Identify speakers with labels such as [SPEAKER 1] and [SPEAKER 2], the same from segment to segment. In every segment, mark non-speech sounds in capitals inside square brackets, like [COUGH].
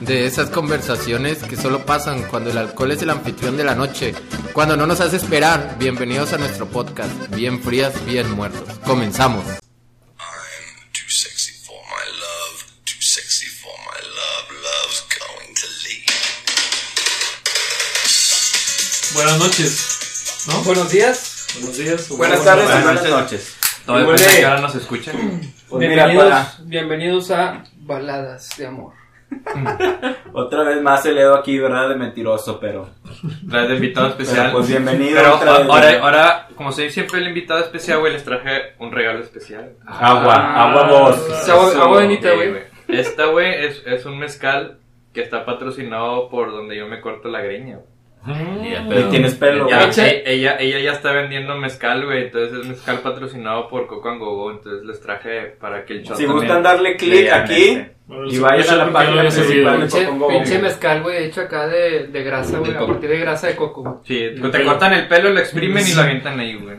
[SPEAKER 1] de esas conversaciones que solo pasan cuando el alcohol es el anfitrión de la noche, cuando no nos hace esperar. Bienvenidos a nuestro podcast, bien frías, bien muertos. Comenzamos.
[SPEAKER 2] I'm too sexy for my love, too sexy for my love, love's going to leave.
[SPEAKER 3] Buenas noches. ¿No?
[SPEAKER 4] Buenos días.
[SPEAKER 3] Buenos días. o
[SPEAKER 4] Buenas tardes.
[SPEAKER 5] Buenas
[SPEAKER 4] Buenas
[SPEAKER 5] noches. noches.
[SPEAKER 6] No,
[SPEAKER 4] Huele.
[SPEAKER 6] depende de qué hora nos escuchen.
[SPEAKER 4] Pues
[SPEAKER 5] mira,
[SPEAKER 4] bienvenidos,
[SPEAKER 5] para-
[SPEAKER 4] bienvenidos a Baladas de Amor.
[SPEAKER 5] pues, Otra vez más el Edo aquí, ¿verdad? De mentiroso, pero.
[SPEAKER 6] Traes de invitado especial.
[SPEAKER 5] Pero, pues, bienvenido
[SPEAKER 6] Pero
[SPEAKER 5] otra
[SPEAKER 6] a-
[SPEAKER 5] vez,
[SPEAKER 6] ahora,
[SPEAKER 5] ¿verdad?
[SPEAKER 6] ahora, como soy siempre el invitado especial, güey, les traje un regalo especial.
[SPEAKER 5] Agua,
[SPEAKER 4] Ah,
[SPEAKER 5] agua
[SPEAKER 4] es
[SPEAKER 5] vos.
[SPEAKER 4] agua-
[SPEAKER 5] Eso.
[SPEAKER 4] agua bendita. Esta,
[SPEAKER 6] Eh,
[SPEAKER 4] güey.
[SPEAKER 6] güey. Esta, güey, es, es un mezcal que está patrocinado por donde yo me corto la greña. güey.
[SPEAKER 5] Y tienes pelo,
[SPEAKER 6] Ya,
[SPEAKER 5] güey.
[SPEAKER 4] Echa.
[SPEAKER 6] e- ella, ella ya está vendiendo mezcal, güey, entonces es mezcal patrocinado por Coco and Gogo, entonces les traje para que el shot
[SPEAKER 5] Si
[SPEAKER 6] también
[SPEAKER 5] gustan darle clic
[SPEAKER 6] lean
[SPEAKER 5] aquí
[SPEAKER 6] este.
[SPEAKER 3] Bueno,
[SPEAKER 5] y vayan a la
[SPEAKER 3] porque no
[SPEAKER 5] página
[SPEAKER 3] había subido.
[SPEAKER 5] principal de
[SPEAKER 4] Pinche,
[SPEAKER 5] Pocongo.
[SPEAKER 4] pinche mezcal, güey, hecho acá de, de grasa, güey,
[SPEAKER 6] De
[SPEAKER 4] a
[SPEAKER 6] coco.
[SPEAKER 4] partir de grasa de coco. güey.
[SPEAKER 6] Sí,
[SPEAKER 3] El
[SPEAKER 6] te
[SPEAKER 3] pelo.
[SPEAKER 6] cortan el pelo, lo exprimen y lo avientan ahí, güey.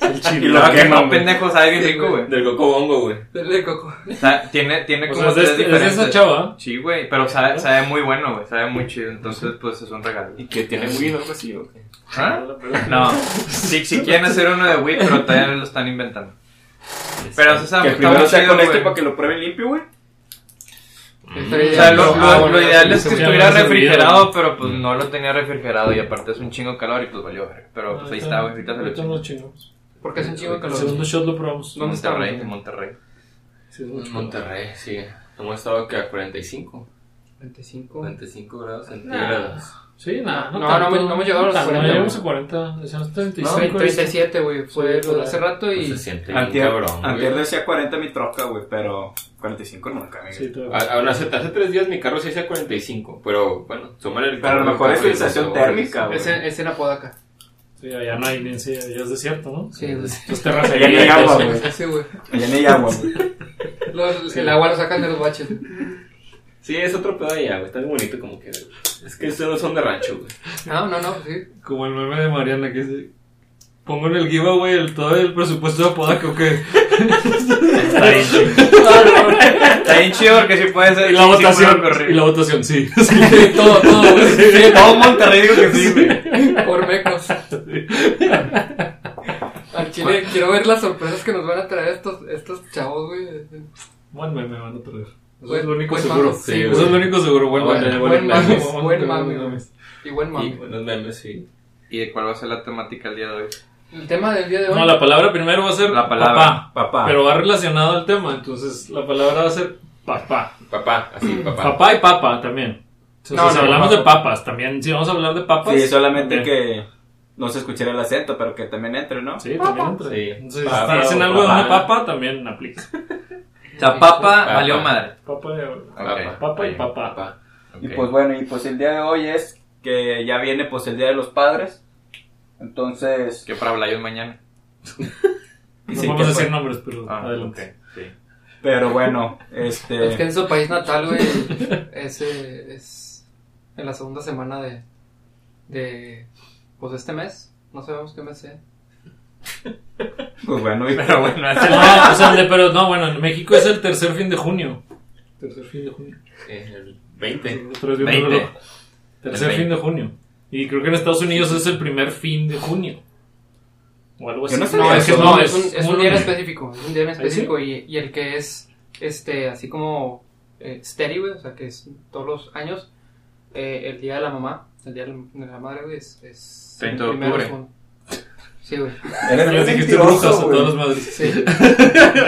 [SPEAKER 3] El chile.
[SPEAKER 5] Y lo
[SPEAKER 6] Para que
[SPEAKER 5] queman,
[SPEAKER 6] no
[SPEAKER 5] güey.
[SPEAKER 6] pendejos, sabe bien
[SPEAKER 4] Sí,
[SPEAKER 6] rico,
[SPEAKER 4] güey.
[SPEAKER 6] güey.
[SPEAKER 5] Del Coco Bongo, güey.
[SPEAKER 4] Dale de coco.
[SPEAKER 6] O sea, tiene, tiene
[SPEAKER 3] O sea,
[SPEAKER 6] como
[SPEAKER 3] es de-
[SPEAKER 6] tres
[SPEAKER 3] es de
[SPEAKER 6] diferentes.
[SPEAKER 3] esa chava.
[SPEAKER 6] Sí, güey, pero sabe, sabe muy bueno, güey, sabe muy chido, entonces pues es un regalo.
[SPEAKER 7] que tiene weed o algo así, ¿o qué?
[SPEAKER 6] ¿Ah? No, si, si quieren hacer uno de Wii, pero todavía lo están inventando. Pero eso
[SPEAKER 7] Ah,
[SPEAKER 6] está,
[SPEAKER 5] Que
[SPEAKER 6] está muy
[SPEAKER 5] primero sea
[SPEAKER 6] chido,
[SPEAKER 5] con este
[SPEAKER 6] güey.
[SPEAKER 5] para que lo prueben limpio, güey.
[SPEAKER 6] O sea, lo, lo-
[SPEAKER 4] Ah,
[SPEAKER 6] lo
[SPEAKER 4] bueno,
[SPEAKER 6] ideal es que
[SPEAKER 3] sí, sí,
[SPEAKER 6] estuviera
[SPEAKER 3] sí, sí,
[SPEAKER 6] refrigerado,
[SPEAKER 3] sí.
[SPEAKER 6] pero pues no lo tenía refrigerado y aparte es un chingo de calor y pues valió, verga. Pero pues ahí está, güey, ahorita se lo
[SPEAKER 3] Ahorita
[SPEAKER 6] chingo.
[SPEAKER 3] nos chingamos.
[SPEAKER 4] Porque es un chingo de
[SPEAKER 3] El
[SPEAKER 4] calor.
[SPEAKER 3] segundo shot lo probamos.
[SPEAKER 4] ¿Dónde está,
[SPEAKER 6] Monterrey,
[SPEAKER 4] güey?
[SPEAKER 6] en Monterrey.
[SPEAKER 3] Sí, es
[SPEAKER 7] En
[SPEAKER 3] mucho.
[SPEAKER 7] Monterrey, sí. Hemos estado que a 45,
[SPEAKER 4] 25.
[SPEAKER 7] 45 grados centígrados.
[SPEAKER 3] Sí, nada.
[SPEAKER 4] No, no,
[SPEAKER 3] tanto.
[SPEAKER 4] no hemos llegado a los
[SPEAKER 3] Tanto,
[SPEAKER 4] 40,
[SPEAKER 3] No llegamos a
[SPEAKER 4] güey.
[SPEAKER 3] 40. Decíamos 35.
[SPEAKER 4] No, 37, güey, fue
[SPEAKER 3] Sí,
[SPEAKER 4] lo de
[SPEAKER 3] por
[SPEAKER 4] hace
[SPEAKER 3] ahí.
[SPEAKER 4] rato
[SPEAKER 7] Pues
[SPEAKER 4] y...
[SPEAKER 7] se siente bien
[SPEAKER 5] Antier,
[SPEAKER 7] cabrón. güey.
[SPEAKER 5] antier decía 40 mi troca, güey, pero 45 nunca, güey.
[SPEAKER 3] Sí,
[SPEAKER 6] Ah.
[SPEAKER 3] todo.
[SPEAKER 7] A- aún Ah, hace, hace tres días mi carro se hizo a 45, pero bueno, súmale el
[SPEAKER 5] Pero a lo
[SPEAKER 7] calor,
[SPEAKER 5] mejor es
[SPEAKER 7] güey,
[SPEAKER 5] sensación
[SPEAKER 7] no,
[SPEAKER 5] térmica,
[SPEAKER 7] güey.
[SPEAKER 4] Es en, es en Apodaca.
[SPEAKER 3] Sí, allá no hay ni en sí, allá es desierto, ¿no?
[SPEAKER 4] Sí, güey.
[SPEAKER 3] Entonces terraza
[SPEAKER 5] Allá no hay agua, güey.
[SPEAKER 4] Sí, güey.
[SPEAKER 5] Allá no hay agua, güey.
[SPEAKER 4] Los- El agua lo sacan de los baches.
[SPEAKER 7] Sí, es otro pedo allá, güey. Está bien bonito como que. Es que ustedes no son de rancho, güey.
[SPEAKER 4] No, no, no, sí.
[SPEAKER 3] Como el meme de Mariana que se. Pongo en el giveaway el, todo el presupuesto de Apodaca o qué.
[SPEAKER 6] Está bien chido. Está bien chido porque sí puede ser.
[SPEAKER 3] Y la
[SPEAKER 6] sí, sí,
[SPEAKER 3] votación.
[SPEAKER 6] puede ocurrir.
[SPEAKER 3] Y la votación, [LAUGHS] sí.
[SPEAKER 4] Todo, todo, güey.
[SPEAKER 6] Sí, todo Monterrey digo que sí, güey.
[SPEAKER 4] [LAUGHS] Por mecos. Al chile, quiero ver las sorpresas que nos van a traer estos, estos chavos, güey.
[SPEAKER 3] Buen meme van a traer. Eso
[SPEAKER 4] Buen-
[SPEAKER 3] es lo único
[SPEAKER 4] buen
[SPEAKER 3] seguro.
[SPEAKER 4] mame, sí,
[SPEAKER 3] Eso
[SPEAKER 7] güey.
[SPEAKER 3] es lo único seguro. Buen
[SPEAKER 7] Buen
[SPEAKER 3] mame.
[SPEAKER 7] meme, buen mame.
[SPEAKER 4] Buen mame,
[SPEAKER 3] mame.
[SPEAKER 4] güey. Y buen
[SPEAKER 7] Y
[SPEAKER 4] mami.
[SPEAKER 7] buenos memes, sí.
[SPEAKER 6] [LAUGHS] ¿Y de cuál va a ser la temática el día de hoy?
[SPEAKER 4] El tema del día de hoy.
[SPEAKER 3] No, la palabra primero va a ser
[SPEAKER 6] La palabra,
[SPEAKER 3] papá,
[SPEAKER 5] papá.
[SPEAKER 3] Pero va relacionado al tema, entonces la palabra va a ser papá.
[SPEAKER 7] Papá, así,
[SPEAKER 6] Mm.
[SPEAKER 7] papá.
[SPEAKER 3] Papá y papa también. Entonces,
[SPEAKER 4] No,
[SPEAKER 3] si
[SPEAKER 4] no,
[SPEAKER 3] hablamos
[SPEAKER 4] no.
[SPEAKER 3] de papas, también, si vamos a hablar de papas.
[SPEAKER 5] Sí, solamente
[SPEAKER 3] también.
[SPEAKER 5] que no se escuchara el acento, pero que también entre, ¿no?
[SPEAKER 3] Sí, también entra.
[SPEAKER 7] Sí.
[SPEAKER 3] Entonces,
[SPEAKER 5] Papá
[SPEAKER 3] si dicen
[SPEAKER 5] o
[SPEAKER 3] algo de una
[SPEAKER 5] papá.
[SPEAKER 3] papa, también aplica.
[SPEAKER 6] La papa valió madre.
[SPEAKER 3] Papa y,
[SPEAKER 6] Ok.
[SPEAKER 3] papa y
[SPEAKER 7] Oye,
[SPEAKER 3] papá.
[SPEAKER 5] Y pues bueno, y pues el día de hoy es que ya viene pues el Día de los Padres. Entonces...
[SPEAKER 6] Que para Blayos mañana.
[SPEAKER 3] No
[SPEAKER 5] sí,
[SPEAKER 3] vamos a
[SPEAKER 5] que
[SPEAKER 3] decir
[SPEAKER 5] fue-
[SPEAKER 3] nombres, pero
[SPEAKER 6] Ah,
[SPEAKER 3] adelante.
[SPEAKER 6] ok, sí.
[SPEAKER 5] Pero bueno,
[SPEAKER 4] Es que
[SPEAKER 5] este...
[SPEAKER 4] en su país natal, güey, es, eh, es en la segunda semana de, de, pues, este mes. No sabemos qué mes sea.
[SPEAKER 5] Pues [LAUGHS] bueno, y-
[SPEAKER 6] Pero bueno, es el-
[SPEAKER 3] No, o sea, de- pero no, bueno, en México es el tercer fin de junio. Tercer fin de junio.
[SPEAKER 7] Eh, el 20.
[SPEAKER 6] [LAUGHS]
[SPEAKER 3] Otra vez viendo el
[SPEAKER 6] 20.
[SPEAKER 3] reloj. Tercer
[SPEAKER 6] El
[SPEAKER 3] fin de junio. Y creo que en Estados Unidos es el primer fin de junio. O algo así.
[SPEAKER 5] Yo no sabía
[SPEAKER 4] No, es que
[SPEAKER 5] eso.
[SPEAKER 4] no, es un, es un
[SPEAKER 3] muy-
[SPEAKER 4] día en específico. ¿Ah, Es un día en
[SPEAKER 3] sí?
[SPEAKER 4] específico y, y el que es, este, así como eh, steady, güey, o sea, que es todos los años, eh, el día de la mamá, el día de la- de la madre, güey, es, es
[SPEAKER 6] 30 de
[SPEAKER 4] el primero,
[SPEAKER 6] octubre.
[SPEAKER 4] segundo. Sí, güey.
[SPEAKER 5] eres
[SPEAKER 3] Ya
[SPEAKER 5] muy
[SPEAKER 3] les dijiste
[SPEAKER 5] mentiroso,
[SPEAKER 3] brujas a
[SPEAKER 5] güey.
[SPEAKER 3] todas las madres.
[SPEAKER 4] Sí.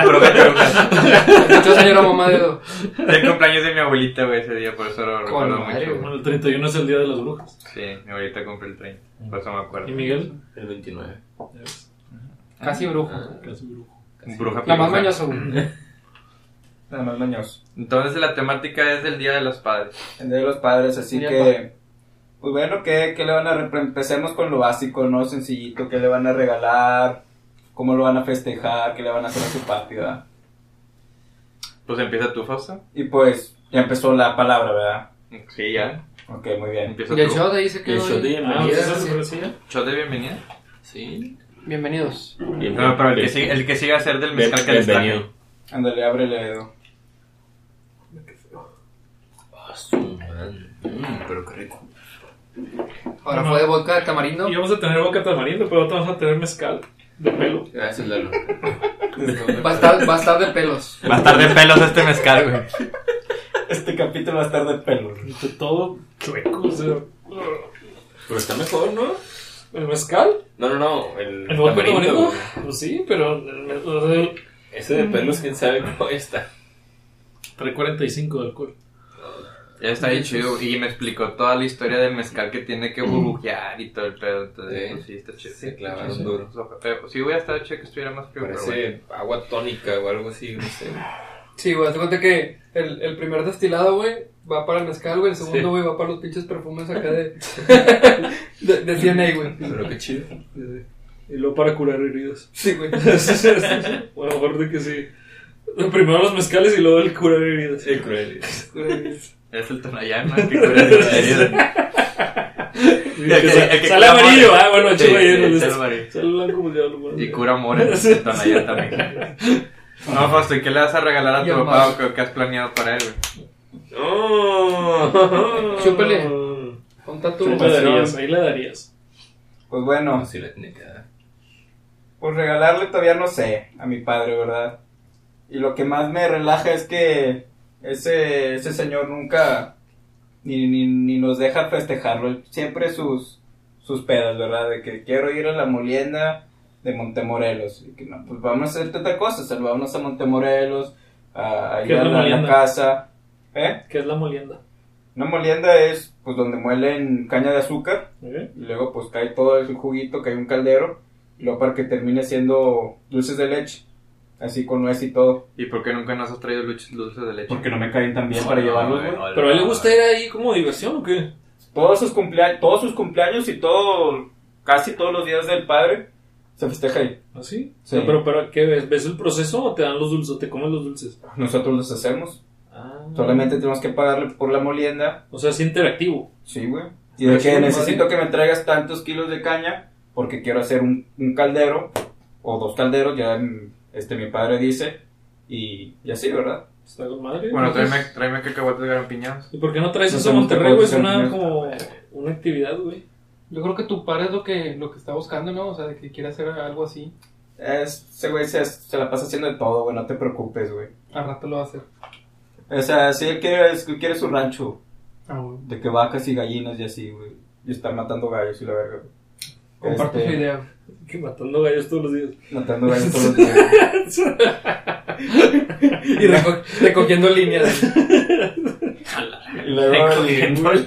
[SPEAKER 6] Bruja,
[SPEAKER 4] Yo señora mamá de Edo.
[SPEAKER 6] bruja. El cumpleaños de mi abuelita, güey, ese día, por eso lo recuerdo
[SPEAKER 4] madre,
[SPEAKER 6] mucho.
[SPEAKER 4] güey.
[SPEAKER 3] Bueno, el 31 es el día de las brujas.
[SPEAKER 6] Sí, mi abuelita cumple el 30. Por eso me acuerdo.
[SPEAKER 3] ¿Y Miguel?
[SPEAKER 7] El 29.
[SPEAKER 3] Ya ves,
[SPEAKER 4] Casi brujo.
[SPEAKER 7] Ah,
[SPEAKER 3] Casi brujo.
[SPEAKER 6] Bruja
[SPEAKER 4] La más
[SPEAKER 6] piruja.
[SPEAKER 4] mañosa, [LAUGHS] güey.
[SPEAKER 5] Nada más mañoso.
[SPEAKER 6] Entonces la temática es del Día de los Padres.
[SPEAKER 5] El Día de los Padres, así
[SPEAKER 4] Ya,
[SPEAKER 5] que... Pues bueno, ¿qué, qué le van a... re- Empecemos con lo básico, ¿no? Sencillito, ¿qué le van a regalar? ¿Cómo lo van a festejar? ¿Qué le van a hacer a su papi, verdad?
[SPEAKER 6] Pues empieza tú, Fausto.
[SPEAKER 5] Y pues ya empezó la palabra, ¿verdad?
[SPEAKER 6] Sí, ya.
[SPEAKER 5] Ok, muy bien.
[SPEAKER 6] Empieza
[SPEAKER 4] Y el
[SPEAKER 6] tú.
[SPEAKER 4] show de ahí se
[SPEAKER 7] El
[SPEAKER 4] quedó.
[SPEAKER 7] show de
[SPEAKER 4] ahí.
[SPEAKER 3] Ah,
[SPEAKER 7] bienvenida.
[SPEAKER 3] ¿pues eso
[SPEAKER 4] sí.
[SPEAKER 3] se parecía?
[SPEAKER 6] Shot de bienvenida.
[SPEAKER 7] Sí.
[SPEAKER 4] Bienvenidos.
[SPEAKER 7] Bien-
[SPEAKER 6] No, pero el que,
[SPEAKER 7] bien-
[SPEAKER 6] sigue, el que sigue va a ser del
[SPEAKER 7] bien-
[SPEAKER 6] mezcal que les traje.
[SPEAKER 7] bienvenido.
[SPEAKER 5] Ándale, ábrele, Edo.
[SPEAKER 2] Ah, su madre. Mm, pero qué rico.
[SPEAKER 4] Ahora
[SPEAKER 3] No.
[SPEAKER 4] fue de vodka de tamarindo.
[SPEAKER 3] Y vamos a tener boca tamarindo, pero ahora vamos a tener mezcal de pelo.
[SPEAKER 2] Gracias, Lalo.
[SPEAKER 4] Va a estar, va a estar de pelos.
[SPEAKER 6] Va a estar de pelos este mezcal, güey.
[SPEAKER 5] [LAUGHS] Este capítulo va a estar de pelo.
[SPEAKER 3] De todo chueco, o sea.
[SPEAKER 2] Pero está mejor, ¿no?
[SPEAKER 3] ¿El mezcal?
[SPEAKER 2] No, no, no. El,
[SPEAKER 3] ¿El vodka
[SPEAKER 2] tamarindo,
[SPEAKER 3] tamarindo?
[SPEAKER 2] güey.
[SPEAKER 3] Pues sí, pero el, me- o sea, el-
[SPEAKER 2] Ese de pelos, quién sabe cómo está.
[SPEAKER 3] trae 45 de alcohol.
[SPEAKER 6] Ya está bien chido. Y me explicó toda la historia del mezcal que tiene que burbujear y todo el pedo. Entonces,
[SPEAKER 2] Sí.
[SPEAKER 6] pues sí, está chido.
[SPEAKER 2] Se clavaron
[SPEAKER 6] Sí.
[SPEAKER 2] duro.
[SPEAKER 6] Pero sí hubiera estado chido que estuviera más frío, pero bueno.
[SPEAKER 2] Parece agua tónica o algo así, no sé.
[SPEAKER 4] Sí, güey, te cuenta que el, el primer destilado, güey, va para el mezcal, güey. El segundo,
[SPEAKER 2] Sí.
[SPEAKER 4] güey, va para los pinches perfumes acá de. de, de CNA, güey.
[SPEAKER 2] Pero qué chido.
[SPEAKER 3] Y luego para curar heridas. [LAUGHS]
[SPEAKER 4] Sí, güey.
[SPEAKER 3] bueno, mejor de que sí. Primero los mezcales y luego el curar heridas.
[SPEAKER 2] Sí, cruel.
[SPEAKER 6] Es el tonayana que cura de la herida.
[SPEAKER 3] Sí,
[SPEAKER 6] El que-
[SPEAKER 3] que sa-
[SPEAKER 6] el que
[SPEAKER 3] sale
[SPEAKER 6] clama-
[SPEAKER 3] amarillo, ah, bueno,
[SPEAKER 6] Sí,
[SPEAKER 3] chido ahí.
[SPEAKER 6] sí,
[SPEAKER 3] no les-
[SPEAKER 6] sale amarillo.
[SPEAKER 3] Sale blanco pues, como diablo, bueno.
[SPEAKER 6] Y cura amores el tonayán también. No, Fausto, ¿y qué le vas a regalar a
[SPEAKER 4] Y
[SPEAKER 6] tu
[SPEAKER 4] al
[SPEAKER 6] papá
[SPEAKER 4] más.
[SPEAKER 6] o qué- qué has planeado para él, güey?
[SPEAKER 2] ¡No!
[SPEAKER 4] Chúpele. Ponta tu.
[SPEAKER 3] Tú le darías, ahí le darías.
[SPEAKER 5] Pues bueno,
[SPEAKER 2] No, sí la tiene que dar.
[SPEAKER 5] pues regalarle todavía no sé a mi padre, ¿verdad? Y lo que más me relaja es que ese, ese señor nunca ni, ni, ni nos deja festejarlo. Él Siempre sus, sus pedas, ¿verdad? De que quiero ir a la molienda de Montemorelos. Y que no, pues vamos a hacer tanta cosa. Saludamos a Montemorelos, a, a
[SPEAKER 3] ¿Qué
[SPEAKER 5] ir
[SPEAKER 3] es la
[SPEAKER 5] a la, la
[SPEAKER 3] molienda?
[SPEAKER 5] casa. ¿Eh?
[SPEAKER 3] ¿Qué es la molienda?
[SPEAKER 5] Una molienda es pues donde muelen caña de azúcar.
[SPEAKER 3] ¿Eh?
[SPEAKER 5] y luego pues cae todo el juguito, cae un caldero, y luego para que termine siendo dulces de leche, así con nuez y todo.
[SPEAKER 6] ¿Y por qué nunca nos has traído luch- dulces de leche?
[SPEAKER 5] Porque no me caen tan bien
[SPEAKER 2] No,
[SPEAKER 5] para
[SPEAKER 2] no,
[SPEAKER 5] llevarlos,
[SPEAKER 2] güey,
[SPEAKER 5] güey.
[SPEAKER 2] no,
[SPEAKER 3] ¿Pero a él le
[SPEAKER 2] no,
[SPEAKER 5] eh.
[SPEAKER 3] gusta ir ahí como diversión o qué?
[SPEAKER 5] Todos sus cumpleaños, todos sus cumpleaños y todo, casi todos los días del padre, se festeja ahí.
[SPEAKER 3] ¿Así?
[SPEAKER 5] Sí.
[SPEAKER 3] pero, pero ¿qué ves? ¿Ves el proceso o te dan los dulces o te comes los dulces?
[SPEAKER 5] Nosotros los hacemos,
[SPEAKER 3] Ah.
[SPEAKER 5] solamente tenemos que pagarle por la molienda.
[SPEAKER 3] O sea, es interactivo.
[SPEAKER 5] Sí, güey. Y de
[SPEAKER 3] Pues
[SPEAKER 5] que
[SPEAKER 3] sí,
[SPEAKER 5] necesito que me traigas tantos kilos de caña, porque quiero hacer un, un caldero, o dos calderos, ya mm, este mi padre dice, y, y así, ¿verdad?
[SPEAKER 3] Está con madre.
[SPEAKER 6] Bueno,
[SPEAKER 3] Entonces,
[SPEAKER 6] tráeme, tráeme cacahuates gran piñados.
[SPEAKER 3] ¿Y por qué no traes
[SPEAKER 5] No
[SPEAKER 3] eso a
[SPEAKER 5] tenemos
[SPEAKER 3] Monterrey, güey?
[SPEAKER 5] que poder
[SPEAKER 3] Suena
[SPEAKER 5] hacer
[SPEAKER 3] como una actividad, güey.
[SPEAKER 4] Yo creo que tu padre es lo que, lo que está buscando, ¿no? O sea, de que quiere hacer algo así.
[SPEAKER 5] Ese güey se, se la pasa haciendo de todo, güey, no te preocupes, güey.
[SPEAKER 4] Al rato lo va a hacer.
[SPEAKER 5] O sea, si él quiere, es- quiere su rancho,
[SPEAKER 4] Ah, güey.
[SPEAKER 5] de que vacas y gallinas y así, güey. Y estar matando gallos y la verga, güey.
[SPEAKER 4] Comparte
[SPEAKER 5] Este,
[SPEAKER 4] tu idea.
[SPEAKER 3] Que matando gallos todos los días.
[SPEAKER 6] [LAUGHS]
[SPEAKER 5] Matando gallos
[SPEAKER 2] [LAUGHS]
[SPEAKER 5] todos los días.
[SPEAKER 4] Y reco- recogiendo líneas.
[SPEAKER 5] Y luego, y,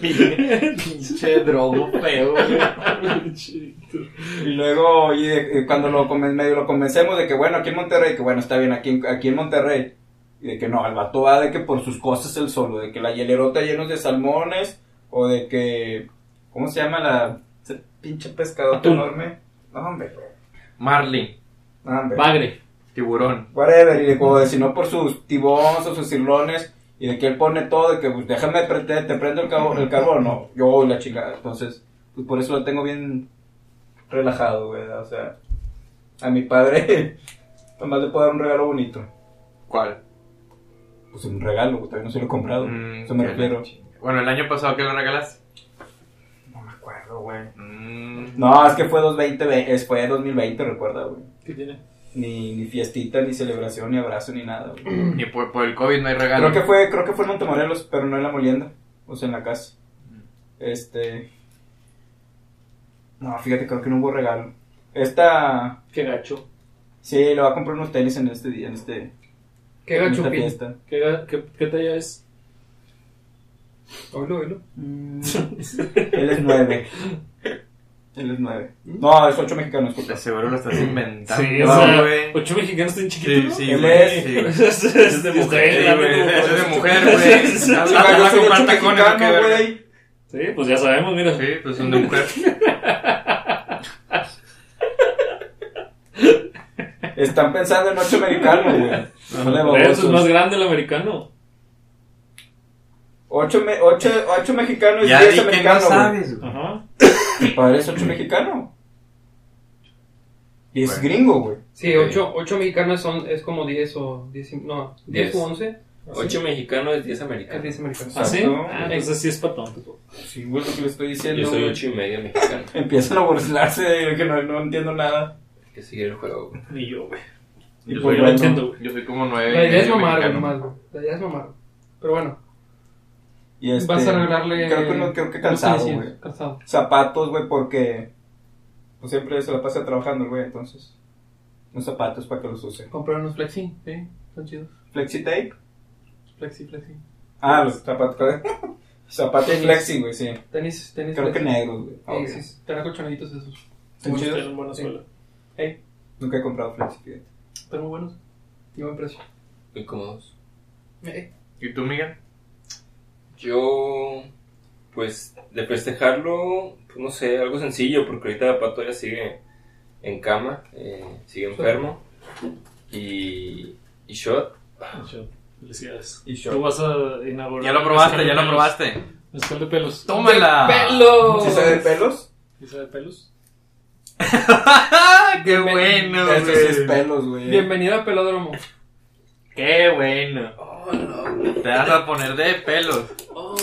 [SPEAKER 2] [LAUGHS] Pinche drogo feo, güey.
[SPEAKER 5] y luego, y de- y cuando lo comen, medio lo convencemos de que, bueno, aquí en Monterrey, que bueno, está bien, aquí, en- aquí en Monterrey. Y de que no, el vato va de que por sus cosas él solo, de que la hielerota llenos de salmones, o de que, ¿cómo se llama la ese pinche pescadote
[SPEAKER 3] Atún.
[SPEAKER 5] enorme? No, hombre,
[SPEAKER 6] Marlin,
[SPEAKER 5] no, hombre.
[SPEAKER 3] Bagre.
[SPEAKER 6] tiburón.
[SPEAKER 5] whatever, y de como de si no por sus tibons o sus cirlones, y de que él pone todo, de que pues déjame, pre- te, te prendo el, cabo- el carbón, no, yo la chingada, entonces, pues por eso lo tengo bien relajado, güey, o sea, a mi padre, [LAUGHS] nomás le puedo dar un regalo bonito,
[SPEAKER 6] ¿Cuál?
[SPEAKER 5] pues un regalo, güey, todavía no se lo he comprado,
[SPEAKER 6] Mm,
[SPEAKER 5] eso me
[SPEAKER 6] qué
[SPEAKER 5] refiero,
[SPEAKER 6] Bueno, el año pasado, ¿qué le regalaste?
[SPEAKER 5] no me acuerdo, güey,
[SPEAKER 6] Mm,
[SPEAKER 5] no, es que fue 2020, ve- es- fue 2020, recuerda, güey,
[SPEAKER 3] ¿Qué tiene?
[SPEAKER 5] ni, ni fiestita, ni celebración, ni abrazo, ni nada, güey.
[SPEAKER 6] Y por, por el COVID no hay regalo.
[SPEAKER 5] Creo que fue, creo que fue en Montemorelos, pero no en la molienda, o sea, en la casa. Este. No, fíjate, creo que no hubo regalo. Esta.
[SPEAKER 3] Qué gacho.
[SPEAKER 5] Sí, le va a comprar unos tenis en este día, en este.
[SPEAKER 4] Qué
[SPEAKER 5] en esta
[SPEAKER 4] gachupín.
[SPEAKER 5] fiesta.
[SPEAKER 3] ¿Qué, ga- qué, qué talla es?
[SPEAKER 4] Oílo, oílo.
[SPEAKER 5] Él es nueve. Él es nueve. No, es ocho mexicano, disculpa.
[SPEAKER 6] De seguro lo estás inventando.
[SPEAKER 3] Sí,
[SPEAKER 5] o
[SPEAKER 6] no,
[SPEAKER 5] sea,
[SPEAKER 6] güey.
[SPEAKER 3] Ocho mexicanos tan
[SPEAKER 6] Sí,
[SPEAKER 3] chiquitos.
[SPEAKER 6] sí,
[SPEAKER 5] Él
[SPEAKER 6] güey.
[SPEAKER 5] es-
[SPEAKER 6] Sí, güey.
[SPEAKER 3] [LAUGHS] Es, es de mujer.
[SPEAKER 6] Sí,
[SPEAKER 3] dale,
[SPEAKER 6] güey,
[SPEAKER 3] como-
[SPEAKER 6] Eso es de mujer, güey.
[SPEAKER 3] Sí, sí, sí.
[SPEAKER 6] Habla-
[SPEAKER 5] Ah,
[SPEAKER 6] habla
[SPEAKER 5] yo soy
[SPEAKER 6] con
[SPEAKER 5] ocho
[SPEAKER 6] patacones, ¿o qué,
[SPEAKER 5] mexicano,
[SPEAKER 6] verga?
[SPEAKER 5] güey.
[SPEAKER 3] [LAUGHS] Sí, pues ya sabemos, mira.
[SPEAKER 6] Sí, pues son de
[SPEAKER 5] [LAUGHS]
[SPEAKER 6] mujer.
[SPEAKER 5] Están pensando en ocho americanos, [LAUGHS] güey. No le
[SPEAKER 3] Pero eso es más
[SPEAKER 5] babosos.
[SPEAKER 3] grande el americano.
[SPEAKER 5] Ocho, me- ocho, ocho mexicanos y
[SPEAKER 6] Ya
[SPEAKER 5] diez
[SPEAKER 6] di que no
[SPEAKER 5] americanos. güey.
[SPEAKER 6] sabes, güey.
[SPEAKER 3] Ajá.
[SPEAKER 5] Mi padre es ocho mexicano. Y es
[SPEAKER 6] Mm. Bueno.
[SPEAKER 5] gringo, güey.
[SPEAKER 4] Sí, 8 mexicanos son, es como 10 o 10, no, 10
[SPEAKER 2] Diez.
[SPEAKER 4] u 11.
[SPEAKER 2] Ocho mexicanos, diez
[SPEAKER 4] Es
[SPEAKER 2] americanos.
[SPEAKER 4] 10 americanos.
[SPEAKER 3] ¿Ah, sí?
[SPEAKER 5] Exacto.
[SPEAKER 3] Ah, entonces sí es patón. tipo.
[SPEAKER 5] Sí, güey, lo que le estoy diciendo.
[SPEAKER 2] Yo soy
[SPEAKER 5] güey.
[SPEAKER 2] ocho y medio mexicano.
[SPEAKER 5] Empiezan a burlarse de que no, no entiendo nada.
[SPEAKER 2] Que sigue el juego. güey.
[SPEAKER 3] Ni yo, güey.
[SPEAKER 5] Y pues
[SPEAKER 6] Yo soy
[SPEAKER 3] Yo no
[SPEAKER 5] bueno,
[SPEAKER 3] entiendo, güey.
[SPEAKER 6] Yo soy como nueve.
[SPEAKER 4] La
[SPEAKER 6] y
[SPEAKER 4] idea es
[SPEAKER 6] medio
[SPEAKER 4] mamar, güey,
[SPEAKER 6] mexicano.
[SPEAKER 4] nomás, güey. La idea es mamar. Pero bueno,
[SPEAKER 5] y este,
[SPEAKER 4] vas a arreglarle.
[SPEAKER 5] Creo que, no, creo que
[SPEAKER 4] los
[SPEAKER 5] cansado,
[SPEAKER 4] inicios,
[SPEAKER 5] güey.
[SPEAKER 4] Cansado.
[SPEAKER 5] Zapatos, güey, porque. Pues siempre se la pasa trabajando, güey, entonces. Unos zapatos para que los use.
[SPEAKER 4] Comprar unos flexi, sí, son chidos.
[SPEAKER 5] Flexi tape.
[SPEAKER 4] Flexi, flexi.
[SPEAKER 5] Ah, los zapatos. [LAUGHS] zapatos
[SPEAKER 4] Tenis.
[SPEAKER 5] flexi, güey, sí.
[SPEAKER 4] Tenis, tenis.
[SPEAKER 5] Creo que
[SPEAKER 4] flexi.
[SPEAKER 5] negros, güey. Ah, ok.
[SPEAKER 4] Sí, sí, están acolchonaditos esos.
[SPEAKER 5] ¿Están
[SPEAKER 3] Tengo
[SPEAKER 5] chidos?
[SPEAKER 3] en buena
[SPEAKER 4] Sí.
[SPEAKER 3] escuela.
[SPEAKER 5] Nunca he comprado flexi, fíjate.
[SPEAKER 4] Están muy buenos. Y buen precio.
[SPEAKER 2] Muy cómodos.
[SPEAKER 4] Eh,
[SPEAKER 6] ¿Y tú, Miguel?
[SPEAKER 2] Yo, pues, de festejarlo, pues, no sé, algo sencillo, porque ahorita Pato ya sigue en cama, eh, sigue enfermo. Y. y shot.
[SPEAKER 3] Yo, Felicidades.
[SPEAKER 5] Y
[SPEAKER 3] Tú
[SPEAKER 5] short.
[SPEAKER 3] vas a inaugurar.
[SPEAKER 6] Ya lo
[SPEAKER 3] mezcal
[SPEAKER 6] probaste,
[SPEAKER 3] de
[SPEAKER 6] ya lo
[SPEAKER 3] pelos.
[SPEAKER 6] probaste.
[SPEAKER 3] Mezcal de pelos.
[SPEAKER 6] ¡Tómala!
[SPEAKER 4] ¡Pelo!
[SPEAKER 5] ¿Sí se de pelos?
[SPEAKER 3] ¿Y sabe pelos?
[SPEAKER 6] ¡Ah, ¡Qué bueno,
[SPEAKER 5] Eso sí es
[SPEAKER 6] güey!
[SPEAKER 5] pelos, güey.
[SPEAKER 4] Bienvenido a Pelódromo.
[SPEAKER 6] ¡Qué bueno! Te vas a poner de pelos.
[SPEAKER 3] Oh,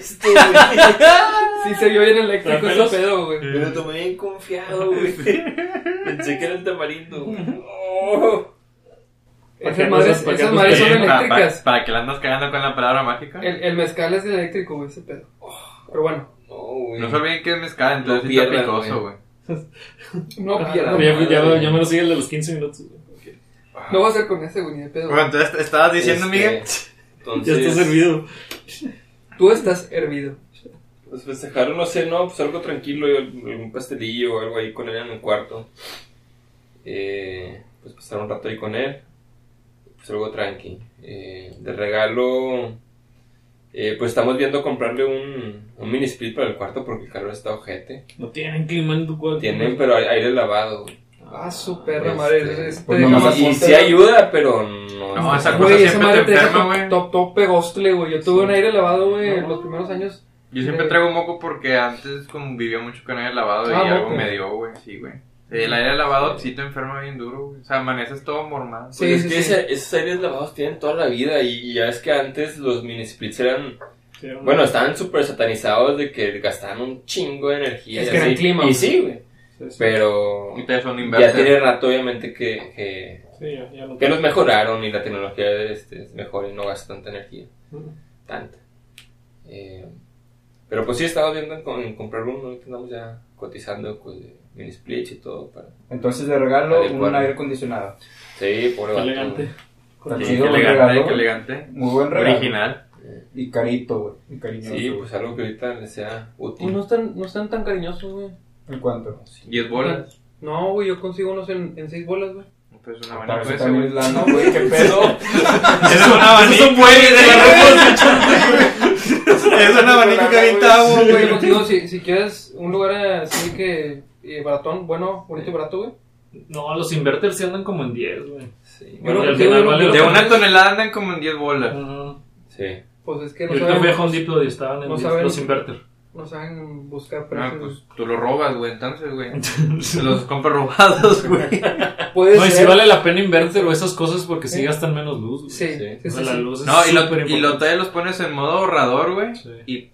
[SPEAKER 4] [LAUGHS] Sí, se vio bien eléctrico
[SPEAKER 3] ¿Trae
[SPEAKER 4] ese
[SPEAKER 3] pelos?
[SPEAKER 4] pedo, güey.
[SPEAKER 2] Me lo tomé bien confiado, güey. Pensé que era el tamarindo. Oh.
[SPEAKER 3] Para que
[SPEAKER 4] Esas madres,
[SPEAKER 3] no- para que
[SPEAKER 4] esas
[SPEAKER 3] no
[SPEAKER 4] madres
[SPEAKER 3] te
[SPEAKER 4] son
[SPEAKER 3] lleguen,
[SPEAKER 6] para,
[SPEAKER 4] eléctricas.
[SPEAKER 6] para- para que la andas cagando con la palabra mágica.
[SPEAKER 4] El, el mezcal es eléctrico, güey, ese pedo. Oh, Pero bueno,
[SPEAKER 2] No, güey.
[SPEAKER 6] No se olviden que es mezcal, entonces
[SPEAKER 2] No
[SPEAKER 6] sí está
[SPEAKER 2] pierdas,
[SPEAKER 6] picoso, güey.
[SPEAKER 4] no pierdas.
[SPEAKER 3] Ah, Ya, ya- ya me lo sigue el de los 15 minutos. güey.
[SPEAKER 4] No va a ser con ese, güey, ni de pedo.
[SPEAKER 6] Bueno, entonces te estabas diciendo,
[SPEAKER 2] Este,
[SPEAKER 6] Miguel.
[SPEAKER 3] Ya
[SPEAKER 2] Entonces,
[SPEAKER 3] está servido.
[SPEAKER 4] Tú estás hervido.
[SPEAKER 2] Pues festejaron, no sé, no, pues algo tranquilo, y al- algún pastelillo o algo ahí con él en el cuarto. Eh, pues pasaron un rato ahí con él. Pues algo tranqui. Eh, de regalo, eh, pues estamos viendo comprarle un, un mini split para el cuarto porque el calor está ojete.
[SPEAKER 3] No tienen clima en tu cuarto.
[SPEAKER 2] Tienen, pero a- aire lavado. güey.
[SPEAKER 4] Ah, su perra
[SPEAKER 2] Este,
[SPEAKER 4] madre. Este,
[SPEAKER 5] pues nomás
[SPEAKER 4] jamás-
[SPEAKER 5] así,
[SPEAKER 2] Y sí ayuda, pero no.
[SPEAKER 6] No, esa cosa
[SPEAKER 4] Güey, esa
[SPEAKER 6] siempre
[SPEAKER 4] madre
[SPEAKER 6] te
[SPEAKER 4] te deja
[SPEAKER 6] enferma,
[SPEAKER 4] top,
[SPEAKER 6] güey.
[SPEAKER 4] top, top pegostle, güey. Yo tuve un aire lavado, güey, los primeros años.
[SPEAKER 6] Yo siempre traigo moco porque antes convivía mucho con aire lavado y
[SPEAKER 4] Ah,
[SPEAKER 6] algo
[SPEAKER 4] moco.
[SPEAKER 6] me dio, güey. Sí, güey. El aire lavado sí te enferma bien duro, güey. O sea, amaneces todo mormado.
[SPEAKER 4] Sí,
[SPEAKER 2] Pues es
[SPEAKER 4] sí,
[SPEAKER 2] que
[SPEAKER 4] sí.
[SPEAKER 2] ese- esos aires lavados tienen toda la vida y ya es que antes los mini splits eran
[SPEAKER 3] Sí, era un-
[SPEAKER 2] Bueno, estaban súper satanizados de que gastaban un chingo de energía.
[SPEAKER 4] Es
[SPEAKER 2] y
[SPEAKER 4] que eran
[SPEAKER 2] así.
[SPEAKER 4] clima,
[SPEAKER 2] Y
[SPEAKER 4] güey.
[SPEAKER 2] sí, güey. pues, Pero
[SPEAKER 6] Y te son
[SPEAKER 2] ya
[SPEAKER 6] inverter.
[SPEAKER 2] tiene rato, obviamente, que, que,
[SPEAKER 3] Sí, ya, ya no
[SPEAKER 2] que los mejoraron y la tecnología este, es mejor y no gasta tanta energía.
[SPEAKER 3] Ujú.
[SPEAKER 2] Tanta. Eh, pero pues sí, estamos viendo en, com- en comprar uno. ahorita Estamos ya cotizando pues, de mini splits y todo. Para...
[SPEAKER 5] Entonces, de regalo,
[SPEAKER 2] Adecuado.
[SPEAKER 5] un aire acondicionado.
[SPEAKER 2] Sí, por
[SPEAKER 3] Está elegante.
[SPEAKER 5] Está
[SPEAKER 6] Sí,
[SPEAKER 5] chido,
[SPEAKER 6] qué
[SPEAKER 5] un
[SPEAKER 6] [LAUGHS] elegante,
[SPEAKER 5] regalo.
[SPEAKER 6] qué
[SPEAKER 5] güey.
[SPEAKER 6] elegante.
[SPEAKER 5] Muy buen regalo.
[SPEAKER 6] Original.
[SPEAKER 5] Y carito, güey. Y cariñoso.
[SPEAKER 2] Sí,
[SPEAKER 5] güey.
[SPEAKER 2] pues algo que ahorita les sea útil.
[SPEAKER 4] No están, no están tan cariñosos, güey.
[SPEAKER 5] ¿En cuánto?
[SPEAKER 6] 10 bolas.
[SPEAKER 4] No, güey, yo consigo unos en, en seis bolas, güey.
[SPEAKER 6] Pues una
[SPEAKER 5] Para
[SPEAKER 6] buena
[SPEAKER 5] eso
[SPEAKER 6] cosa,
[SPEAKER 5] también
[SPEAKER 6] güey.
[SPEAKER 5] es lana, güey.
[SPEAKER 4] [LAUGHS]
[SPEAKER 5] ¿Qué pedo?
[SPEAKER 6] Es un abanico, güey, de Es un abanico que ahorita hago,
[SPEAKER 4] Yo
[SPEAKER 6] güey.
[SPEAKER 4] consigo, si, si quieres, un lugar así que eh, baratón, bueno, bonito y barato, güey.
[SPEAKER 3] No, los inverters sí andan como en 10, güey.
[SPEAKER 2] Sí,
[SPEAKER 4] Yo no-
[SPEAKER 3] Y al
[SPEAKER 4] yo
[SPEAKER 3] final
[SPEAKER 4] no-
[SPEAKER 3] vale
[SPEAKER 4] yo
[SPEAKER 3] la
[SPEAKER 6] De
[SPEAKER 3] pena.
[SPEAKER 6] una tonelada andan como en 10 bolas.
[SPEAKER 3] Ajá.
[SPEAKER 2] sí.
[SPEAKER 4] Pues es que
[SPEAKER 3] Yo
[SPEAKER 4] no
[SPEAKER 3] ahorita fui a Home
[SPEAKER 4] saben,
[SPEAKER 3] Depot y estaban en
[SPEAKER 4] No
[SPEAKER 3] 10
[SPEAKER 4] saben.
[SPEAKER 3] los inverters.
[SPEAKER 4] no saben buscar
[SPEAKER 6] Ah,
[SPEAKER 4] precios.
[SPEAKER 6] pues tú los robas, güey, entonces, güey.
[SPEAKER 3] [LAUGHS]
[SPEAKER 6] Se los compras robados, güey.
[SPEAKER 4] Puede
[SPEAKER 3] No, y si
[SPEAKER 4] ser.
[SPEAKER 3] vale la pena invertir o esas cosas porque sí gastan menos luz. güey.
[SPEAKER 4] Sí,
[SPEAKER 2] Sí.
[SPEAKER 4] sí, sí.
[SPEAKER 3] O sea, la
[SPEAKER 4] sí.
[SPEAKER 3] luz es
[SPEAKER 6] No, y lo,
[SPEAKER 3] súper
[SPEAKER 6] y lo
[SPEAKER 3] importante.
[SPEAKER 6] todavía los pones en modo ahorrador, güey.
[SPEAKER 3] Sí.
[SPEAKER 6] Y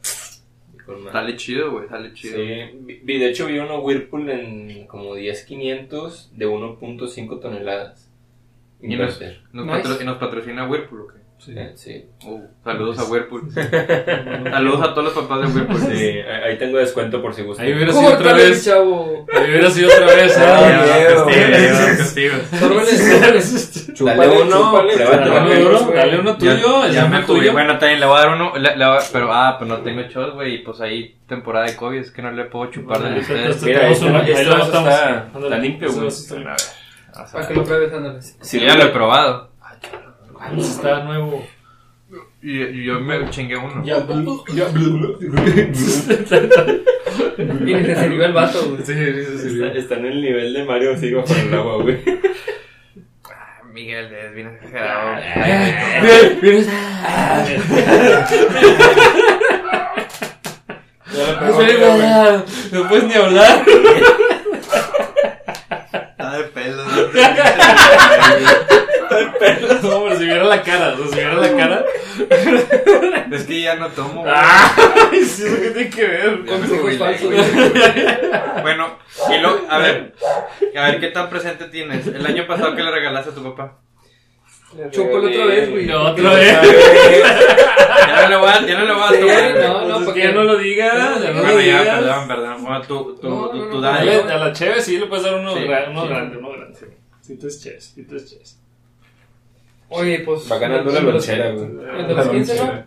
[SPEAKER 2] Con más.
[SPEAKER 6] sale chido, güey, sale chido.
[SPEAKER 2] Sí, vi- vi- de hecho vi uno Whirlpool en como 10.500 de 1.5 toneladas.
[SPEAKER 6] Y nos,
[SPEAKER 2] Inverter.
[SPEAKER 6] nos
[SPEAKER 4] Nice.
[SPEAKER 6] patro- y nos patrocina Whirlpool, ¿o qué?
[SPEAKER 3] Sí.
[SPEAKER 2] Eh, Sí.
[SPEAKER 6] Uh, saludos a [LAUGHS] Whirlpool. saludos a todos los papás de Whirlpool.
[SPEAKER 2] Sí,
[SPEAKER 6] [LAUGHS]
[SPEAKER 2] ahí ahí tengo descuento por si gustan.
[SPEAKER 3] Ahí hubiera sido otra
[SPEAKER 4] Córtale, mi
[SPEAKER 3] vez.
[SPEAKER 4] chavo.
[SPEAKER 3] Ahí hubiera sido otra vez.
[SPEAKER 5] Ah,
[SPEAKER 3] ¿eh? [LAUGHS]
[SPEAKER 5] miedo,
[SPEAKER 6] castigo,
[SPEAKER 5] güey.
[SPEAKER 6] ya, castigo.
[SPEAKER 4] Sórbele,
[SPEAKER 2] Dale uno, pruébate,
[SPEAKER 3] Dale
[SPEAKER 2] dale
[SPEAKER 3] uno,
[SPEAKER 2] uno.
[SPEAKER 3] dale uno tuyo,
[SPEAKER 6] Ya,
[SPEAKER 3] el
[SPEAKER 6] ya
[SPEAKER 3] mismo
[SPEAKER 6] me jugué.
[SPEAKER 3] tuyo.
[SPEAKER 6] Bueno, también le voy a dar uno. le- le voy a- pero, ah, pues no tengo shots, güey. Y pues ahí, temporada de COVID, es que no le puedo chupar
[SPEAKER 3] Bueno,
[SPEAKER 6] de
[SPEAKER 3] ahorita
[SPEAKER 6] ustedes.
[SPEAKER 3] entonces
[SPEAKER 2] Mira,
[SPEAKER 3] tenemos
[SPEAKER 2] este-
[SPEAKER 3] uno, ahí
[SPEAKER 2] este
[SPEAKER 3] lo
[SPEAKER 2] vaso
[SPEAKER 3] matamos.
[SPEAKER 2] está-
[SPEAKER 3] Ándale,
[SPEAKER 2] está limpio,
[SPEAKER 3] ese
[SPEAKER 2] güey.
[SPEAKER 3] vaso está
[SPEAKER 6] A ver, o sea,
[SPEAKER 4] para que lo pruebes, ándale.
[SPEAKER 2] Sí,
[SPEAKER 6] ya lo he probado.
[SPEAKER 3] limpio. Está nuevo. [LAUGHS]
[SPEAKER 6] Y, y yo me chingué uno.
[SPEAKER 4] Y ni se sirvió el vato, güey.
[SPEAKER 2] Está- Está en el nivel de Mario Sigo con el agua, güey.
[SPEAKER 6] Ah, Miguel, es bien
[SPEAKER 4] Ah,
[SPEAKER 6] exagerado.
[SPEAKER 3] No puedes ni hablar. [LAUGHS]
[SPEAKER 6] Está de pelo.
[SPEAKER 4] eh.
[SPEAKER 3] No, hombre, Pero si viera la cara, o sea, si viera la cara.
[SPEAKER 6] Es que ya no tomo. güey.
[SPEAKER 4] Ah,
[SPEAKER 3] ¡Ay! [LAUGHS] Sí, eso que tiene que ver.
[SPEAKER 6] Ya me jubilé, güey. Bueno, y lo, a ver, a ver qué tan presente tienes. El año pasado que le regalaste a tu papá.
[SPEAKER 4] Chúpalo otra vez, güey.
[SPEAKER 3] No, otra vez.
[SPEAKER 6] Ya no le voy a, ya no le voy a
[SPEAKER 4] Sí,
[SPEAKER 6] tomar.
[SPEAKER 4] no, no,
[SPEAKER 3] Pues es
[SPEAKER 4] porque
[SPEAKER 3] que ya no lo digas, ya no lo
[SPEAKER 6] Bueno, ya, perdón,
[SPEAKER 3] digas.
[SPEAKER 6] perdón. Bueno, tu, tu,
[SPEAKER 4] No,
[SPEAKER 6] tu,
[SPEAKER 4] no,
[SPEAKER 6] tu
[SPEAKER 4] no,
[SPEAKER 6] daño.
[SPEAKER 3] Dale, a la cheve sí le puedes dar uno,
[SPEAKER 6] Ah, Sí,
[SPEAKER 3] gra- uno
[SPEAKER 6] sí.
[SPEAKER 3] grande, uno grande. Sí, sí tú es cheves, sí tú es cheves.
[SPEAKER 4] Oye, pues.
[SPEAKER 5] Va ganando la
[SPEAKER 4] los-
[SPEAKER 5] lonchera, güey.
[SPEAKER 4] El de los 15, ¿no?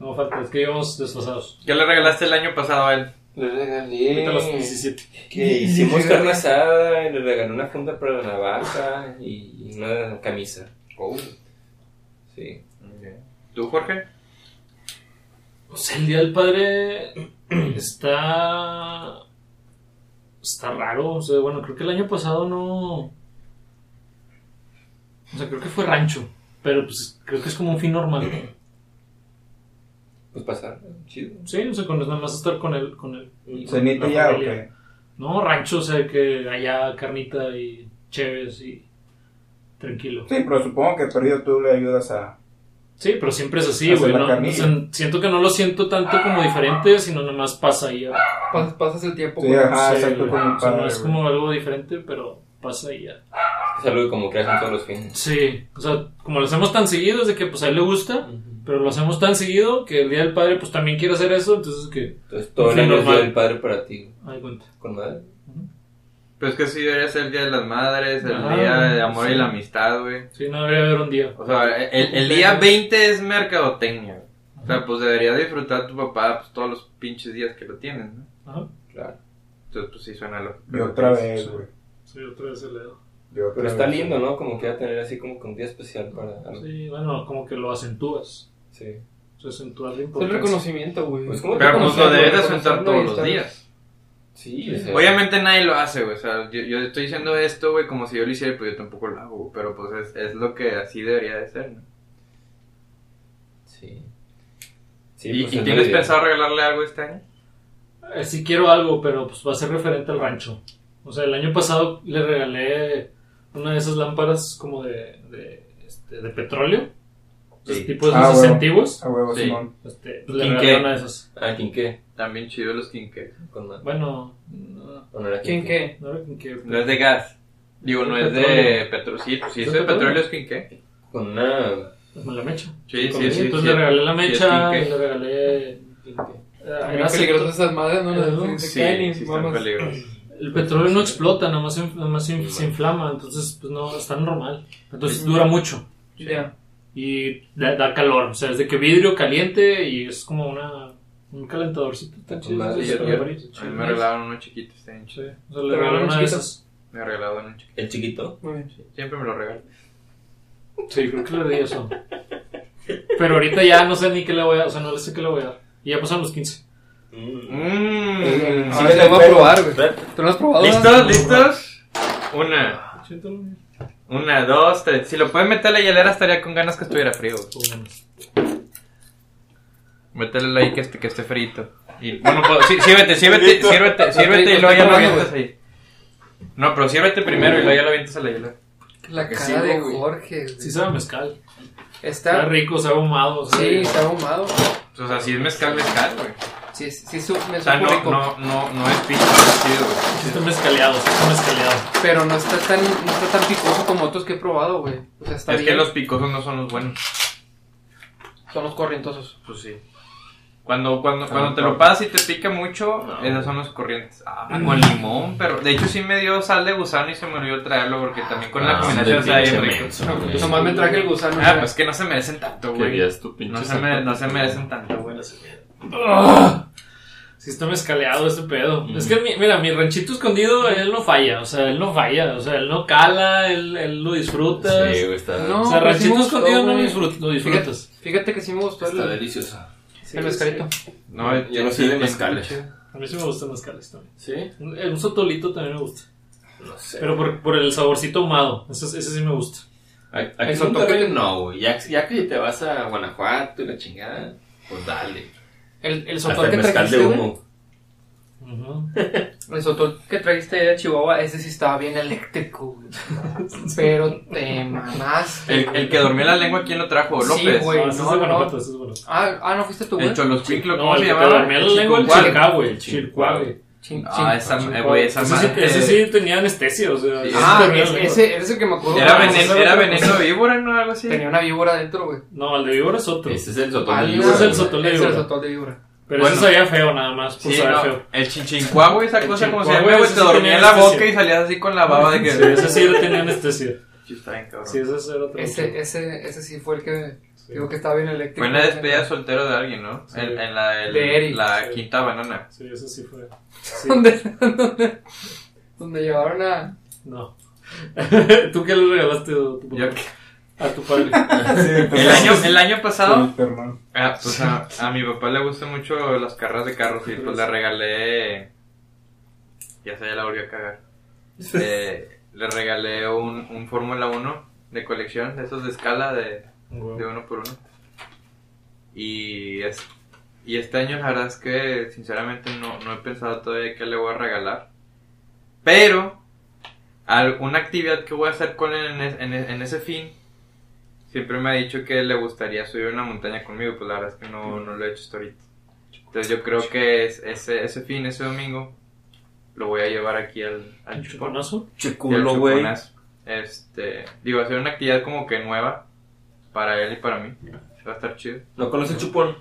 [SPEAKER 3] No falta, es que íbamos desfasados.
[SPEAKER 6] ¿Qué le regalaste el año pasado a él?
[SPEAKER 2] Le
[SPEAKER 3] Ahorita los
[SPEAKER 2] regalé.
[SPEAKER 3] 17.
[SPEAKER 2] que hicimos carne asada y le regalé una funda para la navaja y una camisa. Sí.
[SPEAKER 6] ¿Tú, Jorge?
[SPEAKER 3] Pues el Día del Padre [CLEARS THROAT] está. Está raro. O sea, bueno, creo que el año pasado no. O sea, creo que fue rancho. Pero pues creo que es como un fin normal.
[SPEAKER 2] Pues pasaron. Chido.
[SPEAKER 3] Sí, o sea, con, nada más estar con el. Con el
[SPEAKER 5] Cenita
[SPEAKER 3] con la
[SPEAKER 5] ya,
[SPEAKER 3] familia.
[SPEAKER 5] ok.
[SPEAKER 3] No, rancho, o sea, que allá carnita y chéves y. Tranquilo.
[SPEAKER 5] Sí, pero supongo que perdido tú le ayudas a.
[SPEAKER 3] Sí, pero siempre es así,
[SPEAKER 5] Hacer
[SPEAKER 3] güey.
[SPEAKER 5] la
[SPEAKER 3] ¿no?
[SPEAKER 5] carnilla.
[SPEAKER 3] O sea, siento que no lo siento tanto como diferente, sino nada más pasa y ya.
[SPEAKER 4] pas- Pasas el tiempo.
[SPEAKER 5] Sí,
[SPEAKER 4] güey.
[SPEAKER 5] ajá,
[SPEAKER 3] Sí,
[SPEAKER 5] Ah, exacto,
[SPEAKER 3] güey.
[SPEAKER 5] con mi
[SPEAKER 3] O sea, no
[SPEAKER 5] padre,
[SPEAKER 3] es
[SPEAKER 5] güey.
[SPEAKER 3] como algo diferente, pero pasa y ya.
[SPEAKER 2] Es algo como que hacen todos los fines.
[SPEAKER 3] Sí, o sea, como lo hacemos tan seguido, es de que pues a él le gusta, pero lo hacemos tan seguido que el día del padre pues también quiere hacer eso, entonces que.
[SPEAKER 2] Entonces todo el
[SPEAKER 3] Sí,
[SPEAKER 2] año es
[SPEAKER 3] normal.
[SPEAKER 2] Día del padre para ti.
[SPEAKER 3] Ay, cuenta.
[SPEAKER 2] Con madre.
[SPEAKER 6] Pues es que sí debería ser el Día de las Madres, el
[SPEAKER 4] Ah.
[SPEAKER 3] Ajá,
[SPEAKER 6] Día de Amor y
[SPEAKER 3] sí.
[SPEAKER 6] la Amistad, güey.
[SPEAKER 3] Sí, no debería haber un día.
[SPEAKER 6] O sea, el, el día 20 es mercadotecnia. güey. O sea, pues debería disfrutar tu papá pues, todos los pinches días que lo tienes, ¿no?
[SPEAKER 3] Ajá.
[SPEAKER 2] Claro.
[SPEAKER 6] Entonces, pues sí suena lo
[SPEAKER 5] Y otra vez, güey.
[SPEAKER 3] Sí, otra vez el dedo.
[SPEAKER 5] Y otra
[SPEAKER 2] Pero está
[SPEAKER 5] vez.
[SPEAKER 2] lindo, ¿no? Como que va a tener así como que un día especial para.
[SPEAKER 3] Sí, bueno, como que lo acentúas.
[SPEAKER 2] Sí.
[SPEAKER 3] O sea, acentúas la
[SPEAKER 4] Es el
[SPEAKER 3] importancia.
[SPEAKER 4] reconocimiento, güey.
[SPEAKER 2] Pues, ¿cómo te
[SPEAKER 6] Pero pues lo
[SPEAKER 4] Reconocerlo,
[SPEAKER 6] debes de
[SPEAKER 4] reconocerlo
[SPEAKER 6] asentar
[SPEAKER 4] y
[SPEAKER 6] todos los
[SPEAKER 4] estar-
[SPEAKER 6] días.
[SPEAKER 2] Sí, o sea,
[SPEAKER 6] Obviamente nadie lo hace, güey. O sea, yo, yo estoy diciendo esto, güey, como si yo lo hiciera, pues yo tampoco lo hago, güey, Pero pues es, es lo que así debería de ser, ¿no?
[SPEAKER 2] Sí. Sí,
[SPEAKER 6] ¿Y,
[SPEAKER 2] pues,
[SPEAKER 6] y
[SPEAKER 2] es
[SPEAKER 6] tienes
[SPEAKER 2] Navidad.
[SPEAKER 6] pensado regalarle algo este año?
[SPEAKER 3] Eh, sí quiero algo, pero pues va a ser referente al rancho. O sea, el año pasado le regalé una de esas lámparas como de, de, este, de petróleo. Los
[SPEAKER 6] Sí.
[SPEAKER 3] tipos de
[SPEAKER 5] Ah,
[SPEAKER 3] esos
[SPEAKER 5] bueno.
[SPEAKER 3] antiguos.
[SPEAKER 5] A huevo,
[SPEAKER 6] Sí.
[SPEAKER 5] Simón.
[SPEAKER 3] Este, pues, le
[SPEAKER 6] ¿Quién
[SPEAKER 3] regalé
[SPEAKER 6] qué?
[SPEAKER 3] una de esas.
[SPEAKER 2] Ah, quinqué.
[SPEAKER 6] También chido los quinqués.
[SPEAKER 2] Con madre.
[SPEAKER 3] Bueno, no,
[SPEAKER 2] ¿O no era
[SPEAKER 4] ¿Quién
[SPEAKER 2] quinqué?
[SPEAKER 4] qué?
[SPEAKER 3] no era con qué. pues,
[SPEAKER 6] No es de gas. Digo, no es de petróleo. Sí, pues, si es de petróleo es quinqué.
[SPEAKER 2] Con una.
[SPEAKER 3] Con la mecha.
[SPEAKER 6] Sí,
[SPEAKER 3] Con
[SPEAKER 6] sí,
[SPEAKER 3] la-
[SPEAKER 6] sí.
[SPEAKER 3] Entonces le
[SPEAKER 6] sí,
[SPEAKER 3] regalé la
[SPEAKER 6] sí es
[SPEAKER 3] mecha,
[SPEAKER 6] quinqué.
[SPEAKER 3] le regalé... eh,
[SPEAKER 4] También
[SPEAKER 3] era acento-
[SPEAKER 4] peligrosas esas madres, ¿no?
[SPEAKER 3] Sí,
[SPEAKER 4] Las- Se caen y
[SPEAKER 6] Sí, sí, están
[SPEAKER 4] mamas.
[SPEAKER 6] peligrosos.
[SPEAKER 3] el petróleo no explota, nada más, se, nada más se, se inflama, entonces pues no, está normal. Entonces dura mucho.
[SPEAKER 4] Ya.
[SPEAKER 3] y da, da calor. O sea, es de que vidrio caliente y es como una, un calentadorcito tan
[SPEAKER 2] Con
[SPEAKER 3] chido.
[SPEAKER 2] madre,
[SPEAKER 3] esos
[SPEAKER 6] yo- yo-
[SPEAKER 3] calentadoritos,
[SPEAKER 6] A mí
[SPEAKER 3] chido.
[SPEAKER 6] me regalaron uno chiquito este año.
[SPEAKER 3] Sí, o sea,
[SPEAKER 4] ¿Te
[SPEAKER 3] le
[SPEAKER 4] regalaron
[SPEAKER 3] regalaron una de
[SPEAKER 4] chiquito?
[SPEAKER 3] esas.
[SPEAKER 6] Me regalaron uno chiquito.
[SPEAKER 2] El chiquito.
[SPEAKER 4] Muy bien.
[SPEAKER 6] Siempre me lo regalan.
[SPEAKER 3] Sí, creo que le di eso. Pero ahorita ya no sé ni qué le voy a, o sea, no le sé qué le voy a dar. Y ya pasaron los 15.
[SPEAKER 6] Mm.
[SPEAKER 4] Ahora te voy a
[SPEAKER 5] [LAUGHS]
[SPEAKER 4] probar, güey. ¿Tú no has probado?
[SPEAKER 6] ¿Listos? ¿Listos? Una. Una, dos, tres. Si lo pueden meter a la hielera, estaría con ganas que estuviera frío.
[SPEAKER 3] Pues
[SPEAKER 6] Mételo ahí que esté, que esté frito. Y, bueno, pues, sí, sírvete, sírvete, sírvete, sírvete y luego ya lo avientas ahí. No, pero sírvete primero y luego ya lo avientas a la hielera.
[SPEAKER 4] La
[SPEAKER 2] Que
[SPEAKER 4] cara
[SPEAKER 2] sí,
[SPEAKER 4] de
[SPEAKER 2] güey.
[SPEAKER 4] Jorge, güey.
[SPEAKER 3] Sí sabe a mezcal. Está
[SPEAKER 4] Está.
[SPEAKER 3] rico, sabe ahumado. o sea,
[SPEAKER 4] Sí, está ahumado.
[SPEAKER 6] O sea, si es mezcal, mezcal, güey.
[SPEAKER 4] Sí, sí, su- me
[SPEAKER 6] O sea,
[SPEAKER 4] supo
[SPEAKER 6] no,
[SPEAKER 4] rico.
[SPEAKER 6] no, no, no es pico, es chido, güey.
[SPEAKER 3] Está mezcaleado, está mezcaleado.
[SPEAKER 4] Pero no está tan, no está tan picoso como otros que he probado, güey. O sea, está
[SPEAKER 6] Es
[SPEAKER 4] bien.
[SPEAKER 6] que los picosos no son los buenos.
[SPEAKER 4] Son los corrientosos.
[SPEAKER 6] Pues sí. Cuando, cuando, cuando te lo pasas y te pica mucho, esos son los corrientes. Ah, con limón, pero de hecho sí me dio sal de gusano y se me olvidó traerlo porque también con la
[SPEAKER 8] Ah,
[SPEAKER 6] combinación
[SPEAKER 8] hombre,
[SPEAKER 6] está bien
[SPEAKER 8] pinche
[SPEAKER 6] rico.
[SPEAKER 8] menso,
[SPEAKER 3] Pues
[SPEAKER 8] güey.
[SPEAKER 4] Nomás me traje el gusano.
[SPEAKER 6] Ah,
[SPEAKER 4] mira.
[SPEAKER 6] pues que no se merecen tanto, güey.
[SPEAKER 8] Querías tu pinche
[SPEAKER 6] No se,
[SPEAKER 8] zapato.
[SPEAKER 6] me- no se merecen tanto, güey.
[SPEAKER 3] Sí está mezcaleado este pedo. Es que, mi- mira, mi ranchito escondido, él no falla. O sea, él no falla. O sea, él no cala, él, él lo disfruta.
[SPEAKER 8] Sí, güey, está,
[SPEAKER 4] No,
[SPEAKER 3] O sea,
[SPEAKER 4] pues sí
[SPEAKER 3] ranchito
[SPEAKER 4] me gustó,
[SPEAKER 3] escondido no lo
[SPEAKER 4] güey.
[SPEAKER 3] disfrut- lo
[SPEAKER 4] Fíjate,
[SPEAKER 3] disfrutas.
[SPEAKER 4] fíjate que sí me gustó
[SPEAKER 8] está
[SPEAKER 4] el,
[SPEAKER 8] deliciosa.
[SPEAKER 4] el mezcalito.
[SPEAKER 6] No,
[SPEAKER 2] Yo
[SPEAKER 8] no
[SPEAKER 6] sí,
[SPEAKER 8] soy de
[SPEAKER 6] sí,
[SPEAKER 8] mezcales.
[SPEAKER 6] sí.
[SPEAKER 3] A mí sí me gustan mezcales también.
[SPEAKER 2] Sí.
[SPEAKER 3] Un, un sotolito también me gusta.
[SPEAKER 8] No sé.
[SPEAKER 3] Pero por, por el saborcito ahumado. Ese, ese sí me gusta.
[SPEAKER 8] A- Aquí
[SPEAKER 4] Eso
[SPEAKER 8] en Monterrey
[SPEAKER 4] toca-
[SPEAKER 8] no, güey. Ya, ya que te vas a Guanajuato y la chingada, pues dale.
[SPEAKER 4] El, el
[SPEAKER 8] Hasta
[SPEAKER 4] sotol
[SPEAKER 8] el
[SPEAKER 4] que
[SPEAKER 8] mezcal de
[SPEAKER 4] trajiste, güey.
[SPEAKER 8] humo.
[SPEAKER 3] Ujú.
[SPEAKER 4] El sotol que trajiste de Chihuahua, ese sí estaba bien eléctrico, güey. Pero te mamaste.
[SPEAKER 6] El, el que dormía la lengua, ¿quién lo trajo?
[SPEAKER 4] Sí,
[SPEAKER 6] López.
[SPEAKER 4] güey.
[SPEAKER 3] No, ese
[SPEAKER 4] no,
[SPEAKER 3] es de
[SPEAKER 4] no.
[SPEAKER 3] Guanajuato, ese es de Guanajuato.
[SPEAKER 4] Ah, ah, no fuiste tú, güey.
[SPEAKER 6] El Choloscuinclo,
[SPEAKER 3] No,
[SPEAKER 6] ¿cómo
[SPEAKER 3] el
[SPEAKER 6] se
[SPEAKER 3] que te
[SPEAKER 6] llamaba?
[SPEAKER 3] dormía la lengua, el
[SPEAKER 6] Chilcual.
[SPEAKER 3] chircá, güey. El
[SPEAKER 8] Chilcuá.
[SPEAKER 3] chircá, güey.
[SPEAKER 4] Chin,
[SPEAKER 6] Ah,
[SPEAKER 4] chin.
[SPEAKER 6] esa, eh, güey, esa
[SPEAKER 3] ese, sí,
[SPEAKER 6] madre. eh,
[SPEAKER 3] ese sí tenía anestesia, o sea.
[SPEAKER 6] Sí.
[SPEAKER 3] ese
[SPEAKER 4] Ah,
[SPEAKER 3] dormía la
[SPEAKER 4] es-
[SPEAKER 3] lengua.
[SPEAKER 4] ese, ese es el que me acuerdo.
[SPEAKER 6] Era
[SPEAKER 4] güey.
[SPEAKER 6] veneno, era veneno de víbora, ¿no? Algo así.
[SPEAKER 4] Tenía una víbora dentro, güey.
[SPEAKER 3] No, el de víbora es otro.
[SPEAKER 8] Ese es el
[SPEAKER 4] Ah,
[SPEAKER 8] sotón.
[SPEAKER 4] no,
[SPEAKER 3] es el sotol de
[SPEAKER 4] ese es el
[SPEAKER 3] víbora.
[SPEAKER 4] sotol de víbora.
[SPEAKER 3] Pero
[SPEAKER 6] Bueno.
[SPEAKER 3] eso sabía feo, nada más. Pues
[SPEAKER 6] Sí,
[SPEAKER 3] sabía
[SPEAKER 6] no,
[SPEAKER 3] feo.
[SPEAKER 6] el chinchincuá, güey, esa
[SPEAKER 3] El
[SPEAKER 6] cosa como se
[SPEAKER 3] chinchincua,
[SPEAKER 6] llama,
[SPEAKER 3] güey,
[SPEAKER 6] güey,
[SPEAKER 3] ese
[SPEAKER 6] te
[SPEAKER 3] sí
[SPEAKER 6] dormía
[SPEAKER 3] tenía
[SPEAKER 6] en la
[SPEAKER 3] anestesia.
[SPEAKER 6] boca y salías así con la baba de que...
[SPEAKER 3] Sí, ese sí le tenía anestesia.
[SPEAKER 6] Sí, está bien, cabrón.
[SPEAKER 3] Sí, ese es- era otro.
[SPEAKER 4] Ese, ese, ese sí fue el que
[SPEAKER 3] Sí.
[SPEAKER 4] digo que estaba bien eléctrico.
[SPEAKER 6] Fue en la despedida soltero de alguien, ¿no?
[SPEAKER 3] Sí.
[SPEAKER 6] En, en la, el-
[SPEAKER 4] De Eric.
[SPEAKER 6] la
[SPEAKER 3] Sí.
[SPEAKER 6] quinta banana.
[SPEAKER 3] Sí, ese sí fue. Sí.
[SPEAKER 4] donde, donde, donde llevaron a.
[SPEAKER 3] No. [LAUGHS] ¿Tú qué le regalaste a tu papá? [LAUGHS]
[SPEAKER 6] Yo que-
[SPEAKER 3] A tu padre.
[SPEAKER 6] el, año, el año pasado,
[SPEAKER 5] hermano.
[SPEAKER 6] ah, pues a, a mi papá le gustan mucho las carreras de carros y pues le regalé... Ya sé, ya la volví a cagar. Eh, le regalé un, un Fórmula 1 de colección, de esos de escala de... de
[SPEAKER 3] Güey.
[SPEAKER 6] uno por uno. Y, es, y este año la verdad es que sinceramente no, no he pensado todavía qué le voy a regalar. Pero al- una actividad que voy a hacer con él en, es- en es- en ese fin, siempre me ha dicho que le gustaría subir una montaña conmigo, pues la verdad es que no, no lo he hecho hasta ahorita. Entonces yo creo que es- ese, ese fin, ese domingo, lo voy a llevar aquí al, al
[SPEAKER 3] ¿El
[SPEAKER 6] Chupón.
[SPEAKER 3] chuponazo?
[SPEAKER 6] Y el
[SPEAKER 5] Chiculo, güey.
[SPEAKER 6] chuponazo. Este, digo, hacer una actividad como que nueva para él y para mí. Va a estar chido.
[SPEAKER 2] ¿No conoces Chupón?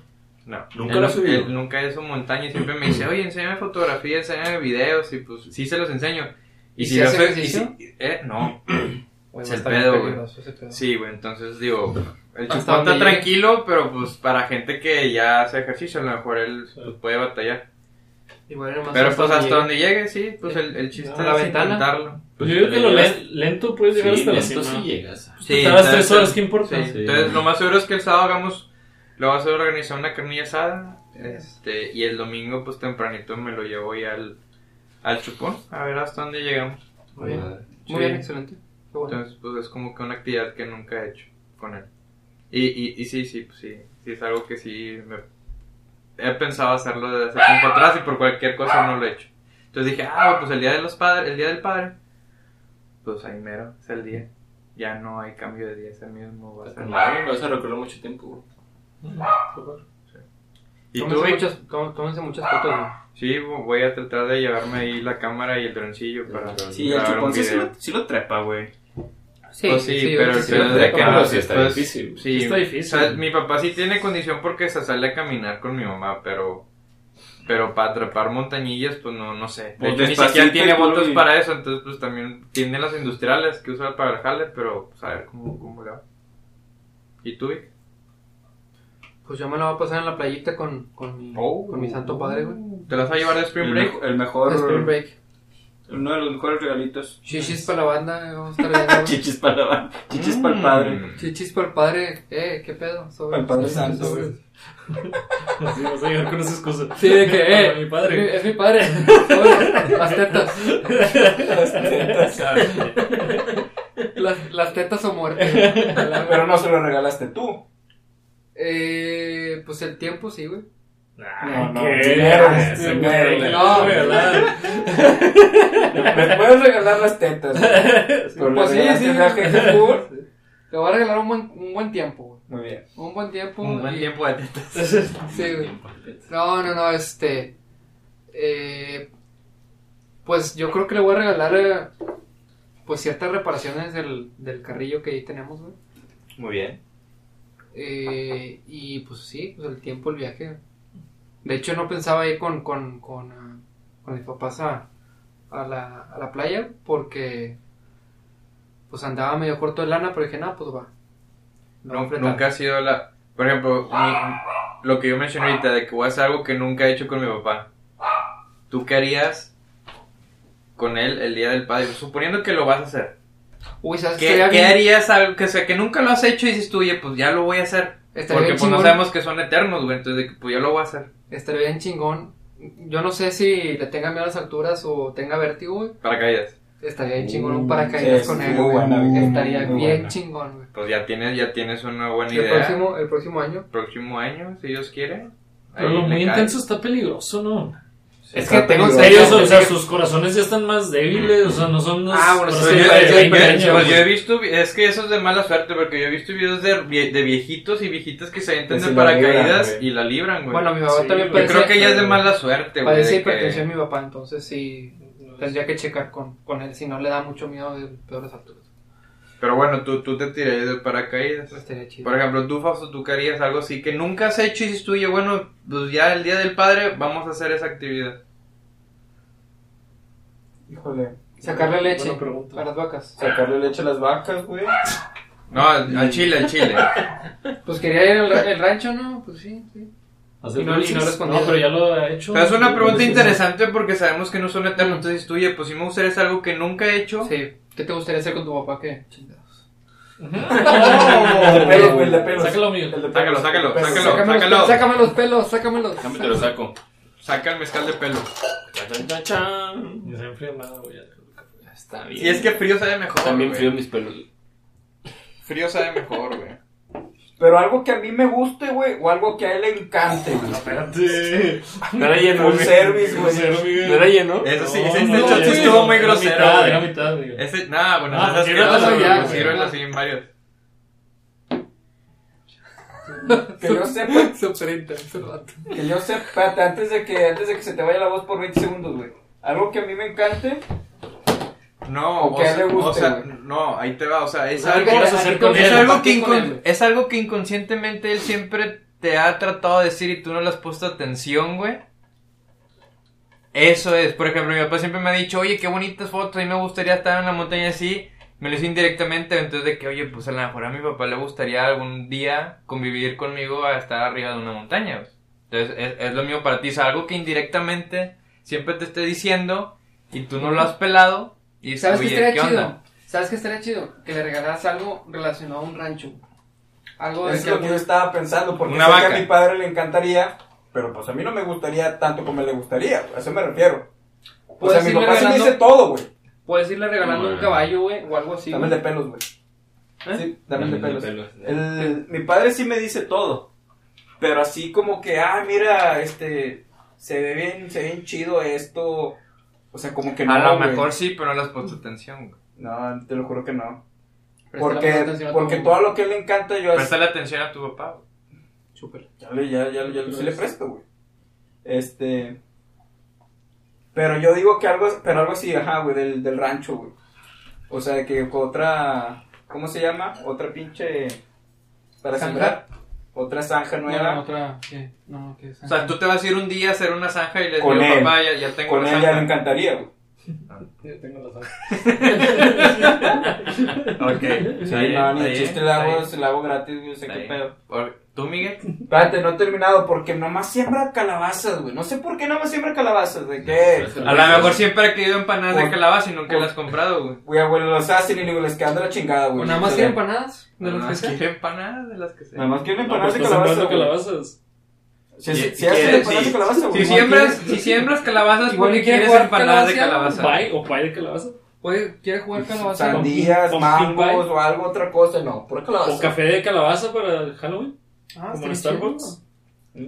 [SPEAKER 6] No.
[SPEAKER 2] Nunca
[SPEAKER 6] Él
[SPEAKER 2] lo
[SPEAKER 6] no-
[SPEAKER 2] ha subido.
[SPEAKER 6] él nunca es un montaña y siempre me dice, oye, enséñame fotografía, enséñame videos y pues sí se los enseño.
[SPEAKER 4] ¿Y si hace
[SPEAKER 6] veo-
[SPEAKER 4] ejercicio?
[SPEAKER 6] y si- eh, no.
[SPEAKER 4] Güey,
[SPEAKER 6] Es
[SPEAKER 4] va a
[SPEAKER 6] el
[SPEAKER 4] estar bien
[SPEAKER 6] pedo, güey.
[SPEAKER 4] peligroso ese pedo.
[SPEAKER 6] Sí, güey, entonces digo, el
[SPEAKER 4] Hasta
[SPEAKER 6] chupón
[SPEAKER 4] donde
[SPEAKER 6] está
[SPEAKER 4] llegue.
[SPEAKER 6] tranquilo, pero pues para gente que ya hace ejercicio, a lo mejor él pues, puede batallar.
[SPEAKER 4] Igual era más
[SPEAKER 6] Pero pues hasta
[SPEAKER 4] llegue.
[SPEAKER 6] donde llegue, sí, pues el, el chiste
[SPEAKER 4] A la
[SPEAKER 6] es
[SPEAKER 4] ventana.
[SPEAKER 6] intentarlo.
[SPEAKER 8] Pues
[SPEAKER 3] Yo digo que
[SPEAKER 8] le
[SPEAKER 3] lo
[SPEAKER 8] llevas-
[SPEAKER 3] len- lento puedes llegar
[SPEAKER 8] Sí,
[SPEAKER 3] hasta la
[SPEAKER 8] esto
[SPEAKER 3] cima.
[SPEAKER 8] sí llegas.
[SPEAKER 6] Sí,
[SPEAKER 3] Pues Te tardas
[SPEAKER 6] entonces-
[SPEAKER 3] tres horas, ¿qué importa?
[SPEAKER 6] Sí,
[SPEAKER 8] Sí.
[SPEAKER 6] Entonces, lo más seguro es que el sábado hagamos. Lo vas a organizar una carnilla asada. Este, y el domingo, pues tempranito, me lo llevo ya al, al chupón. A ver hasta dónde llegamos.
[SPEAKER 4] Muy bien,
[SPEAKER 6] Sí.
[SPEAKER 4] muy bien, excelente. Qué bueno.
[SPEAKER 6] Entonces, pues es como que una actividad que nunca he hecho con él. Y, y, y sí, sí, pues sí. Sí, es algo que sí me, he pensado hacerlo desde hace tiempo atrás y por cualquier cosa no lo he hecho. Entonces dije, ah, pues el día de los padres, el día del padre. Pues ahí mero, es el día. Ya no hay cambio de día, es el mismo. Va a ser.
[SPEAKER 8] Pues, Claro, lo vas a recordar mucho tiempo. güey.
[SPEAKER 6] ¿Y tú,
[SPEAKER 4] tómense,
[SPEAKER 6] Vic?
[SPEAKER 4] muchas, tó- tómense muchas fotos, güey.
[SPEAKER 6] Sí, bo- voy a tratar de llevarme ahí la cámara y el droncillo para
[SPEAKER 5] Sí, el
[SPEAKER 6] grabar un
[SPEAKER 5] chupón sí, sí
[SPEAKER 6] video.
[SPEAKER 5] lo, sí lo trepa, güey.
[SPEAKER 4] Sí,
[SPEAKER 6] Pues sí,
[SPEAKER 4] yo
[SPEAKER 6] pero
[SPEAKER 4] creo
[SPEAKER 6] el
[SPEAKER 4] que
[SPEAKER 8] Pero
[SPEAKER 6] pedo
[SPEAKER 8] de
[SPEAKER 6] de
[SPEAKER 8] acá,
[SPEAKER 6] cámara
[SPEAKER 8] pues, sí está
[SPEAKER 6] pues,
[SPEAKER 8] difícil, güey.
[SPEAKER 6] Sí,
[SPEAKER 3] Está difícil.
[SPEAKER 6] o sea, mi papá sí tiene condición porque se sale a caminar con mi mamá, pero pero para atrapar montañillas, pues no, no sé. De
[SPEAKER 5] Pues
[SPEAKER 6] hecho, ni
[SPEAKER 5] despacito
[SPEAKER 6] siquiera tiene
[SPEAKER 5] y tú,
[SPEAKER 6] botas
[SPEAKER 5] y-
[SPEAKER 6] para eso, entonces pues también tiene las industriales que usa para el jale, pero pues a ver cómo, cómo le va. ¿Y tú, Vic?
[SPEAKER 4] Pues yo me la voy a pasar en la playita con, con, mi,
[SPEAKER 5] Oh.
[SPEAKER 4] con mi santo padre, güey.
[SPEAKER 6] ¿Te las vas a llevar de Spring
[SPEAKER 5] El,
[SPEAKER 6] Break?
[SPEAKER 5] mejo- el
[SPEAKER 4] Spring
[SPEAKER 5] mejor.
[SPEAKER 4] break.
[SPEAKER 5] Uno de los mejores regalitos.
[SPEAKER 4] Chichis para la banda, eh, vamos a estar
[SPEAKER 6] [LAUGHS]
[SPEAKER 4] viendo. güey.
[SPEAKER 5] Chichis para la banda. Chichis para el padre.
[SPEAKER 6] Mm.
[SPEAKER 4] Chichis para el padre, eh, qué pedo. Sobre-
[SPEAKER 5] Para el padre santo, güey.
[SPEAKER 3] Sí, [LAUGHS] vas a llegar con esas cosas.
[SPEAKER 4] Sí, de que, eh,
[SPEAKER 3] Para mi
[SPEAKER 4] Es mi,
[SPEAKER 3] padre.
[SPEAKER 4] es mi padre. Sobre, las tetas. Las, las tetas son muertes.
[SPEAKER 5] Pero no se lo regalaste tú.
[SPEAKER 4] Eh, pues el tiempo, sí, güey.
[SPEAKER 3] Nah,
[SPEAKER 5] No, no,
[SPEAKER 3] ¿qué?
[SPEAKER 4] Este
[SPEAKER 5] dinero,
[SPEAKER 3] Ese
[SPEAKER 5] dinero,
[SPEAKER 3] güey,
[SPEAKER 5] dinero.
[SPEAKER 3] no, ¿verdad?
[SPEAKER 5] Me puedes regalar las tetas. güey. [LAUGHS] Pero le
[SPEAKER 4] Pues sí,
[SPEAKER 5] regalaste
[SPEAKER 4] sí.
[SPEAKER 5] el viaje a Cancún.
[SPEAKER 4] [LAUGHS] Le voy a regalar un buen, un buen tiempo, güey.
[SPEAKER 5] Muy bien.
[SPEAKER 4] Un buen tiempo.
[SPEAKER 6] Un buen
[SPEAKER 4] y-
[SPEAKER 6] tiempo de tetas.
[SPEAKER 4] Sí, güey. No, no, no, este. eh, pues yo creo que le voy a regalar. eh, pues ciertas reparaciones del, del carrillo que ahí tenemos, güey.
[SPEAKER 6] Muy bien.
[SPEAKER 4] Eh, y pues sí, pues el tiempo, el viaje. De hecho, no pensaba ir con, con, con, ah, con mis papás a, a la, a la playa porque pues andaba medio corto de lana, pero dije, no, pues va.
[SPEAKER 6] No,
[SPEAKER 4] No,
[SPEAKER 6] nunca ha sido la. Por ejemplo, mi- lo que yo mencioné ahorita de que voy a hacer algo que nunca he hecho con mi papá. ¿Tú qué harías con él el día del padre? Pues, Suponiendo que lo vas a hacer.
[SPEAKER 4] Uy, ¿sabes qué?
[SPEAKER 6] ¿Qué,
[SPEAKER 4] Estaría
[SPEAKER 6] qué
[SPEAKER 4] bien-
[SPEAKER 6] harías algo que, o sea, que nunca lo has hecho y dices tú, oye, pues ya lo voy a hacer?
[SPEAKER 4] estaría
[SPEAKER 6] Porque
[SPEAKER 4] bien
[SPEAKER 6] pues no
[SPEAKER 4] chingón.
[SPEAKER 6] sabemos que son eternos, güey. Entonces, de que, pues ya lo voy a hacer.
[SPEAKER 4] Estaría bien chingón. Yo no sé si le tenga miedo a las alturas o tenga vértigo, güey.
[SPEAKER 6] Paracaídas.
[SPEAKER 4] Estaría bien chingón un
[SPEAKER 5] Uh, Sí,
[SPEAKER 4] paracaídas
[SPEAKER 5] es
[SPEAKER 4] con él.
[SPEAKER 5] muy
[SPEAKER 4] güey.
[SPEAKER 5] buena, güey.
[SPEAKER 4] Estaría
[SPEAKER 5] Muy
[SPEAKER 4] bien
[SPEAKER 5] buena.
[SPEAKER 4] chingón, güey.
[SPEAKER 6] Pues ya tienes, ya tienes una buena
[SPEAKER 4] El
[SPEAKER 6] idea. Próximo...
[SPEAKER 4] próximo, el próximo año.
[SPEAKER 6] año, si Dios quiere.
[SPEAKER 3] Pero
[SPEAKER 6] ahí
[SPEAKER 3] lo
[SPEAKER 6] le
[SPEAKER 3] muy
[SPEAKER 6] cae.
[SPEAKER 3] intenso está peligroso, ¿no?
[SPEAKER 6] Sí,
[SPEAKER 4] Es que tengo
[SPEAKER 5] peligroso.
[SPEAKER 3] Ellos,
[SPEAKER 4] entendido-
[SPEAKER 3] o sea, sus corazones ya están más débiles, o sea, no son unos
[SPEAKER 4] Ah, bueno, sí,
[SPEAKER 3] corazones
[SPEAKER 4] pero-
[SPEAKER 3] de
[SPEAKER 4] pero-
[SPEAKER 3] 20
[SPEAKER 4] pero-
[SPEAKER 3] años,
[SPEAKER 6] Pues yo
[SPEAKER 3] güey.
[SPEAKER 6] he visto, vi- es que eso es de mala suerte, porque yo he visto videos de, vie- de viejitos y viejitas que se entran
[SPEAKER 5] Que
[SPEAKER 6] de
[SPEAKER 5] si la libran,
[SPEAKER 6] paracaídas
[SPEAKER 5] güey.
[SPEAKER 6] y la libran, güey.
[SPEAKER 4] Bueno, mi papá
[SPEAKER 3] Sí,
[SPEAKER 4] también
[SPEAKER 3] yo
[SPEAKER 6] yo
[SPEAKER 4] parece,
[SPEAKER 6] creo que ya es de mala suerte, güey.
[SPEAKER 4] parece
[SPEAKER 6] de que-
[SPEAKER 4] hipertensión mi papá, entonces sí tendría que checar con, con él si no le da mucho miedo de peores alturas.
[SPEAKER 6] Pero bueno, tú, tú te tirarías de paracaídas.
[SPEAKER 4] Eso estaría chido.
[SPEAKER 6] Por ejemplo, tú, Fausto, tú querías algo así que nunca has hecho y dices tú, oye, bueno, pues ya el Día del Padre vamos a hacer esa actividad.
[SPEAKER 5] Híjole.
[SPEAKER 4] Sacarle leche
[SPEAKER 3] Buena pregunta.
[SPEAKER 4] a las vacas.
[SPEAKER 5] Sacarle leche a las vacas, [LAUGHS] güey.
[SPEAKER 6] No, al al Chile, al
[SPEAKER 4] [LAUGHS]
[SPEAKER 6] Chile.
[SPEAKER 4] Pues quería ir al ra- el rancho, ¿no? Pues sí, sí.
[SPEAKER 3] Hacer
[SPEAKER 4] Y no- y no
[SPEAKER 3] dulces.
[SPEAKER 4] respondía.
[SPEAKER 3] No, pero ya lo ha hecho.
[SPEAKER 6] O sea, es una pregunta
[SPEAKER 3] Sí, sí.
[SPEAKER 6] interesante porque sabemos que no son eternos. Entonces dices tú, oye, pues si me gustaría hacer algo que nunca he hecho.
[SPEAKER 4] Sí. ¿Qué te gustaría hacer con tu papá? ¿Qué?
[SPEAKER 6] [LAUGHS]
[SPEAKER 4] [LAUGHS] Chingados.
[SPEAKER 5] El de pelos, güey, el de pelos.
[SPEAKER 3] Sácalo, mío.
[SPEAKER 5] El de pelos.
[SPEAKER 6] Sácalo, sácalo,
[SPEAKER 4] Pues
[SPEAKER 5] Pelos.
[SPEAKER 6] sácalo,
[SPEAKER 4] Sácame los, pelos,
[SPEAKER 6] sácalo.
[SPEAKER 4] sácame los pelos, sácamelos.
[SPEAKER 8] Déjame te lo saco.
[SPEAKER 6] Saca el mezcal de pelo.
[SPEAKER 8] Chan, chan, chan.
[SPEAKER 3] Ya se ha enfriado, güey. ya.
[SPEAKER 8] Está bien.
[SPEAKER 6] Y es que frío sabe mejor.
[SPEAKER 8] También
[SPEAKER 6] güey.
[SPEAKER 8] frío mis pelos.
[SPEAKER 6] Frío sabe mejor, güey.
[SPEAKER 5] Pero algo que a mí me guste, güey, o algo que a él le encante, güey.
[SPEAKER 3] Espérate.
[SPEAKER 8] No era lleno,
[SPEAKER 5] Full
[SPEAKER 8] güey.
[SPEAKER 5] service,
[SPEAKER 3] No sé,
[SPEAKER 5] güey.
[SPEAKER 3] Miguel.
[SPEAKER 8] No era lleno.
[SPEAKER 6] Eso sí, ese,
[SPEAKER 3] No,
[SPEAKER 6] ese
[SPEAKER 3] no,
[SPEAKER 6] chiste
[SPEAKER 3] sí.
[SPEAKER 6] estuvo muy
[SPEAKER 3] Era
[SPEAKER 6] grosero,
[SPEAKER 3] mitad,
[SPEAKER 6] güey.
[SPEAKER 3] Era mitad, digo.
[SPEAKER 6] Ese, nada, bueno,
[SPEAKER 3] Ah,
[SPEAKER 6] esas que
[SPEAKER 3] sírvelo
[SPEAKER 4] ya,
[SPEAKER 6] no
[SPEAKER 4] güey.
[SPEAKER 6] así en varios.
[SPEAKER 5] Que yo sepa, [LAUGHS]
[SPEAKER 4] Súper intenso el rato.
[SPEAKER 5] que yo sepa, espérate, antes de que, antes de que se te vaya la voz por 20 segundos, güey. Algo que a mí me encante,
[SPEAKER 6] No,
[SPEAKER 5] O que a él le guste,
[SPEAKER 6] o sea,
[SPEAKER 5] güey.
[SPEAKER 6] no, ahí te va, o sea, es
[SPEAKER 4] O sea,
[SPEAKER 6] algo,
[SPEAKER 4] ¿qué
[SPEAKER 3] vas a
[SPEAKER 6] es
[SPEAKER 3] hacer
[SPEAKER 6] algo
[SPEAKER 3] con él?
[SPEAKER 6] que
[SPEAKER 4] Compartir con
[SPEAKER 6] incon-
[SPEAKER 4] él.
[SPEAKER 6] es algo que inconscientemente él siempre te ha tratado de decir y tú no le has puesto atención, güey. Eso es, por ejemplo, mi papá siempre me ha dicho, oye, qué bonitas fotos, a mí me gustaría estar en la montaña así. Me lo hizo indirectamente, entonces de que, oye, pues a lo mejor a mi papá le gustaría algún día convivir conmigo a estar arriba de una montaña. güey. Entonces es, es lo mismo para ti, es algo que indirectamente siempre te esté diciendo y tú no lo has pelado. Y
[SPEAKER 4] ¿Sabes qué
[SPEAKER 6] oye,
[SPEAKER 4] estaría
[SPEAKER 6] ¿qué
[SPEAKER 4] chido?
[SPEAKER 6] onda?
[SPEAKER 4] ¿Sabes qué estaría chido? Que le regalaras algo relacionado a un rancho. Algo de
[SPEAKER 5] es lo que yo estaba pensando, porque
[SPEAKER 6] Una
[SPEAKER 5] sé que
[SPEAKER 6] vaca.
[SPEAKER 5] a mi padre le encantaría, pero pues a mí no me gustaría tanto como le gustaría, a eso me refiero. O sea,
[SPEAKER 4] Puedes
[SPEAKER 5] mi
[SPEAKER 4] irle
[SPEAKER 5] papá sí Pues, me
[SPEAKER 4] regalando-
[SPEAKER 5] dice todo, güey.
[SPEAKER 4] Puedes irle regalando un
[SPEAKER 8] Bueno.
[SPEAKER 4] caballo, güey, o algo así.
[SPEAKER 5] Dame el de
[SPEAKER 4] güey.
[SPEAKER 5] pelos, güey.
[SPEAKER 4] ¿Eh?
[SPEAKER 5] Sí, dame el de pelos.
[SPEAKER 8] El-
[SPEAKER 5] El- mi padre sí me dice todo. Pero así como que, ah, mira, este, se ve bien, se ve bien chido esto. O sea, como que no.
[SPEAKER 6] A lo
[SPEAKER 5] güey.
[SPEAKER 6] mejor sí, pero no le has puesto atención, güey.
[SPEAKER 5] No, te lo juro que no.
[SPEAKER 4] Presta la mejor
[SPEAKER 5] Porque,
[SPEAKER 4] atención a tu-
[SPEAKER 5] porque todo lo que le encanta yo así-
[SPEAKER 6] Prestale atención a tu papá, güey.
[SPEAKER 4] Súper.
[SPEAKER 5] Ya le, ya, ya, ya, sí le presto, güey. Este. Pero yo digo que algo, pero algo así, ajá, güey, del, del rancho, güey. O sea, que otra, ¿cómo se llama? Otra pinche, para
[SPEAKER 4] Zanja.
[SPEAKER 5] sembrar. Otra zanja
[SPEAKER 4] Bueno,
[SPEAKER 5] nueva.
[SPEAKER 4] otra. ¿qué? No, que
[SPEAKER 6] O sea, tú te vas a ir un día a hacer una zanja y le digo,
[SPEAKER 5] Con él.
[SPEAKER 6] papá, ya, ya tengo
[SPEAKER 5] Con
[SPEAKER 6] la
[SPEAKER 5] ella le
[SPEAKER 6] zanja.
[SPEAKER 5] encantaría, güey.
[SPEAKER 3] Yo tengo la sangre.
[SPEAKER 6] Ok.
[SPEAKER 5] Sí, no, ni el chiste la hago,
[SPEAKER 6] hago
[SPEAKER 5] se la hago gratis, güey, o sea, qué pedo.
[SPEAKER 6] ¿Tú, Miguel?
[SPEAKER 5] Espérate, no he terminado, porque nomás siembra calabazas, güey. No sé por qué nomás siembra calabazas, de qué.
[SPEAKER 6] A lo mejor siempre he querido empanadas de
[SPEAKER 5] Por-
[SPEAKER 6] calabaza y nunca
[SPEAKER 5] por-
[SPEAKER 6] las has comprado, güey.
[SPEAKER 5] Güey, abuelo, los hacen y digo, les quedan de la chingada, güey.
[SPEAKER 4] ¿O nada más
[SPEAKER 5] Se
[SPEAKER 4] quiere
[SPEAKER 5] la-
[SPEAKER 4] empanadas?
[SPEAKER 5] Ah,
[SPEAKER 4] ¿De
[SPEAKER 6] Nada
[SPEAKER 4] los que
[SPEAKER 6] más
[SPEAKER 4] sea?
[SPEAKER 6] quiero empanadas de las que
[SPEAKER 5] Nada
[SPEAKER 6] sea.
[SPEAKER 5] más
[SPEAKER 3] No,
[SPEAKER 5] quieren
[SPEAKER 3] pues
[SPEAKER 5] empanadas de
[SPEAKER 3] estás
[SPEAKER 5] calabaza,
[SPEAKER 3] sembrando
[SPEAKER 5] güey.
[SPEAKER 3] calabazas.
[SPEAKER 5] Si,
[SPEAKER 6] Y-
[SPEAKER 5] si,
[SPEAKER 6] y
[SPEAKER 5] si haces
[SPEAKER 6] quiere-
[SPEAKER 5] empanadas de
[SPEAKER 6] sí.
[SPEAKER 5] calabaza, güey.
[SPEAKER 6] Si siembras, si siembras calabazas,
[SPEAKER 4] Igual
[SPEAKER 6] ¿por qué
[SPEAKER 4] y quiere
[SPEAKER 6] quieres
[SPEAKER 4] jugar
[SPEAKER 6] empanadas de
[SPEAKER 4] calabaza,
[SPEAKER 6] calabaza?
[SPEAKER 3] Pie o pie de calabaza.
[SPEAKER 4] Puede- ¿Quiere jugar calabaza?
[SPEAKER 5] Sandías,
[SPEAKER 3] Pumpkin- pumpkin
[SPEAKER 5] mangos
[SPEAKER 3] pie.
[SPEAKER 5] o algo, otra cosa, no. Pura
[SPEAKER 8] Ah,
[SPEAKER 3] O
[SPEAKER 5] calabaza.
[SPEAKER 3] café de calabaza para el Halloween.
[SPEAKER 4] Ah,
[SPEAKER 3] como en
[SPEAKER 4] estaría chido.
[SPEAKER 3] Starbucks.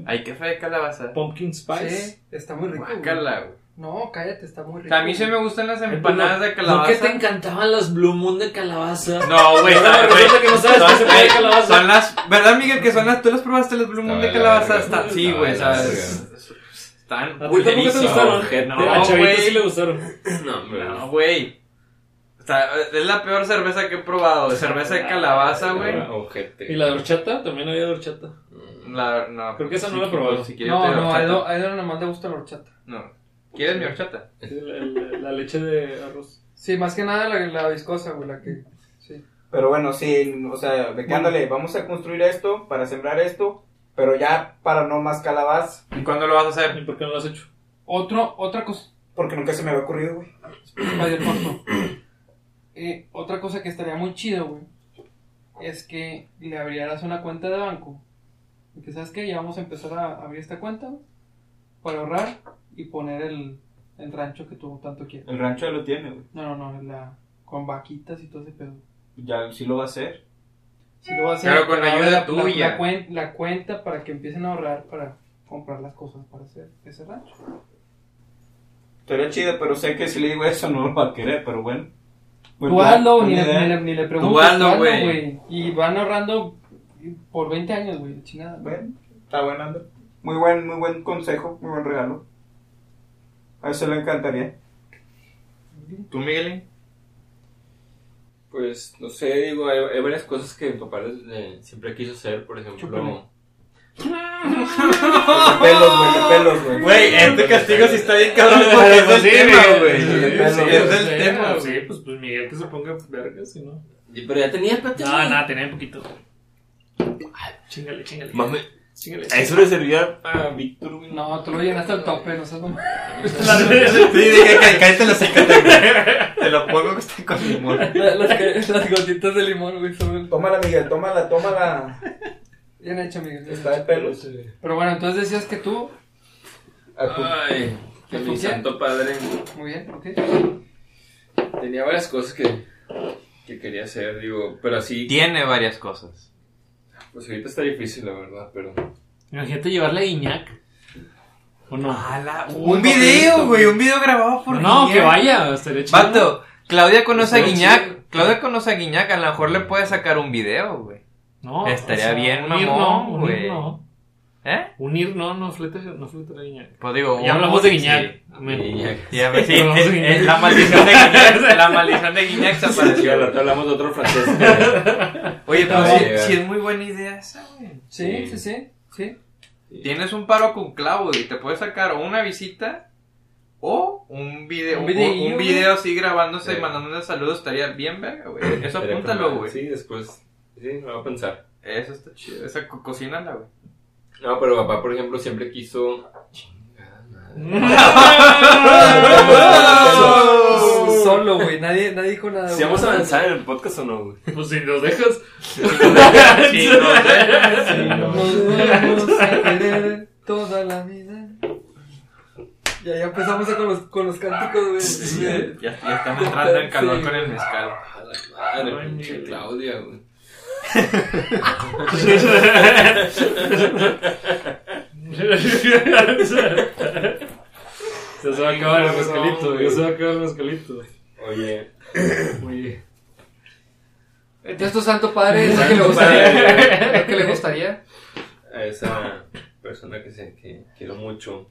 [SPEAKER 6] Hay café de calabaza.
[SPEAKER 3] Pumpkin spice.
[SPEAKER 4] Sí, está muy rico. güey.
[SPEAKER 6] Guácala, güey.
[SPEAKER 4] No, cállate, está muy
[SPEAKER 6] O
[SPEAKER 4] rico.
[SPEAKER 6] sea, A mí se me gustan las
[SPEAKER 3] Ay,
[SPEAKER 6] empanadas
[SPEAKER 3] pero
[SPEAKER 6] de
[SPEAKER 3] pues ¿no
[SPEAKER 6] calabaza.
[SPEAKER 3] que te encantaban las Blue Moon de calabaza?
[SPEAKER 6] No, güey,
[SPEAKER 3] No,
[SPEAKER 6] no,
[SPEAKER 3] resulta que no sabes
[SPEAKER 6] Son-
[SPEAKER 3] que se puede
[SPEAKER 6] güey,
[SPEAKER 3] calabaza.
[SPEAKER 6] Son las, ¿verdad, Miguel? Que son las, tú las probaste las Blue Moon de
[SPEAKER 2] Estaba de la verga.
[SPEAKER 6] calabaza. Está, sí,
[SPEAKER 2] Estaba
[SPEAKER 6] güey,
[SPEAKER 2] de la
[SPEAKER 6] sabes. Están
[SPEAKER 3] ¿A ti tampoco te
[SPEAKER 2] Buenísimo,
[SPEAKER 3] gustaron?
[SPEAKER 2] gente.
[SPEAKER 6] No,
[SPEAKER 3] a Chavita
[SPEAKER 6] güey.
[SPEAKER 3] sí le gustaron.
[SPEAKER 2] No, hombre.
[SPEAKER 6] No, güey. O sea, es la peor cerveza que he probado. Cerveza de calabaza, güey.
[SPEAKER 2] Ah, ojete.
[SPEAKER 3] ¿Y la de horchata? También había de horchata.
[SPEAKER 8] Mm.
[SPEAKER 6] La, no.
[SPEAKER 3] Creo que esa no
[SPEAKER 6] si-
[SPEAKER 3] la he probado.
[SPEAKER 6] Si quieres,
[SPEAKER 4] No,
[SPEAKER 6] te-
[SPEAKER 4] no, a
[SPEAKER 6] horchata.
[SPEAKER 4] Edo, a Edo nomás le gusta la horchata.
[SPEAKER 6] No. ¿Quieres mi horchata?
[SPEAKER 3] La, la- la leche de arroz.
[SPEAKER 4] Sí, más que nada la, la viscosa, güey, la que... Sí.
[SPEAKER 5] Pero bueno, sí, o sea, de que ándale, vamos a construir esto para sembrar esto, pero ya para no más calabaza,
[SPEAKER 6] ¿Y cuándo lo vas a hacer?
[SPEAKER 3] ¿Y por qué no lo has [LAUGHS] hecho?
[SPEAKER 4] Otro, otra cosa... [CLEARS THROAT]
[SPEAKER 5] porque nunca se me había ocurrido, güey.
[SPEAKER 4] Vaya,
[SPEAKER 6] [CLEARS THROAT]
[SPEAKER 4] Alfonso. Eh, otra cosa que estaría muy chido, güey, es que le abrieras una cuenta de banco. Porque, ¿sabes qué? Ya vamos a empezar a abrir esta cuenta güey, para ahorrar y poner el, el rancho que tú tanto quieres.
[SPEAKER 5] El rancho ya lo tiene, güey.
[SPEAKER 4] No, no, no, la, con vaquitas y todo ese pedo.
[SPEAKER 5] Ya sí lo va a hacer.
[SPEAKER 4] Si lo vas a
[SPEAKER 6] Pero con
[SPEAKER 4] pero
[SPEAKER 6] ayuda
[SPEAKER 4] la- la-
[SPEAKER 6] tuya.
[SPEAKER 4] La, cuen- la cuenta para que empiecen a ahorrar para comprar las cosas para hacer ese rancho.
[SPEAKER 5] Estaría chida, pero sé que si le digo eso no lo va a querer, pero bueno. Buen
[SPEAKER 4] Tú
[SPEAKER 5] plan,
[SPEAKER 4] hazlo,
[SPEAKER 5] buena
[SPEAKER 4] ni, le-
[SPEAKER 5] idea.
[SPEAKER 4] ni le, ni le preguntes.
[SPEAKER 6] hazlo,
[SPEAKER 4] hazlo,
[SPEAKER 6] güey.
[SPEAKER 4] Y van ahorrando por 20 años, güey. Chingada.
[SPEAKER 5] Bueno, está bueno, Ander. Muy buen, muy buen consejo, muy buen regalo. A eso le encantaría.
[SPEAKER 6] ¿Tú, Miguelín?
[SPEAKER 2] Pues, no sé, digo, hay, hay varias cosas que mi papá desde- siempre quiso hacer, por ejemplo...
[SPEAKER 4] Chúpale.
[SPEAKER 5] De pelos, güey, de pelos, güey.
[SPEAKER 6] Güey, este castigo sí está bien [LAUGHS] cabrón porque Pues es el tema, güey.
[SPEAKER 5] sí,
[SPEAKER 6] es
[SPEAKER 3] pues,
[SPEAKER 6] el
[SPEAKER 3] eh,
[SPEAKER 6] tema,
[SPEAKER 3] pues,
[SPEAKER 6] güey.
[SPEAKER 3] Sí, pues, pues Miguel que se ponga vergas, si no.
[SPEAKER 2] Y- Pero ya tenía plata.
[SPEAKER 3] No, no, tenía un poquito. Ay, Ah, Chingale, chingale.
[SPEAKER 2] Mami,
[SPEAKER 3] Chingale.
[SPEAKER 2] a eso le servía a Víctor, güey.
[SPEAKER 4] No, tú lo llenaste al tope, no seas [LAUGHS] mamón.
[SPEAKER 6] Sí,
[SPEAKER 3] [LAUGHS]
[SPEAKER 6] dije, "Cá- cállate los Te lo pongo que está con limón.
[SPEAKER 4] La- Las, que- las gotitas de limón, güey, sobre el-
[SPEAKER 5] Tómala, Miguel, tómala, tómala.
[SPEAKER 4] Bien hecho, Miguel. bien
[SPEAKER 5] Está de pelos.
[SPEAKER 4] hecho. Pero bueno, entonces decías que tú.
[SPEAKER 5] A tu-
[SPEAKER 2] Ay, que mi santo padre.
[SPEAKER 4] Muy bien, ok.
[SPEAKER 2] Tenía varias cosas que, que quería hacer, digo, pero así...
[SPEAKER 6] Tiene varias cosas.
[SPEAKER 2] Pues ahorita está difícil, la verdad, pero...
[SPEAKER 3] Imagínate llevarle a Iñak. ¿O no?
[SPEAKER 6] Un video, güey, un video grabado por
[SPEAKER 3] no,
[SPEAKER 6] Guiñac.
[SPEAKER 3] que vaya, estaría chido.
[SPEAKER 6] Vato, Claudia conoce a
[SPEAKER 3] Pero
[SPEAKER 6] Guiñac. Claudia conoce a Guiñac, a lo mejor le puede sacar un video, güey.
[SPEAKER 3] No,
[SPEAKER 6] Estaría bien,
[SPEAKER 3] unir
[SPEAKER 6] mamón,
[SPEAKER 3] no,
[SPEAKER 6] güey.
[SPEAKER 3] unir no.
[SPEAKER 6] ¿Eh?
[SPEAKER 3] Unir no, no flete, no flete a Iñak.
[SPEAKER 6] Pues digo,
[SPEAKER 3] Ya
[SPEAKER 6] un-
[SPEAKER 3] hablamos de
[SPEAKER 6] sí.
[SPEAKER 3] Guiñac. Amén.
[SPEAKER 2] [LAUGHS] Y
[SPEAKER 6] Ya me- sí,
[SPEAKER 3] Hablamos
[SPEAKER 6] es-
[SPEAKER 3] de Guiñac.
[SPEAKER 6] es la maldición de Guiñac. La maldición de Guiñac se
[SPEAKER 2] y
[SPEAKER 6] apareció.
[SPEAKER 2] al rato hablamos de otro [LAUGHS] francés. que-
[SPEAKER 6] Oye, pero
[SPEAKER 2] Sí,
[SPEAKER 6] sí,
[SPEAKER 2] güey.
[SPEAKER 6] sí es muy buena idea esa, güey.
[SPEAKER 4] Sí,
[SPEAKER 2] Sí.
[SPEAKER 4] sí, sí. sí.
[SPEAKER 6] Tienes un paro con Claudio y te puedes sacar o una visita o un video,
[SPEAKER 4] Un
[SPEAKER 6] un,
[SPEAKER 4] videillo,
[SPEAKER 6] un
[SPEAKER 4] güey.
[SPEAKER 6] video así grabándose
[SPEAKER 2] Sí.
[SPEAKER 6] y mandándole saludos. Estaría bien, verga, güey. Eso
[SPEAKER 2] Estaría
[SPEAKER 6] apúntalo,
[SPEAKER 2] con-
[SPEAKER 6] güey.
[SPEAKER 2] Sí, después... Sí, lo voy a pensar.
[SPEAKER 6] Eso está chido. Esa co- cocínala, güey.
[SPEAKER 2] No, pero papá, por ejemplo, siempre quiso.
[SPEAKER 4] S- Solo, güey. Nadie, nadie dijo
[SPEAKER 6] Ah,
[SPEAKER 4] nada.
[SPEAKER 2] Si
[SPEAKER 4] güey.
[SPEAKER 2] vamos a avanzar en el podcast o no, güey.
[SPEAKER 3] [LAUGHS] Pues si nos dejas.
[SPEAKER 6] [LAUGHS] Sí, no, güey.
[SPEAKER 4] Nos vamos a querer toda la vida. Ya, ya empezamos con los, con los cánticos, güey.
[SPEAKER 6] ya, ya están entrando en calor
[SPEAKER 4] Sí.
[SPEAKER 6] con el mezcal.
[SPEAKER 2] A la madre,
[SPEAKER 3] Ay,
[SPEAKER 2] pinche
[SPEAKER 3] Miguel.
[SPEAKER 2] Claudia, güey.
[SPEAKER 3] Ya se va a acabar el mezcalito, ya se va a acabar el mezcalito.
[SPEAKER 2] Oye.
[SPEAKER 3] Oye.
[SPEAKER 4] Entonces tu santo padre es lo que le
[SPEAKER 2] Santo
[SPEAKER 4] gustaría.
[SPEAKER 2] padre.
[SPEAKER 4] Lo que le gustaría.
[SPEAKER 2] A esa persona que, se, que quiero
[SPEAKER 3] [LAUGHS]
[SPEAKER 2] mucho.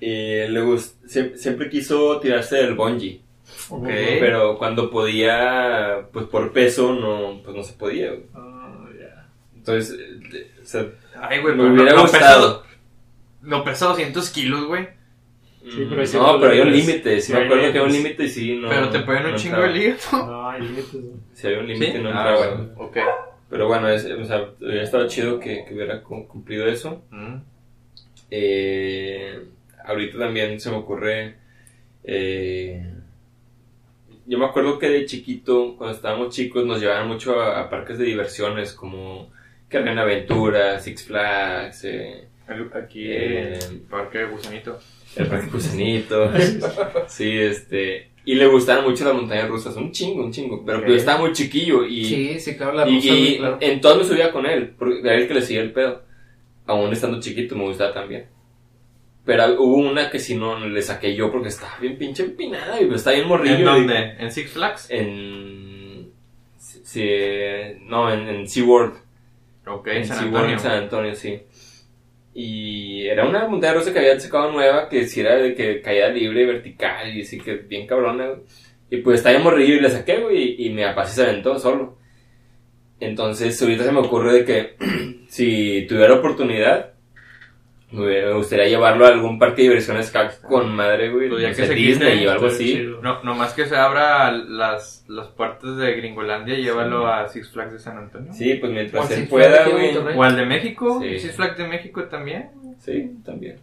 [SPEAKER 2] Eh, le gust- sie- siempre quiso tirarse del bungee.
[SPEAKER 6] Ok.
[SPEAKER 2] Pero cuando podía, pues por peso, no, pues no se podía, güey.
[SPEAKER 3] Ah, ya.
[SPEAKER 2] Entonces, eh, de- o sea,
[SPEAKER 6] Ay,
[SPEAKER 2] me
[SPEAKER 6] güey, pero
[SPEAKER 2] hubiera
[SPEAKER 6] no,
[SPEAKER 2] gustado.
[SPEAKER 6] pesó, no pesó 200 kilos, güey.
[SPEAKER 3] Sí, pero ahí sí
[SPEAKER 2] no,
[SPEAKER 3] hay
[SPEAKER 2] pero había un
[SPEAKER 3] límites.
[SPEAKER 2] límite. Sí,
[SPEAKER 3] Hay
[SPEAKER 2] me acuerdo que había un
[SPEAKER 3] límites.
[SPEAKER 2] límite y sí, no.
[SPEAKER 6] Mm. pero te ponen un
[SPEAKER 2] no
[SPEAKER 6] chingo
[SPEAKER 2] entraba.
[SPEAKER 6] de hígado.
[SPEAKER 3] No, hay límites. güey.
[SPEAKER 2] Si había un límite, no
[SPEAKER 6] Ah,
[SPEAKER 2] entraba. güey.
[SPEAKER 6] bueno, ok.
[SPEAKER 2] Pero bueno, es, o sea, hubiera estado chido que, que hubiera cu- cumplido eso.
[SPEAKER 6] Mm.
[SPEAKER 2] Eh, ahorita también se me ocurre. eh, yo me acuerdo que de chiquito, cuando estábamos chicos, nos llevaban mucho a, a parques de diversiones como Carmen Aventura, Six Flags, eh,
[SPEAKER 6] El- Aquí
[SPEAKER 2] Eh,
[SPEAKER 6] el parque de gusanito.
[SPEAKER 2] el Parque
[SPEAKER 6] [LAUGHS]
[SPEAKER 2] Gusanito. sí, este. Y le gustaban mucho las montañas rusas, un chingo, un chingo. Pero
[SPEAKER 6] Ok.
[SPEAKER 2] yo estaba muy chiquillo y.
[SPEAKER 4] Sí, sí, claro, la
[SPEAKER 2] Y,
[SPEAKER 4] rosa,
[SPEAKER 2] y
[SPEAKER 4] güey, claro.
[SPEAKER 2] en todo me subía con él, porque era el que le seguía el pedo. Aún estando chiquito me gustaba también. Pero hubo una que si no le saqué yo porque estaba bien pinche empinada y estaba bien morrillo.
[SPEAKER 6] ¿En dónde? ¿En Six Flags?
[SPEAKER 2] En... sí, sí, no, en, en SeaWorld.
[SPEAKER 6] Ok,
[SPEAKER 2] En
[SPEAKER 6] en San
[SPEAKER 2] SeaWorld
[SPEAKER 6] Antonio.
[SPEAKER 2] en San Antonio, sí. Y era una montaña rusa que habían sacado nueva, que si era de que caída libre, vertical, y así que bien cabrona. güey. Y pues estaba bien morrillo y le saqué, güey, y, y mi papá sí se aventó solo. Entonces ahorita se me ocurre de que [CLEARS THROAT] si tuviera oportunidad, me hubiera- me gustaría llevarlo a algún parque de diversiones acá con madre, güey,
[SPEAKER 6] Pues ya
[SPEAKER 2] no
[SPEAKER 6] que
[SPEAKER 2] sé,
[SPEAKER 6] se quite,
[SPEAKER 2] Disney o algo
[SPEAKER 3] Está
[SPEAKER 2] así.
[SPEAKER 3] chido.
[SPEAKER 6] No, nomás que se abra las, las partes de Gringolandia, llévalo a Six Flags de San Antonio.
[SPEAKER 2] Sí, pues
[SPEAKER 4] O
[SPEAKER 2] mientras
[SPEAKER 4] si
[SPEAKER 2] él
[SPEAKER 4] fuera
[SPEAKER 2] pueda,
[SPEAKER 4] aquí en
[SPEAKER 2] güey.
[SPEAKER 4] Monterrey.
[SPEAKER 6] O al de México,
[SPEAKER 2] Sí.
[SPEAKER 6] Six Flags de México también.
[SPEAKER 2] Sí, también.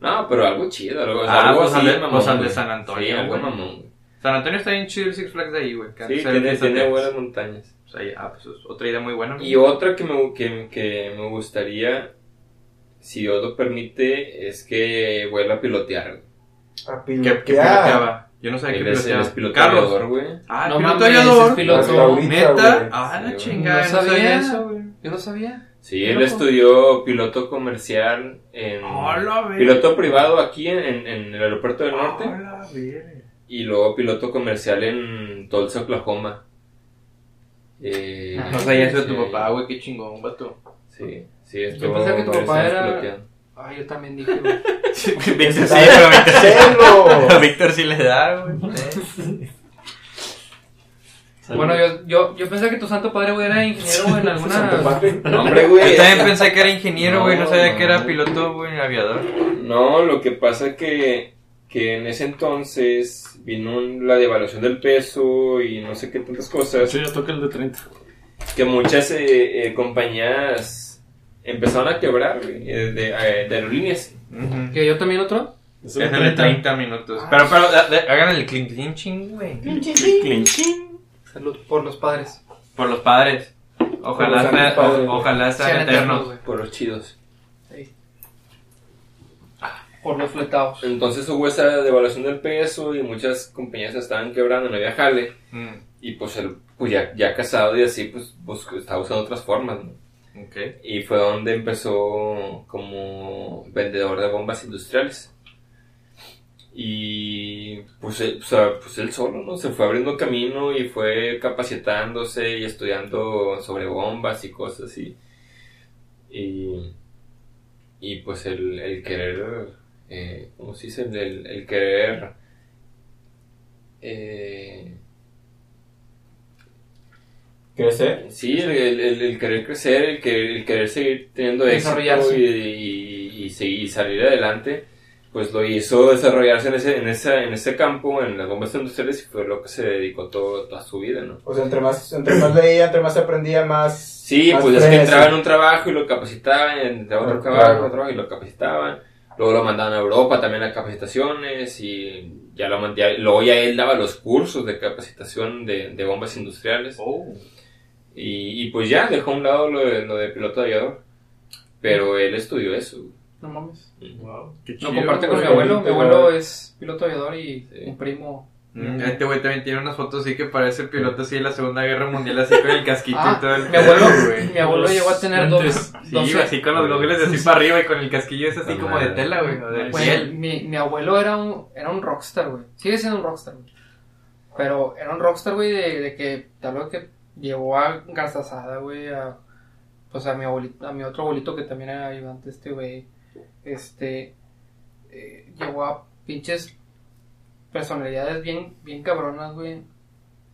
[SPEAKER 2] No, pero algo chido, algo,
[SPEAKER 6] Ah,
[SPEAKER 2] algo
[SPEAKER 6] pues
[SPEAKER 2] así.
[SPEAKER 6] al de- pues al de
[SPEAKER 2] güey.
[SPEAKER 6] San Antonio,
[SPEAKER 2] Sí, algo
[SPEAKER 6] güey.
[SPEAKER 2] mamón, güey.
[SPEAKER 6] San Antonio está bien chido el Six Flags de ahí, güey. que
[SPEAKER 2] Sí,
[SPEAKER 6] cerca
[SPEAKER 2] tiene,
[SPEAKER 6] de San
[SPEAKER 2] tiene
[SPEAKER 6] Andrés.
[SPEAKER 2] buenas montañas.
[SPEAKER 6] O sea, ya, ah, pues es otra idea muy buena. güey.
[SPEAKER 2] Y otra que me, que, que me gustaría, si Dios lo permite, es que vuelva a pilotear. güey.
[SPEAKER 5] A
[SPEAKER 6] ¿Qué, qué
[SPEAKER 5] pilotear.
[SPEAKER 6] piloteaba? Yo no sabía qué
[SPEAKER 2] Él es, él
[SPEAKER 6] piloteaba.
[SPEAKER 2] es piloto
[SPEAKER 6] Carros.
[SPEAKER 2] aviador, güey.
[SPEAKER 6] Ah,
[SPEAKER 4] No
[SPEAKER 6] piloto
[SPEAKER 4] mames,
[SPEAKER 6] aviador.
[SPEAKER 4] es piloto.
[SPEAKER 5] Hasta ahorita,
[SPEAKER 6] Neta.
[SPEAKER 5] güey.
[SPEAKER 6] Ah, la
[SPEAKER 2] Sí,
[SPEAKER 4] No
[SPEAKER 6] chingada. No sabía
[SPEAKER 4] sabía.
[SPEAKER 6] [LAUGHS] eso, güey.
[SPEAKER 4] Yo no sabía.
[SPEAKER 2] Sí, él estudió piloto comercial en... Piloto privado aquí en, en- en el aeropuerto del norte. y luego piloto comercial en Tulsa, Oklahoma. Eh,
[SPEAKER 4] Ah,
[SPEAKER 6] No sabía eso de
[SPEAKER 2] sí,
[SPEAKER 6] tu papá, güey, qué chingón, vato.
[SPEAKER 2] Sí, sí, estuvo
[SPEAKER 4] Yo pensaba que tu
[SPEAKER 2] varios
[SPEAKER 4] papá
[SPEAKER 2] años
[SPEAKER 4] era- [LAUGHS]
[SPEAKER 2] piloteando.
[SPEAKER 4] Ah, yo también dije, güey.
[SPEAKER 6] Víctor sí, pero Víctor sí.
[SPEAKER 5] ¡Cero!
[SPEAKER 6] A [LAUGHS] Víctor sí le da, güey.
[SPEAKER 4] Bueno, yo, yo, yo pensé que tu santo padre, güey, era ingeniero, güey, en alguna.
[SPEAKER 2] No, hombre,
[SPEAKER 6] Yo
[SPEAKER 2] güey.
[SPEAKER 6] también pensé que era ingeniero, güey, no,
[SPEAKER 2] No,
[SPEAKER 6] sabía que era
[SPEAKER 2] no.
[SPEAKER 6] piloto, güey, aviador.
[SPEAKER 2] No, lo que pasa que, que en ese entonces vino un- la devaluación del peso y no sé qué tantas cosas.
[SPEAKER 3] Yo ya toca el de 30.
[SPEAKER 2] que muchas eh, eh, compañías empezaron a quebrar güey, eh, de, eh, de aerolíneas.
[SPEAKER 6] Ujú.
[SPEAKER 4] ¿Que yo también otro?
[SPEAKER 3] Es
[SPEAKER 6] Es el de 30 minutos. Ah, Pero, pero, da- da- hagan el clink clinching, güey.
[SPEAKER 4] Salud por los padres.
[SPEAKER 6] Por los padres. Ojalá,
[SPEAKER 5] Por los
[SPEAKER 6] sea-
[SPEAKER 5] padres.
[SPEAKER 6] ojalá sean
[SPEAKER 4] Sean eternos,
[SPEAKER 6] eternos.
[SPEAKER 4] güey.
[SPEAKER 2] Por los chidos.
[SPEAKER 4] Por los fletados.
[SPEAKER 2] Entonces hubo esa devaluación del peso y muchas compañías estaban quebrando, no había jale.
[SPEAKER 6] Mm,
[SPEAKER 2] Y pues él, pues ya, ya casado y así, pues, pues estaba usando otras formas. ¿no?
[SPEAKER 6] ok.
[SPEAKER 2] Y fue donde empezó como vendedor de bombas industriales. Y pues, él- o sea, pues él solo, ¿no? Se fue abriendo camino y fue capacitándose y estudiando sobre bombas y cosas así. Y, y pues el, el querer, eh, ¿cómo se dice? El, el- el querer... eh,
[SPEAKER 5] ¿Crecer?
[SPEAKER 2] Sí, el, el- el- el querer crecer, el querer, el querer seguir teniendo éxito
[SPEAKER 4] Desarrollarse.
[SPEAKER 2] y, y- y seguir- y salir adelante, pues lo hizo desarrollarse en ese, en esa- en ese campo, en las bombas industriales, y fue lo que se dedicó todo, toda su vida, ¿no?
[SPEAKER 5] O sea, entre más, entre más leía, entre más aprendía, más...
[SPEAKER 2] Sí,
[SPEAKER 5] más
[SPEAKER 2] pues es que
[SPEAKER 5] fresa.
[SPEAKER 2] entraba en un trabajo y lo capacitaban, entraba en otro
[SPEAKER 5] Claro.
[SPEAKER 2] trabajo, otro trabajo y lo capacitaban. Luego lo mandaban a Europa también a capacitaciones y ya lo man- ya- luego ya él daba los cursos de capacitación de, de bombas industriales.
[SPEAKER 5] Oh.
[SPEAKER 2] Y, y pues ya, dejó a un lado lo de, lo de piloto de aviador. Pero él estudió eso.
[SPEAKER 4] No mames.
[SPEAKER 2] Qué
[SPEAKER 4] Lo comparte con mi
[SPEAKER 5] güey.
[SPEAKER 4] abuelo. Mi
[SPEAKER 5] Pero-
[SPEAKER 4] abuelo es piloto aviador y
[SPEAKER 2] Sí.
[SPEAKER 4] un primo.
[SPEAKER 6] Mm, Este güey también tiene unas fotos así que parece piloto así de la Segunda Guerra Mundial, así con el casquito
[SPEAKER 4] Ah,
[SPEAKER 6] y todo el
[SPEAKER 4] mi abuelo,
[SPEAKER 6] pedo, güey.
[SPEAKER 4] mi abuelo
[SPEAKER 3] Los
[SPEAKER 4] llegó a tener dos.
[SPEAKER 3] lentes.
[SPEAKER 6] Sí,
[SPEAKER 4] dos-
[SPEAKER 6] güey, así con los gogles de así para arriba y con el casquillo es así
[SPEAKER 2] Ah,
[SPEAKER 6] como de
[SPEAKER 2] madre.
[SPEAKER 6] tela, güey, o de
[SPEAKER 3] Güey,
[SPEAKER 4] Güey, [LAUGHS]
[SPEAKER 6] piel.
[SPEAKER 4] Pues, mi, mi abuelo era un, era un rockstar, güey. Sigue siendo un rockstar, güey. Pero era un rockstar, güey, de, de que tal vez que llevó a Garzazada, güey, a, pues a mi abuelito, a mi otro abuelito que también era ayudante, este güey, este, eh, llevó a pinches personalidades bien, bien cabronas, güey.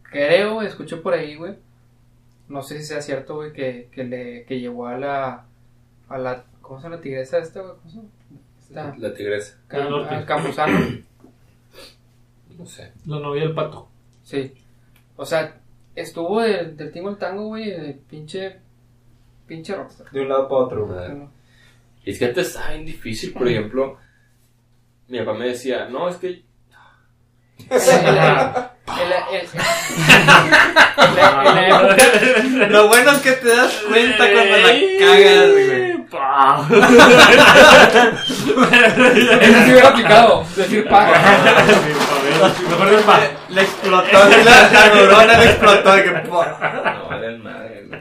[SPEAKER 4] Creo, escuché por ahí, güey, no sé si sea cierto, güey, que, que le, que llevó a la, a la, ¿cómo se llama la tigresa esta, güey? ¿Cómo se llama? Esta-
[SPEAKER 2] La tigresa,
[SPEAKER 4] Cam-
[SPEAKER 3] Norte.
[SPEAKER 4] al Campuzano.
[SPEAKER 2] no sé.
[SPEAKER 3] La novia del pato.
[SPEAKER 4] Sí. O sea, estuvo del, del tingo al tango, güey, de pinche. Pinche rockstar.
[SPEAKER 5] De un lado para otro, güey.
[SPEAKER 2] Madre. Y es que antes estaba bien difícil, por ejemplo. Mi papá me decía, no, es que
[SPEAKER 4] En la- en la- en- en la- en la época-
[SPEAKER 6] Lo bueno es que te das cuenta cuando la cagas, güey.
[SPEAKER 4] Eso sí hubiera aplicado. Decir paga.
[SPEAKER 3] Mejor del pato.
[SPEAKER 6] Le explotó, la, la neurona le explotó. de Que, po.
[SPEAKER 2] no, valen madre. güey".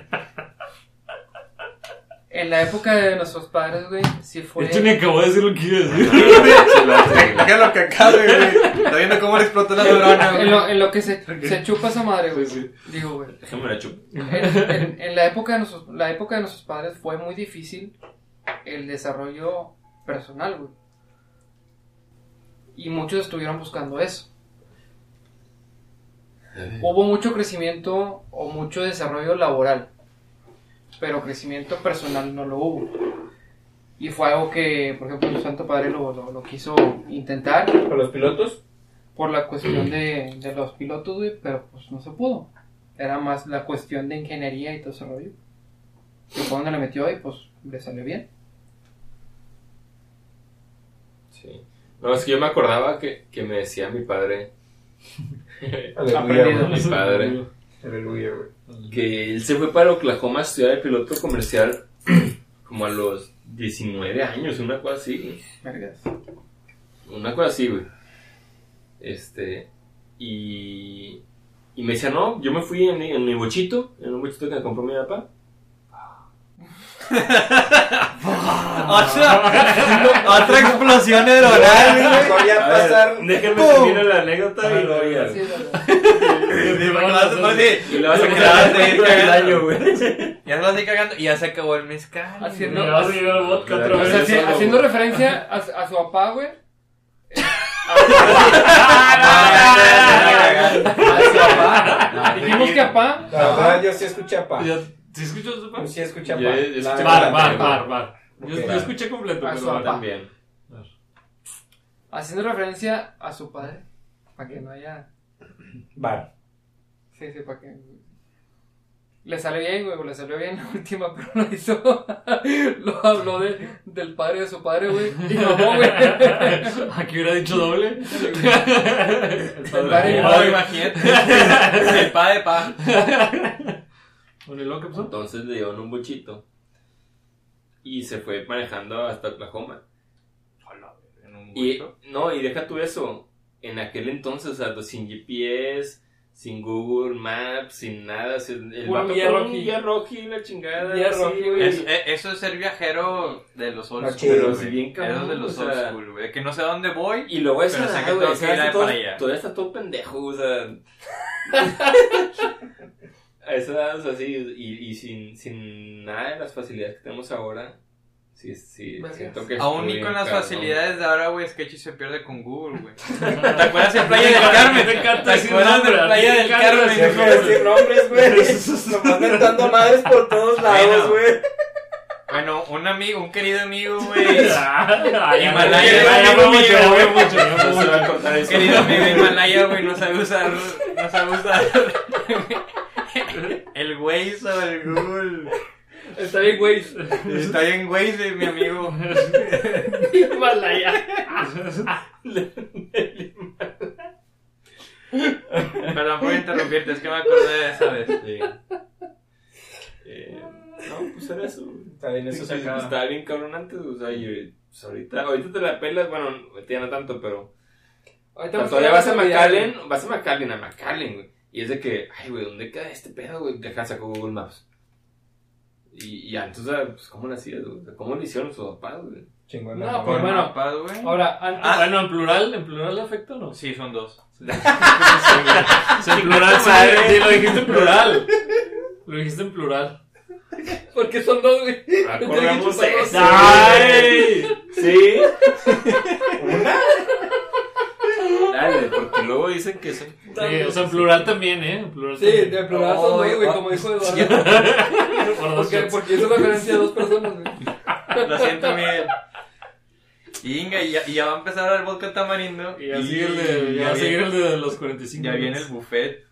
[SPEAKER 4] En la época de nuestros padres, güey, sí fue.
[SPEAKER 3] Este ni acabó de decir lo que iba a decir.
[SPEAKER 6] Deja lo que acabe, güey. Está viendo cómo le explotó la neurona,
[SPEAKER 4] En
[SPEAKER 6] güey.
[SPEAKER 4] lo, en lo que se, se chupa esa madre, güey. Digo, güey.
[SPEAKER 2] Déjame la chupo.
[SPEAKER 4] en, en- en la época de nuestros, la época de nuestros padres fue muy difícil el desarrollo personal, güey. Y muchos estuvieron buscando eso. Hubo mucho crecimiento o mucho desarrollo laboral, pero crecimiento personal no lo hubo. Y fue algo que, por ejemplo, mi santo padre lo- lo- lo quiso intentar
[SPEAKER 5] ¿Con los pilotos?
[SPEAKER 4] por la cuestión de, de los pilotos, güey, pero pues no se pudo. Era más la cuestión de ingeniería y todo ese rollo. Y fue donde le metió y pues le salió bien.
[SPEAKER 2] Sí. No, es que yo me acordaba que, que me decía mi padre,
[SPEAKER 5] Aleluya, güey.
[SPEAKER 2] mi padre,
[SPEAKER 5] Aleluya, güey.
[SPEAKER 2] que él se fue para Oklahoma a estudiar de piloto comercial [CLEARS THROAT] como a los 19 años, una cosa así. güey.
[SPEAKER 4] Vergas.
[SPEAKER 2] una cosa así, güey. Este, y,
[SPEAKER 6] [LAUGHS]
[SPEAKER 2] y me decía, no, yo me fui en mi, en mi bochito, en un bochito que me compró mi papá.
[SPEAKER 6] Otra, otra explosión neuronal. güey.
[SPEAKER 5] Solía pasar.
[SPEAKER 8] Déjenme
[SPEAKER 5] ¡Pum!
[SPEAKER 8] terminar la anécdota y lo voy a...
[SPEAKER 4] Sí, la-
[SPEAKER 6] Y lo vas a- pues, sí,
[SPEAKER 8] Y lo vas a
[SPEAKER 6] Te vas a seguir
[SPEAKER 8] quedar
[SPEAKER 6] cagando.
[SPEAKER 8] el año, güey.
[SPEAKER 6] Ya se lo estoy cagando y ya se acabó el mezcal.
[SPEAKER 4] Haciendo,
[SPEAKER 3] Me vas a llevar vodka otra
[SPEAKER 4] o sea,
[SPEAKER 3] vez.
[SPEAKER 4] haci- haciendo referencia a, a su papá, güey.
[SPEAKER 6] Ah,
[SPEAKER 4] Dijimos que papá.
[SPEAKER 5] La verdad, yo sí escuché a Pa.
[SPEAKER 9] Ya- ¿Sí escuchas papá?
[SPEAKER 5] Yo sí escuché a Pa.
[SPEAKER 2] Yo- yo
[SPEAKER 5] La
[SPEAKER 2] escuché
[SPEAKER 3] Bar,
[SPEAKER 5] verdad.
[SPEAKER 3] bar, bar,
[SPEAKER 6] [LAUGHS]
[SPEAKER 3] bar.
[SPEAKER 9] Yo, yo escuché completo,
[SPEAKER 4] Ah,
[SPEAKER 9] pero
[SPEAKER 4] su papá.
[SPEAKER 2] También.
[SPEAKER 4] Haciendo referencia a su padre. Para que no haya.
[SPEAKER 5] Bar.
[SPEAKER 4] Sí, sí, para que. Le sale bien, güey, pues, le salió bien la última, pero lo hizo. [LAUGHS] lo habló de, del padre de su padre, güey. Y
[SPEAKER 3] [LAUGHS]
[SPEAKER 4] mamó, güey.
[SPEAKER 3] Aquí hubiera dicho doble.
[SPEAKER 4] El
[SPEAKER 3] [LAUGHS]
[SPEAKER 4] padre
[SPEAKER 6] No, [LAUGHS] imagínate. El pa de pa.
[SPEAKER 3] Bueno, ¿y luego qué pasó?
[SPEAKER 2] Entonces le dieron un bochito. Y se fue manejando hasta Oklahoma.
[SPEAKER 6] En un
[SPEAKER 2] Y
[SPEAKER 6] hueco.
[SPEAKER 2] no, y deja tú eso. En aquel entonces, o sea, pues, sin GPS, sin Google Maps, sin nada. sin- el
[SPEAKER 4] Puro
[SPEAKER 2] vato
[SPEAKER 4] guía
[SPEAKER 2] con un
[SPEAKER 4] roji.
[SPEAKER 2] guía roji, la chingada.
[SPEAKER 4] Guía
[SPEAKER 2] así,
[SPEAKER 4] roji,
[SPEAKER 2] güey.
[SPEAKER 6] Es- eh, eso es ser viajero de los old
[SPEAKER 5] No,
[SPEAKER 6] school.
[SPEAKER 5] chido,
[SPEAKER 6] güey.
[SPEAKER 2] sí, bien cabrón,
[SPEAKER 6] Eso de los
[SPEAKER 2] o
[SPEAKER 6] old
[SPEAKER 2] sea.
[SPEAKER 6] school, güey. Que no sé a dónde voy.
[SPEAKER 2] Y luego es
[SPEAKER 6] Pero sé que
[SPEAKER 2] güey,
[SPEAKER 6] tengo
[SPEAKER 2] o sea,
[SPEAKER 6] que ir
[SPEAKER 2] está
[SPEAKER 6] a-
[SPEAKER 2] todo-
[SPEAKER 6] para allá.
[SPEAKER 2] Todavía está todo pendejo, o
[SPEAKER 6] [LAUGHS]
[SPEAKER 2] sea. a esa edad, o sea, sí, y, y sin, sin nada de las facilidades que tenemos ahora. Sí, sí,
[SPEAKER 4] Vergas.
[SPEAKER 2] siento que. estuve
[SPEAKER 6] Aún ni
[SPEAKER 2] bien
[SPEAKER 6] con las
[SPEAKER 2] cabrón.
[SPEAKER 6] facilidades de ahora, güey, Sketchy se pierde con Google, güey. [LAUGHS] ¿Te acuerdas de Playa del Carmen?
[SPEAKER 3] Me encanta
[SPEAKER 6] ¿Te
[SPEAKER 3] decir
[SPEAKER 6] acuerdas de
[SPEAKER 3] nombre, a
[SPEAKER 6] Playa
[SPEAKER 3] ti te
[SPEAKER 6] del
[SPEAKER 3] encanta
[SPEAKER 6] Carmen?
[SPEAKER 3] decir
[SPEAKER 5] Deja de decir nombres,
[SPEAKER 3] [LAUGHS]
[SPEAKER 5] güey. Nomás mentando [LAUGHS] madres por todos lados,
[SPEAKER 6] Bueno.
[SPEAKER 5] güey.
[SPEAKER 6] Bueno, un amigo, un querido [LAUGHS] amigo, güey.
[SPEAKER 3] Ah, ya me-
[SPEAKER 6] Himalaya,
[SPEAKER 3] ya me
[SPEAKER 6] amigo
[SPEAKER 3] mucho,
[SPEAKER 6] mío,
[SPEAKER 3] ya me
[SPEAKER 6] güey.
[SPEAKER 3] mucho, ya me
[SPEAKER 2] No se
[SPEAKER 3] mucho.
[SPEAKER 2] va a cortar
[SPEAKER 6] Un
[SPEAKER 2] eso.
[SPEAKER 6] querido amigo Himalaya, güey, no sabe usar. No sabe usar. El Waze o el Google.
[SPEAKER 4] Está bien, güey.
[SPEAKER 6] Está bien Waze, mi amigo.
[SPEAKER 3] Himalaya.
[SPEAKER 6] Perdón por interrumpirte, es que me acordé de esa vez.
[SPEAKER 2] Sí. Eh, no, pues era eso. güey.
[SPEAKER 5] Está bien,
[SPEAKER 2] Eso
[SPEAKER 5] eso
[SPEAKER 2] sí,
[SPEAKER 5] se acaba.
[SPEAKER 2] estaba bien cabrón antes, o sea, y pues, ahorita, ahorita te la pelas, bueno, ya no tanto, pero
[SPEAKER 4] Ahorita
[SPEAKER 2] Pero
[SPEAKER 4] vamos
[SPEAKER 2] todavía
[SPEAKER 4] a
[SPEAKER 2] vas a
[SPEAKER 4] olvidar,
[SPEAKER 2] McAllen, vas a McAllen, a McAllen, güey. Y es de que, ay, güey, ¿dónde queda este pedo, güey? Deja, sacó Google Maps. Y, y antes, o sea, pues, ¿cómo lo hacías, güey? O sea, ¿Cómo lo hicieron sus papás, güey?
[SPEAKER 5] Chingón.
[SPEAKER 4] No,
[SPEAKER 5] la
[SPEAKER 4] pues,
[SPEAKER 5] mamá.
[SPEAKER 4] bueno.
[SPEAKER 6] Mapas, güey.
[SPEAKER 4] Ahora, antes.
[SPEAKER 3] Ah, bueno, en plural, en plural afecta o no?
[SPEAKER 6] Sí, son dos.
[SPEAKER 3] O sea, en plural, sí, sí, lo dijiste en plural. Lo dijiste en plural.
[SPEAKER 4] Porque son dos, güey.
[SPEAKER 2] Acordamos eso.
[SPEAKER 3] ¡Ay!
[SPEAKER 2] ¿Sí? ¿Una? Dale, porque luego dicen que son...
[SPEAKER 3] Sí, o sea, en plural también, ¿eh? En plural [LAUGHS]
[SPEAKER 4] Sí,
[SPEAKER 3] también.
[SPEAKER 4] de plural son dos, güey,
[SPEAKER 6] Oh,
[SPEAKER 4] como
[SPEAKER 2] [LAUGHS]
[SPEAKER 4] dijo Eduardo.
[SPEAKER 3] Por dos
[SPEAKER 4] Porque,
[SPEAKER 3] shots.
[SPEAKER 4] porque hizo referencia a dos personas, güey.
[SPEAKER 6] Lo siento, Miguel. Inga, y ya, y ya va a empezar el vodka tamarindo.
[SPEAKER 3] Y ya sigue el de, ya
[SPEAKER 6] ya
[SPEAKER 3] sigue
[SPEAKER 6] viene-
[SPEAKER 3] el de los 45.
[SPEAKER 6] ya viene el buffet.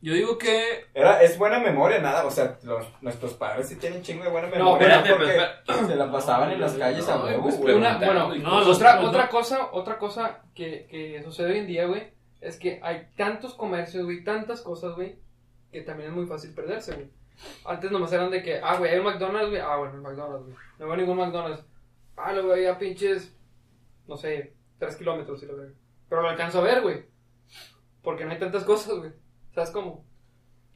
[SPEAKER 4] Yo digo que.
[SPEAKER 5] Era, es buena memoria, nada. O sea, los- nuestros padres sí tienen chingo de buena memoria.
[SPEAKER 6] espérate,
[SPEAKER 5] porque
[SPEAKER 6] pero
[SPEAKER 5] se la pasaban en las calles a
[SPEAKER 2] No,
[SPEAKER 5] huevo,
[SPEAKER 2] pues,
[SPEAKER 5] güey.
[SPEAKER 4] Una,
[SPEAKER 2] preguntando
[SPEAKER 4] bueno,
[SPEAKER 2] y
[SPEAKER 3] no,
[SPEAKER 2] cosas.
[SPEAKER 3] los-
[SPEAKER 4] Otra, otra cosa, otra cosa que, que sucede hoy en día, güey, es que hay tantos comercios, güey, tantas cosas, güey, que también es muy fácil perderse, güey. Antes nomás eran de que, ah, güey, hay un McDonald's, güey, ah, bueno, el McDonald's, güey. No veo ningún McDonald's. Ah, lo voy a pinches, no sé, tres kilómetros, si lo veo. Pero lo alcanzo a ver, güey. Porque no hay tantas cosas, güey. ¿Sabes cómo?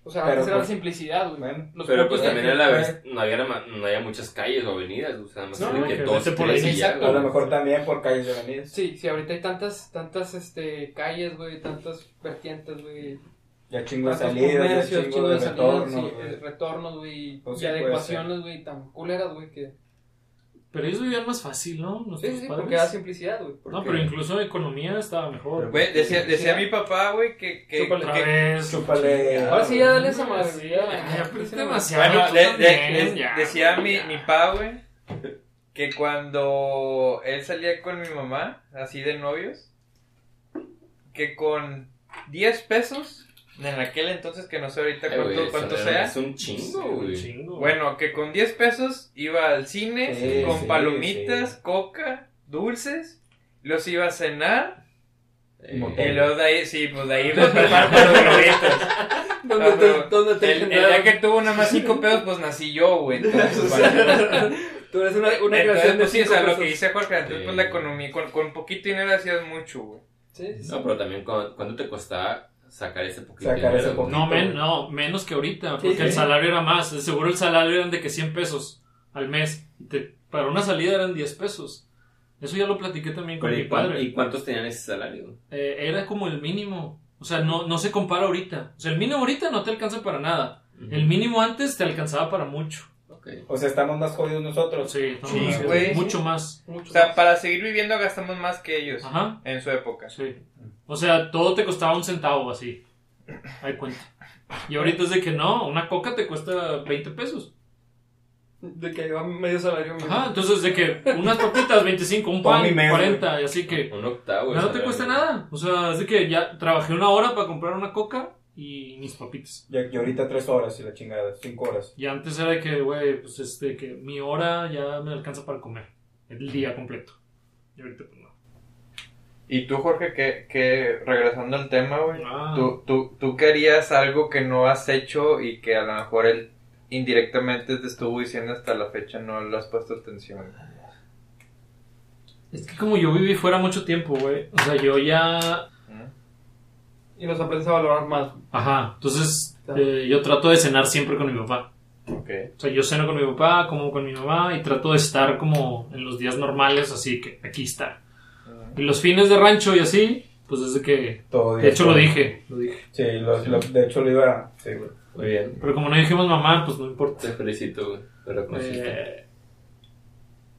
[SPEAKER 4] O sea,
[SPEAKER 5] Pero,
[SPEAKER 4] antes era la
[SPEAKER 5] pues,
[SPEAKER 4] simplicidad, güey.
[SPEAKER 5] Bueno,
[SPEAKER 4] Los
[SPEAKER 2] Pero pues
[SPEAKER 4] puntos de-
[SPEAKER 2] también a la vez no había, nada más- no había muchas calles o avenidas, o sea, más
[SPEAKER 3] No,
[SPEAKER 2] no, que
[SPEAKER 3] que
[SPEAKER 2] dos,
[SPEAKER 3] vete por
[SPEAKER 2] tres
[SPEAKER 3] ahí,
[SPEAKER 2] y ya,
[SPEAKER 4] exacto.
[SPEAKER 5] a lo
[SPEAKER 2] güey.
[SPEAKER 5] mejor también por calles de avenidas.
[SPEAKER 4] Sí, sí, ahorita hay tantas, tantas, este, calles, güey, tantas vertientes, güey.
[SPEAKER 5] Ya chingo de
[SPEAKER 4] Tantos
[SPEAKER 5] salidas, ya
[SPEAKER 4] comercios,
[SPEAKER 5] chingo
[SPEAKER 4] chingo
[SPEAKER 5] de
[SPEAKER 4] de salidas,
[SPEAKER 5] retorno,
[SPEAKER 4] sí, eh,
[SPEAKER 5] güey.
[SPEAKER 4] retornos, güey,
[SPEAKER 5] Pues
[SPEAKER 4] y
[SPEAKER 5] sí, puede
[SPEAKER 4] adecuaciones, güey, tan culeras, güey, que...
[SPEAKER 3] Pero ellos vivían más fácil, ¿no? Nuestros
[SPEAKER 4] Sí, sí,
[SPEAKER 3] padres.
[SPEAKER 4] porque da simplicidad, güey.
[SPEAKER 3] No, pero incluso la economía estaba mejor.
[SPEAKER 6] Güey, decía, decía mi papá, güey, que. que,
[SPEAKER 4] Chúpale.
[SPEAKER 3] Otra
[SPEAKER 6] que-
[SPEAKER 3] vez.
[SPEAKER 5] Chúpale.
[SPEAKER 4] Ahora sí, ya dale esa madre,
[SPEAKER 3] Sí,
[SPEAKER 4] ya.
[SPEAKER 3] ya, pero es
[SPEAKER 4] Sí,
[SPEAKER 3] demasiado.
[SPEAKER 6] Bueno,
[SPEAKER 3] tú
[SPEAKER 6] de- de-
[SPEAKER 3] también,
[SPEAKER 6] de-
[SPEAKER 3] ya,
[SPEAKER 6] decía
[SPEAKER 3] güey,
[SPEAKER 6] mi,
[SPEAKER 3] ya.
[SPEAKER 6] mi pa, güey, que cuando él salía con mi mamá, así de novios, que con 10 pesos, en aquel entonces que no sé ahorita
[SPEAKER 2] Eh, güey,
[SPEAKER 6] cuánto,
[SPEAKER 2] eso
[SPEAKER 6] cuánto
[SPEAKER 2] era-
[SPEAKER 6] sea,
[SPEAKER 2] Es un
[SPEAKER 3] Sí,
[SPEAKER 2] chingo,
[SPEAKER 3] un
[SPEAKER 2] güey.
[SPEAKER 3] chingo.
[SPEAKER 6] bueno, que con 10 pesos iba al cine
[SPEAKER 5] Sí,
[SPEAKER 6] con
[SPEAKER 5] sí,
[SPEAKER 6] palomitas,
[SPEAKER 5] sí.
[SPEAKER 6] coca, dulces, los iba a cenar
[SPEAKER 2] Eh,
[SPEAKER 6] y
[SPEAKER 5] Motel.
[SPEAKER 6] luego de ahí, sí, pues de ahí [LAUGHS] los preparo para los globitos.
[SPEAKER 4] ¿Dónde
[SPEAKER 6] Ah, pero
[SPEAKER 4] te, dónde te
[SPEAKER 6] El, el
[SPEAKER 4] generaron?
[SPEAKER 6] día que tuvo nada más 5 pesos, pues nací yo, güey. Entonces,
[SPEAKER 4] [LAUGHS] Tú eres una, una
[SPEAKER 6] Entonces,
[SPEAKER 4] creación de
[SPEAKER 6] pues, sí, o sea,
[SPEAKER 4] cinco
[SPEAKER 6] lo que
[SPEAKER 4] pesos.
[SPEAKER 6] dice Jorge, antes
[SPEAKER 2] Sí.
[SPEAKER 6] pues la economía, con, con poquito dinero hacías mucho, güey.
[SPEAKER 4] Sí, sí, sí.
[SPEAKER 2] No, pero también cu- cuánto te costaba
[SPEAKER 6] sacar ese poquito.
[SPEAKER 5] Sacar
[SPEAKER 6] de
[SPEAKER 5] ese
[SPEAKER 6] dinero,
[SPEAKER 5] poquito.
[SPEAKER 6] güey.
[SPEAKER 3] No, men, no, menos que ahorita, porque
[SPEAKER 5] sí.
[SPEAKER 3] el salario era más. De seguro el salario eran de que 100 pesos al mes. y te- para una salida eran 10 pesos. Eso ya lo platiqué también con
[SPEAKER 2] Pero
[SPEAKER 3] mi
[SPEAKER 2] ¿y, cuán-
[SPEAKER 3] padre.
[SPEAKER 2] y cuántos tenían ese salario?
[SPEAKER 3] Eh, era como el mínimo. O sea, no, no se compara ahorita. O sea, el mínimo ahorita no te alcanza para nada. El mínimo antes te alcanzaba para mucho.
[SPEAKER 2] Ok.
[SPEAKER 5] O sea, estamos más jodidos nosotros.
[SPEAKER 3] Sí, estamos
[SPEAKER 6] Sí,
[SPEAKER 3] hablando
[SPEAKER 6] güey.
[SPEAKER 3] de mucho más.
[SPEAKER 6] O sea, para seguir viviendo gastamos más que ellos
[SPEAKER 3] Ajá,
[SPEAKER 6] en su época.
[SPEAKER 3] sí. O sea, todo te costaba un centavo así. Hay cuenta. Y ahorita es de que no, una coca te cuesta 20 pesos.
[SPEAKER 4] De que lleva medio salario mínimo.
[SPEAKER 3] Ajá, entonces de que unas papitas 25, un
[SPEAKER 5] Todo
[SPEAKER 3] pan
[SPEAKER 5] mi mes,
[SPEAKER 3] 40, y así que
[SPEAKER 2] Un octavo.
[SPEAKER 3] no te cuesta nada. O sea, es de que ya trabajé una hora para comprar una coca y mis papitas.
[SPEAKER 5] Y, y ahorita tres horas y la chingada, cinco horas.
[SPEAKER 3] Y antes era de que, güey, pues este, que mi hora ya me alcanza para comer. El día completo. Y ahorita pues no.
[SPEAKER 6] Y tú, Jorge, que, que regresando al tema, güey,
[SPEAKER 3] Ah.
[SPEAKER 6] tú, tú, tú querías algo que no has hecho y que a lo mejor él indirectamente te estuvo diciendo hasta la fecha no le has puesto atención.
[SPEAKER 3] Es que como yo viví fuera mucho tiempo, güey. O sea, yo ya
[SPEAKER 4] Ah. Y nos aprendes a valorar más.
[SPEAKER 3] Ajá, entonces
[SPEAKER 4] Claro.
[SPEAKER 3] eh, yo trato de cenar siempre con mi papá.
[SPEAKER 6] ¿Mm? Ok.
[SPEAKER 3] O sea, yo ceno con mi papá, como con mi mamá y trato de estar como en los días normales, así que aquí está.
[SPEAKER 6] Ah.
[SPEAKER 3] Y los fines de rancho y así, pues desde que...
[SPEAKER 5] Todo
[SPEAKER 3] De
[SPEAKER 5] día.
[SPEAKER 3] hecho lo dije, lo dije.
[SPEAKER 5] Sí, lo- lo- de hecho lo iba a... Sí, güey.
[SPEAKER 2] Muy bien.
[SPEAKER 3] Pero como no dijimos mamá, pues no importa.
[SPEAKER 2] Te felicito, güey. Te reconociste.
[SPEAKER 3] Eh,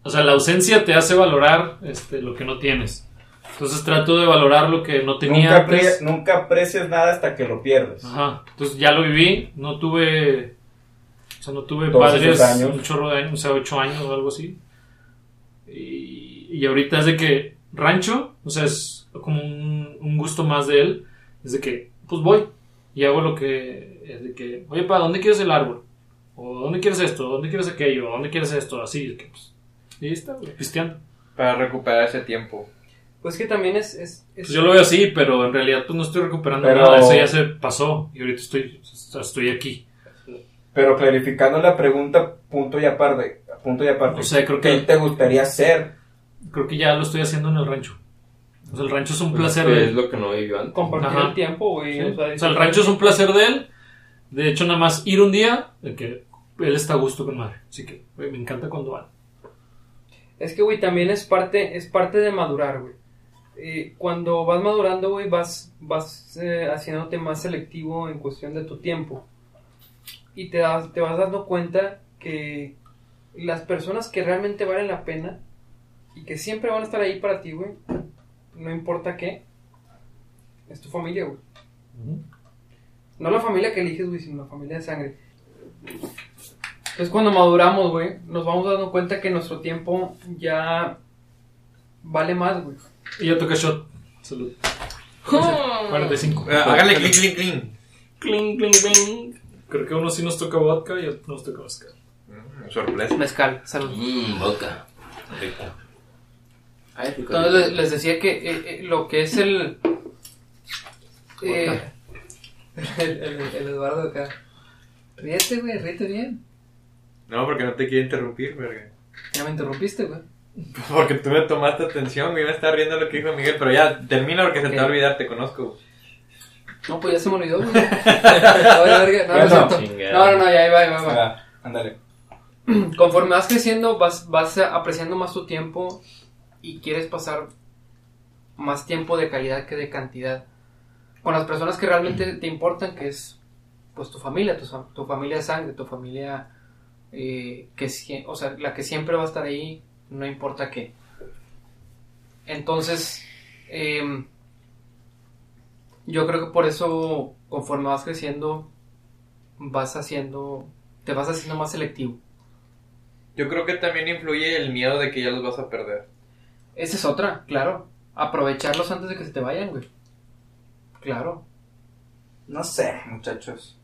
[SPEAKER 3] o sea, la ausencia te hace valorar este, lo que no tienes. Entonces trato de valorar lo que no tenía
[SPEAKER 5] Nunca,
[SPEAKER 3] antes.
[SPEAKER 5] apre- nunca aprecias nada hasta que lo pierdes.
[SPEAKER 3] Ajá, entonces ya lo viví, no tuve, o sea, no tuve
[SPEAKER 5] Todos
[SPEAKER 3] padres
[SPEAKER 5] esos años.
[SPEAKER 3] un chorro de años, o sea, ocho años o algo así. Y, y ahorita es de que rancho, o sea, es como un, un gusto más de él, es de que, pues voy y hago lo que, es de que, oye, pa, ¿dónde quieres el árbol? O ¿dónde quieres esto? ¿Dónde quieres aquello? ¿Dónde quieres esto? Así, es que, pues, y ahí está, güey, pisteando.
[SPEAKER 6] Para recuperar ese tiempo.
[SPEAKER 4] Pues que también es. es, es-
[SPEAKER 3] Pues yo lo veo así, pero en realidad pues no estoy recuperando
[SPEAKER 5] Pero-
[SPEAKER 3] nada, eso ya se pasó y ahorita estoy, o sea, estoy aquí.
[SPEAKER 5] Pero clarificando la pregunta, punto y aparte. Punto y aparte.
[SPEAKER 3] O sea, creo que
[SPEAKER 5] ¿Qué te gustaría ser?
[SPEAKER 3] creo que ya lo estoy haciendo en el rancho. O sea, el rancho es un
[SPEAKER 2] Pues,
[SPEAKER 3] placer
[SPEAKER 2] que
[SPEAKER 3] de
[SPEAKER 2] Es lo que no vivió antes.
[SPEAKER 4] Compartir
[SPEAKER 3] Ajá.
[SPEAKER 4] el tiempo, güey.
[SPEAKER 3] Sí.
[SPEAKER 4] O sea,
[SPEAKER 6] pues,
[SPEAKER 3] O sea, el rancho es un placer de él. De hecho, nada más ir un día, de que él está a gusto con madre. Así que, güey, me encanta cuando van.
[SPEAKER 4] Es que, güey, también es parte, es parte de madurar, güey. Eh, cuando vas madurando, güey, vas, vas eh, haciéndote más selectivo en cuestión de tu tiempo. Y te, das, te vas dando cuenta que las personas que realmente valen la pena y que siempre van a estar ahí para ti, güey, no importa qué, es tu familia, güey. No la familia que eliges, güey, sino la familia de sangre. Entonces cuando maduramos, güey, nos vamos dando cuenta que nuestro tiempo ya vale más, güey.
[SPEAKER 3] Y ya toca shot. Salud. 45.
[SPEAKER 6] Eh, hágale clink, clink, clink.
[SPEAKER 3] Cling, cling, cling. Creo que a uno sí nos toca vodka y a otro nos toca vodka.
[SPEAKER 6] Sorpresa.
[SPEAKER 4] Mezcal, salud.
[SPEAKER 2] Mmm, vodka. Rico. Ay, rico.
[SPEAKER 4] Entonces les, les decía que eh, eh, lo que es el, eh, [LAUGHS] el, el- el Eduardo acá. Ríete, güey, ríete bien.
[SPEAKER 6] No, porque no te quiero interrumpir, verga. [LAUGHS]
[SPEAKER 4] Ya me interrumpiste, güey.
[SPEAKER 6] Porque tú me tomaste atención, güey, me estaba riendo lo que dijo Miguel, pero ya, termina porque se te va a
[SPEAKER 4] Ok.
[SPEAKER 6] olvidar, te conozco.
[SPEAKER 4] No, pues ya se me olvidó, [LAUGHS] güey. Ahora, verga, no, no, es
[SPEAKER 5] Bueno,
[SPEAKER 4] cierto.
[SPEAKER 2] chingada.
[SPEAKER 4] no, no, no, ya ahí va, ahí va, ahí va.
[SPEAKER 5] Ah, ándale.
[SPEAKER 4] [CLEARS THROAT] conforme vas creciendo, vas, vas apreciando más tu tiempo y quieres pasar más tiempo de calidad que de cantidad. Con las personas que realmente te importan, que es pues tu familia, tu, sa- tu familia de sangre, tu familia eh, que sie- o sea, la que siempre va a estar ahí, no importa qué. Entonces, em, yo creo que por eso, conforme vas creciendo, vas haciendo, te vas haciendo más selectivo.
[SPEAKER 6] Yo creo que también influye el miedo de que ya los vas a perder.
[SPEAKER 4] Esa es otra, claro. Aprovecharlos antes de que se te vayan, güey. Claro.
[SPEAKER 5] No sé, muchachos.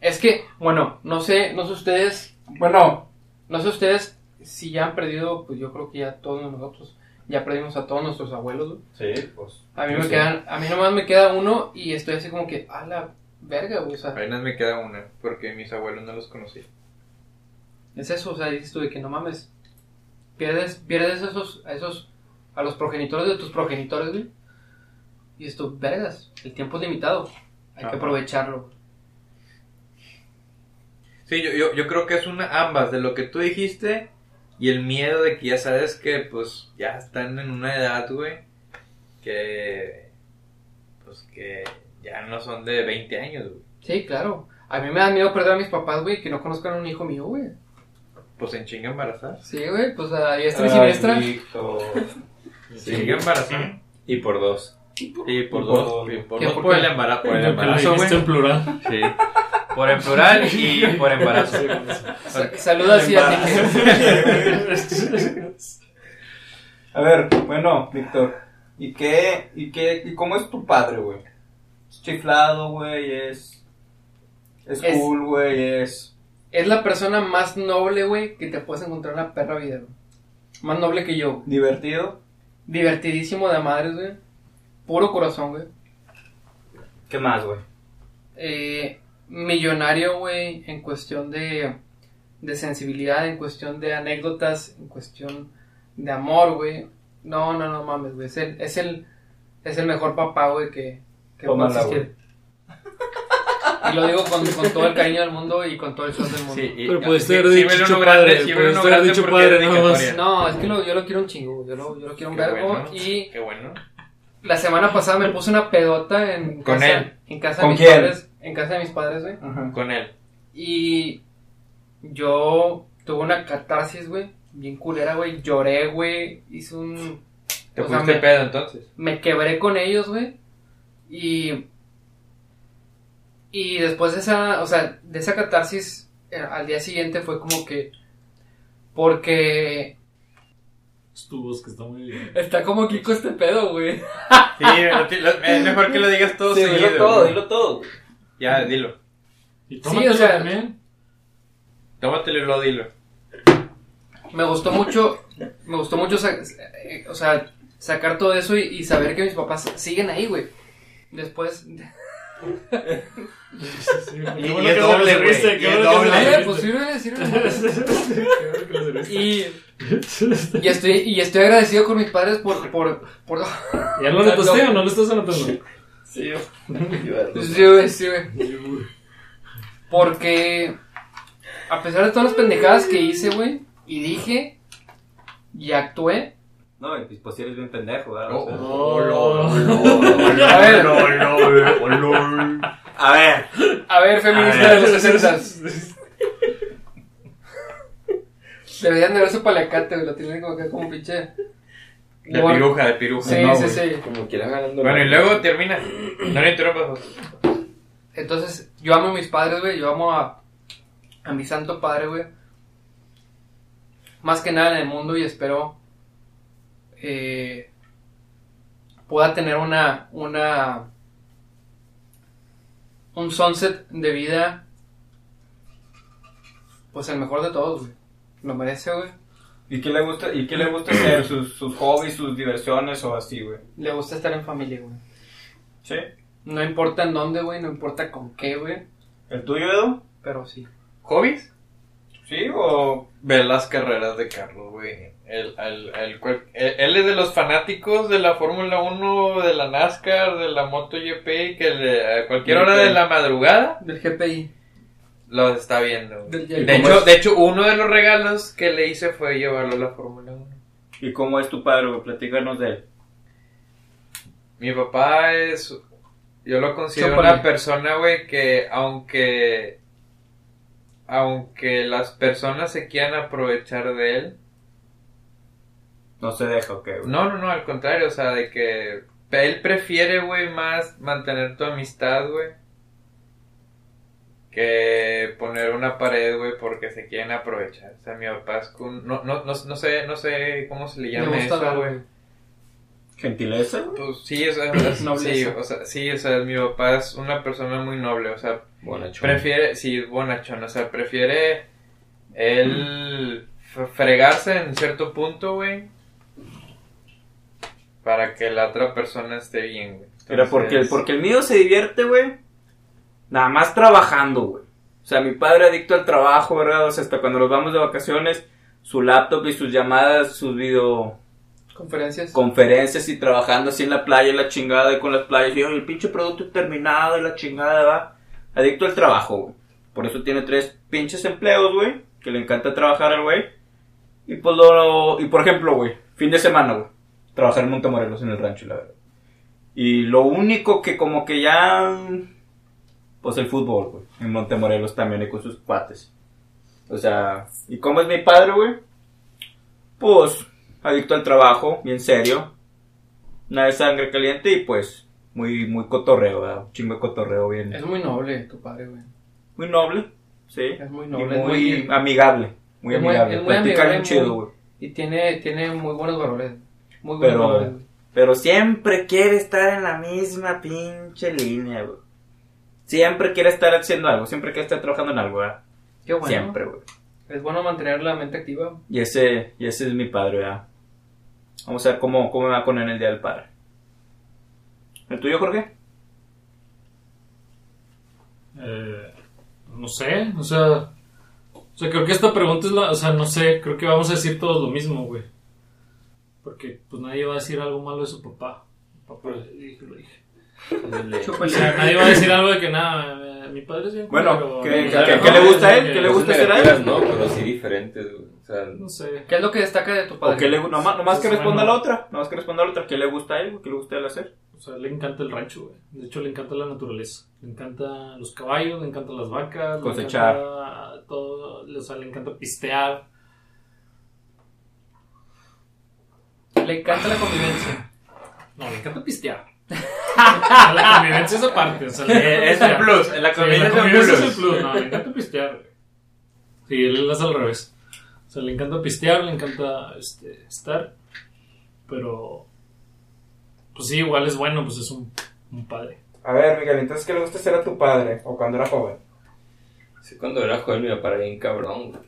[SPEAKER 4] Es que, bueno, no sé, no sé ustedes,
[SPEAKER 5] Bueno,
[SPEAKER 4] no sé ustedes si ya han perdido, pues yo creo que ya todos nosotros, ya perdimos a todos nuestros abuelos, güey.
[SPEAKER 5] sí, pues.
[SPEAKER 4] A mí
[SPEAKER 5] Yo
[SPEAKER 4] me
[SPEAKER 5] sí.
[SPEAKER 4] quedan, a mí nomás me queda uno y estoy así como que, a la verga, güey, o sea,
[SPEAKER 6] Apenas me queda una, porque mis abuelos no los conocí.
[SPEAKER 4] es eso, o sea, dices tú de que no mames, pierdes, pierdes a esos, a esos, a los progenitores de tus progenitores, güey. Y esto, vergas, el tiempo es limitado. Hay
[SPEAKER 6] Ajá.
[SPEAKER 4] que aprovecharlo.
[SPEAKER 6] Sí, yo, yo, yo creo que es una ambas de lo que tú dijiste y el miedo de que ya sabes que pues ya están en una edad, güey, que pues que ya no son de 20 años, güey.
[SPEAKER 4] Sí, claro. A mí me da miedo perder a mis papás, güey, que no conozcan a un hijo mío, güey.
[SPEAKER 6] Pues en chinga embarazar.
[SPEAKER 4] Sí, güey, pues a diestra y siniestra.
[SPEAKER 2] Ay, hijo.
[SPEAKER 5] Oh.
[SPEAKER 6] En
[SPEAKER 2] Sí.
[SPEAKER 6] chinga embarazar.
[SPEAKER 2] Y por dos.
[SPEAKER 6] Y por
[SPEAKER 2] Por
[SPEAKER 6] dos,
[SPEAKER 2] dos,
[SPEAKER 6] y por
[SPEAKER 4] ¿Qué?
[SPEAKER 6] dos
[SPEAKER 4] ¿Por
[SPEAKER 6] por
[SPEAKER 4] qué?
[SPEAKER 6] el embarazo, por el
[SPEAKER 3] Porque lo
[SPEAKER 6] embarazo, güey.
[SPEAKER 3] dijiste en
[SPEAKER 6] [LAUGHS]
[SPEAKER 3] plural.
[SPEAKER 6] Sí. Por el plural y por embarazo.
[SPEAKER 4] Sa- Saluda así a ti.
[SPEAKER 6] [LAUGHS]
[SPEAKER 5] A ver, bueno, Víctor, ¿y qué, y qué, y cómo es tu padre, güey? Es chiflado, güey, es, es,
[SPEAKER 4] Es-
[SPEAKER 5] cool, güey, es...
[SPEAKER 4] Es la persona más noble, güey, que te puedes encontrar en la perra vida, güey. Más noble que yo. güey.
[SPEAKER 5] divertido.
[SPEAKER 4] Divertidísimo de madres, güey. Puro corazón, güey.
[SPEAKER 5] ¿Qué más, güey?
[SPEAKER 4] eh, millonario, güey, en cuestión de, de sensibilidad, en cuestión de anécdotas, en cuestión de amor, güey. No, no, no mames, güey. Es el, es el, es el mejor papá, güey, que, que puede
[SPEAKER 5] Tómala,
[SPEAKER 4] existir. Y lo digo con, con todo el cariño del mundo y con todo el show del mundo.
[SPEAKER 6] Sí, y-
[SPEAKER 3] Pero puede ser
[SPEAKER 6] sí,
[SPEAKER 3] dicho
[SPEAKER 6] vele uno
[SPEAKER 3] padre,
[SPEAKER 6] grande, sí,
[SPEAKER 3] puede
[SPEAKER 6] vele uno
[SPEAKER 3] ser
[SPEAKER 6] grande
[SPEAKER 3] dicho
[SPEAKER 6] porque es
[SPEAKER 3] padre, nada más.
[SPEAKER 6] dedicatoria.
[SPEAKER 4] No, es que lo- yo lo quiero un chingo, güey. yo lo, yo lo quiero un
[SPEAKER 6] Qué
[SPEAKER 4] vergo.
[SPEAKER 6] bueno.
[SPEAKER 4] Y
[SPEAKER 6] Qué bueno.
[SPEAKER 4] la semana pasada me puse una pedota en
[SPEAKER 6] Con
[SPEAKER 4] casa,
[SPEAKER 6] él.
[SPEAKER 4] en casa de
[SPEAKER 5] ¿Con
[SPEAKER 4] mis
[SPEAKER 5] quién?
[SPEAKER 4] padres, en casa de mis padres, güey.
[SPEAKER 5] Ajá.
[SPEAKER 6] Con él.
[SPEAKER 4] Y yo tuve una catarsis, güey, bien culera, güey. Lloré, güey. Hice un.
[SPEAKER 6] Te
[SPEAKER 4] o sea,
[SPEAKER 6] pusiste
[SPEAKER 4] me-
[SPEAKER 6] pedo entonces.
[SPEAKER 4] me quebré con ellos, güey. Y. Y después de esa. O sea, de esa catarsis, eh, al día siguiente fue como que. Porque.
[SPEAKER 3] Tu voz que está muy bien.
[SPEAKER 4] Está como Kiko este pedo, güey.
[SPEAKER 6] Sí, lo ti- lo- es mejor que lo digas todo
[SPEAKER 5] Sí,
[SPEAKER 6] seguido,
[SPEAKER 5] dilo todo,
[SPEAKER 6] güey.
[SPEAKER 5] dilo todo.
[SPEAKER 6] Ya, dilo.
[SPEAKER 3] Y
[SPEAKER 4] o
[SPEAKER 3] tómatelo
[SPEAKER 4] sea-
[SPEAKER 6] [LAUGHS]
[SPEAKER 3] también.
[SPEAKER 6] Tómatelo y lo dilo.
[SPEAKER 4] Me gustó mucho. Me gustó mucho. sa- eh, o sea, sacar todo eso y, y saber que mis papás siguen ahí, güey. Después.
[SPEAKER 6] Y- y es doble, güey, y es doble.
[SPEAKER 3] ¿eh?
[SPEAKER 4] Ay, pues sirve,
[SPEAKER 3] [LAUGHS]
[SPEAKER 4] sirve. Y, y estoy, y estoy agradecido con mis padres por... por, por...
[SPEAKER 3] ¿Ya lo anotaste o no lo estás anotando?
[SPEAKER 4] Sí, güey, sí, güey. Porque a pesar de todas las pendejadas que hice, güey, y dije y actué...
[SPEAKER 8] No, y pues, pues sí eres bien pendejo, ¿verdad?
[SPEAKER 5] Oh.
[SPEAKER 8] O
[SPEAKER 4] A
[SPEAKER 6] [LAUGHS]
[SPEAKER 8] sea,
[SPEAKER 4] ver,
[SPEAKER 8] A ver,
[SPEAKER 4] a ver feminista de los 60. Deberían de ver su palacate, güey, lo tienen como acá como pinche...
[SPEAKER 6] De
[SPEAKER 4] Gor-
[SPEAKER 6] piruja, de piruja.
[SPEAKER 4] Sí,
[SPEAKER 6] No,
[SPEAKER 4] sí, sí.
[SPEAKER 6] güey.
[SPEAKER 2] Como quiera ganando.
[SPEAKER 6] Bueno, y luego termina. No le interrumpas. José.
[SPEAKER 4] Entonces, yo amo a mis padres, güey. Yo amo a, a mi santo padre, güey. Más que nada en el mundo y espero eh, pueda tener una, una, un sunset de vida, pues el mejor de todos, güey. Lo merece, güey.
[SPEAKER 5] ¿Y qué le gusta, y qué le gusta hacer? ¿Sus, sus hobbies, sus diversiones o así, güey?
[SPEAKER 4] Le gusta estar en familia, güey.
[SPEAKER 5] ¿Sí?
[SPEAKER 4] No importa en dónde, güey, no importa con qué, güey,
[SPEAKER 5] ¿El tuyo, Edu?
[SPEAKER 4] pero sí.
[SPEAKER 6] ¿Hobbies?
[SPEAKER 5] ¿Sí? ¿O...?
[SPEAKER 6] Ver las carreras de Carlos, güey. El, el, el cual- él- él es de los fanáticos de la Fórmula 1, de la NASCAR, de la MotoGP, que le- a cualquier hora de la madrugada
[SPEAKER 4] Del GPI.
[SPEAKER 6] los está viendo. güey.
[SPEAKER 4] Del-
[SPEAKER 6] De hecho, de hecho, uno de los regalos que le hice fue llevarlo a la Fórmula 1.
[SPEAKER 5] ¿Y cómo es tu padre, güey? Platícanos de él.
[SPEAKER 6] Mi papá es. Yo lo considero
[SPEAKER 4] Chúpale.
[SPEAKER 6] una persona, güey, que aunque. Aunque las personas se quieran aprovechar de él.
[SPEAKER 5] No se deja, ok, güey.
[SPEAKER 6] No, no, no, al contrario, o sea, de que. Él prefiere, güey, más mantener tu amistad, güey. Que poner una pared, güey, porque se quieren aprovechar. O sea, mi papá es un. No, no, no, no sé, no sé cómo se le
[SPEAKER 4] Le
[SPEAKER 6] llama
[SPEAKER 4] gusta
[SPEAKER 6] eso,
[SPEAKER 4] hablar,
[SPEAKER 6] güey.
[SPEAKER 4] güey.
[SPEAKER 5] ¿Gentileza? güey?
[SPEAKER 6] Pues sí, o
[SPEAKER 4] [CLEARS THROAT]
[SPEAKER 6] sea, o sea, sí,
[SPEAKER 4] Nobleza.
[SPEAKER 6] o sea, sí, o sea, mi papá es una persona muy noble, o sea,
[SPEAKER 2] Bueno, chum.
[SPEAKER 6] prefiere, sí, bonachón, o sea, prefiere él f- fregarse en cierto punto, güey, para que la otra persona esté bien, güey.
[SPEAKER 8] Mira, porque,
[SPEAKER 6] Entonces,
[SPEAKER 8] porque el mío se divierte, güey. Nada más trabajando, güey.
[SPEAKER 5] O sea, mi padre adicto al trabajo, ¿verdad? O sea, hasta cuando nos vamos de vacaciones, su laptop y sus llamadas, sus video
[SPEAKER 4] Conferencias.
[SPEAKER 8] conferencias y trabajando así en la playa y la chingada y con las playas y "Oye, el pinche producto terminado y la chingada va. Adicto al trabajo, güey. Por eso tiene tres pinches empleos, güey. Que le encanta trabajar al güey. Y pues lo, y por ejemplo, güey, fin de semana, güey. Trabajar en Montemorelos en el rancho, la verdad. Y lo único que como que ya. Pues el fútbol, güey. En Montemorelos también y con sus cuates. O sea, ¿y cómo es mi padre, güey? Pues adicto al trabajo, bien serio. Nada de sangre caliente y pues muy, muy cotorreo, ¿verdad? Un chingo de cotorreo bien.
[SPEAKER 4] Es muy noble tu padre, güey.
[SPEAKER 8] Muy noble, sí.
[SPEAKER 4] Es muy
[SPEAKER 8] Y
[SPEAKER 4] noble. es
[SPEAKER 8] muy amigable. Muy
[SPEAKER 4] es muy-
[SPEAKER 8] amigable.
[SPEAKER 4] es muy
[SPEAKER 8] Platicar
[SPEAKER 4] amigable,
[SPEAKER 8] un chido,
[SPEAKER 4] muy-
[SPEAKER 8] güey.
[SPEAKER 4] Y tiene, tiene muy buenos valores. Muy buenos
[SPEAKER 8] Pero-
[SPEAKER 4] valores, güey.
[SPEAKER 8] Pero siempre quiere estar en la misma pinche línea, güey. Siempre quiere estar haciendo algo, siempre quiere estar trabajando en algo, ¿verdad?
[SPEAKER 4] Qué bueno.
[SPEAKER 8] Siempre, güey.
[SPEAKER 4] Es bueno mantener la mente activa.
[SPEAKER 8] Y ese, y ese es mi padre, ¿verdad? Vamos a ver cómo, cómo me va con él el día del padre. ¿El tuyo, Jorge?
[SPEAKER 3] Eh, no sé, o sea, o sea, creo que esta pregunta es la, o sea, no sé, creo que vamos a decir todos lo mismo, güey. Porque pues nadie va a decir algo malo de su papá. Papá
[SPEAKER 8] Pues,
[SPEAKER 3] le dije, lo dije. O sea, nadie va a decir algo de que nada, eh, mi padre es bien
[SPEAKER 8] Bueno,
[SPEAKER 3] culero,
[SPEAKER 8] ¿qué-
[SPEAKER 3] mi
[SPEAKER 8] qué-
[SPEAKER 3] padre
[SPEAKER 8] qué-
[SPEAKER 3] no,
[SPEAKER 8] qué le gusta a él?
[SPEAKER 3] que-
[SPEAKER 8] ¿Qué le gusta?
[SPEAKER 2] Cosas
[SPEAKER 8] hacer a él?
[SPEAKER 2] negativas, no, pero sí diferentes, güey. O sea,
[SPEAKER 3] No sé.
[SPEAKER 4] ¿Qué es lo que destaca de tu padre?
[SPEAKER 8] ¿O qué le, nomás, nomás que
[SPEAKER 3] Pues,
[SPEAKER 8] responda
[SPEAKER 3] bueno.
[SPEAKER 8] la otra. Nomás que responda la otra. ¿Qué le gusta a él? güey? ¿Qué le gusta a él hacer?
[SPEAKER 3] O sea, le encanta el rancho, güey. De hecho, le encanta la naturaleza. Le encantan los caballos, le encantan las vacas,
[SPEAKER 8] Cosechar.
[SPEAKER 3] le encanta todo, o sea, le encanta pistear.
[SPEAKER 4] Le encanta la convivencia.
[SPEAKER 3] No, le encanta pistear. [LAUGHS] la convivencia es aparte, o sea, le-
[SPEAKER 6] Eh, Es un plus, la
[SPEAKER 3] Sí, la
[SPEAKER 6] comida
[SPEAKER 3] convivencia
[SPEAKER 6] es
[SPEAKER 3] es
[SPEAKER 6] un
[SPEAKER 3] el
[SPEAKER 6] plus.
[SPEAKER 3] plus. No, le encanta pistear. güey. Sí, él es al revés. O sea, le encanta pistear, le encanta este, estar. Pero. Pues sí, igual es bueno, pues es un, un padre.
[SPEAKER 5] A ver, Miguel, entonces, ¿qué le gusta hacer a tu padre? ¿O cuando era joven?
[SPEAKER 2] sí, cuando era joven me para bien cabrón, güey.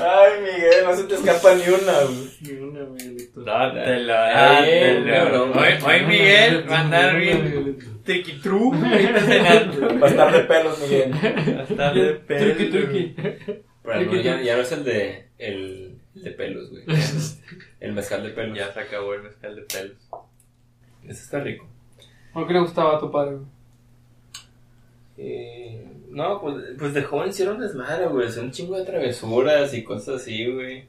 [SPEAKER 5] Ay, Miguel, no se te escapa ni una, güey.
[SPEAKER 2] Te
[SPEAKER 8] Ah, te la-
[SPEAKER 2] cabrón.
[SPEAKER 6] Hoy, hoy Miguel va a andar bien triquitru. ahorita cenando.
[SPEAKER 5] Bastar de pelos, Miguel.
[SPEAKER 6] Hasta-
[SPEAKER 3] Truqui, truqui.
[SPEAKER 2] Pero no, ya, ya no es el de, el, el de pelos, [LAUGHS] güey. El mezcal de pelos.
[SPEAKER 6] Ya se acabó el mezcal de pelos.
[SPEAKER 2] Ese está rico.
[SPEAKER 4] ¿O qué le gustaba a tu padre? güey?
[SPEAKER 2] Eh, no, pues, pues de joven hicieron desmadre, güey. Hacían un chingo de travesuras y cosas así, güey.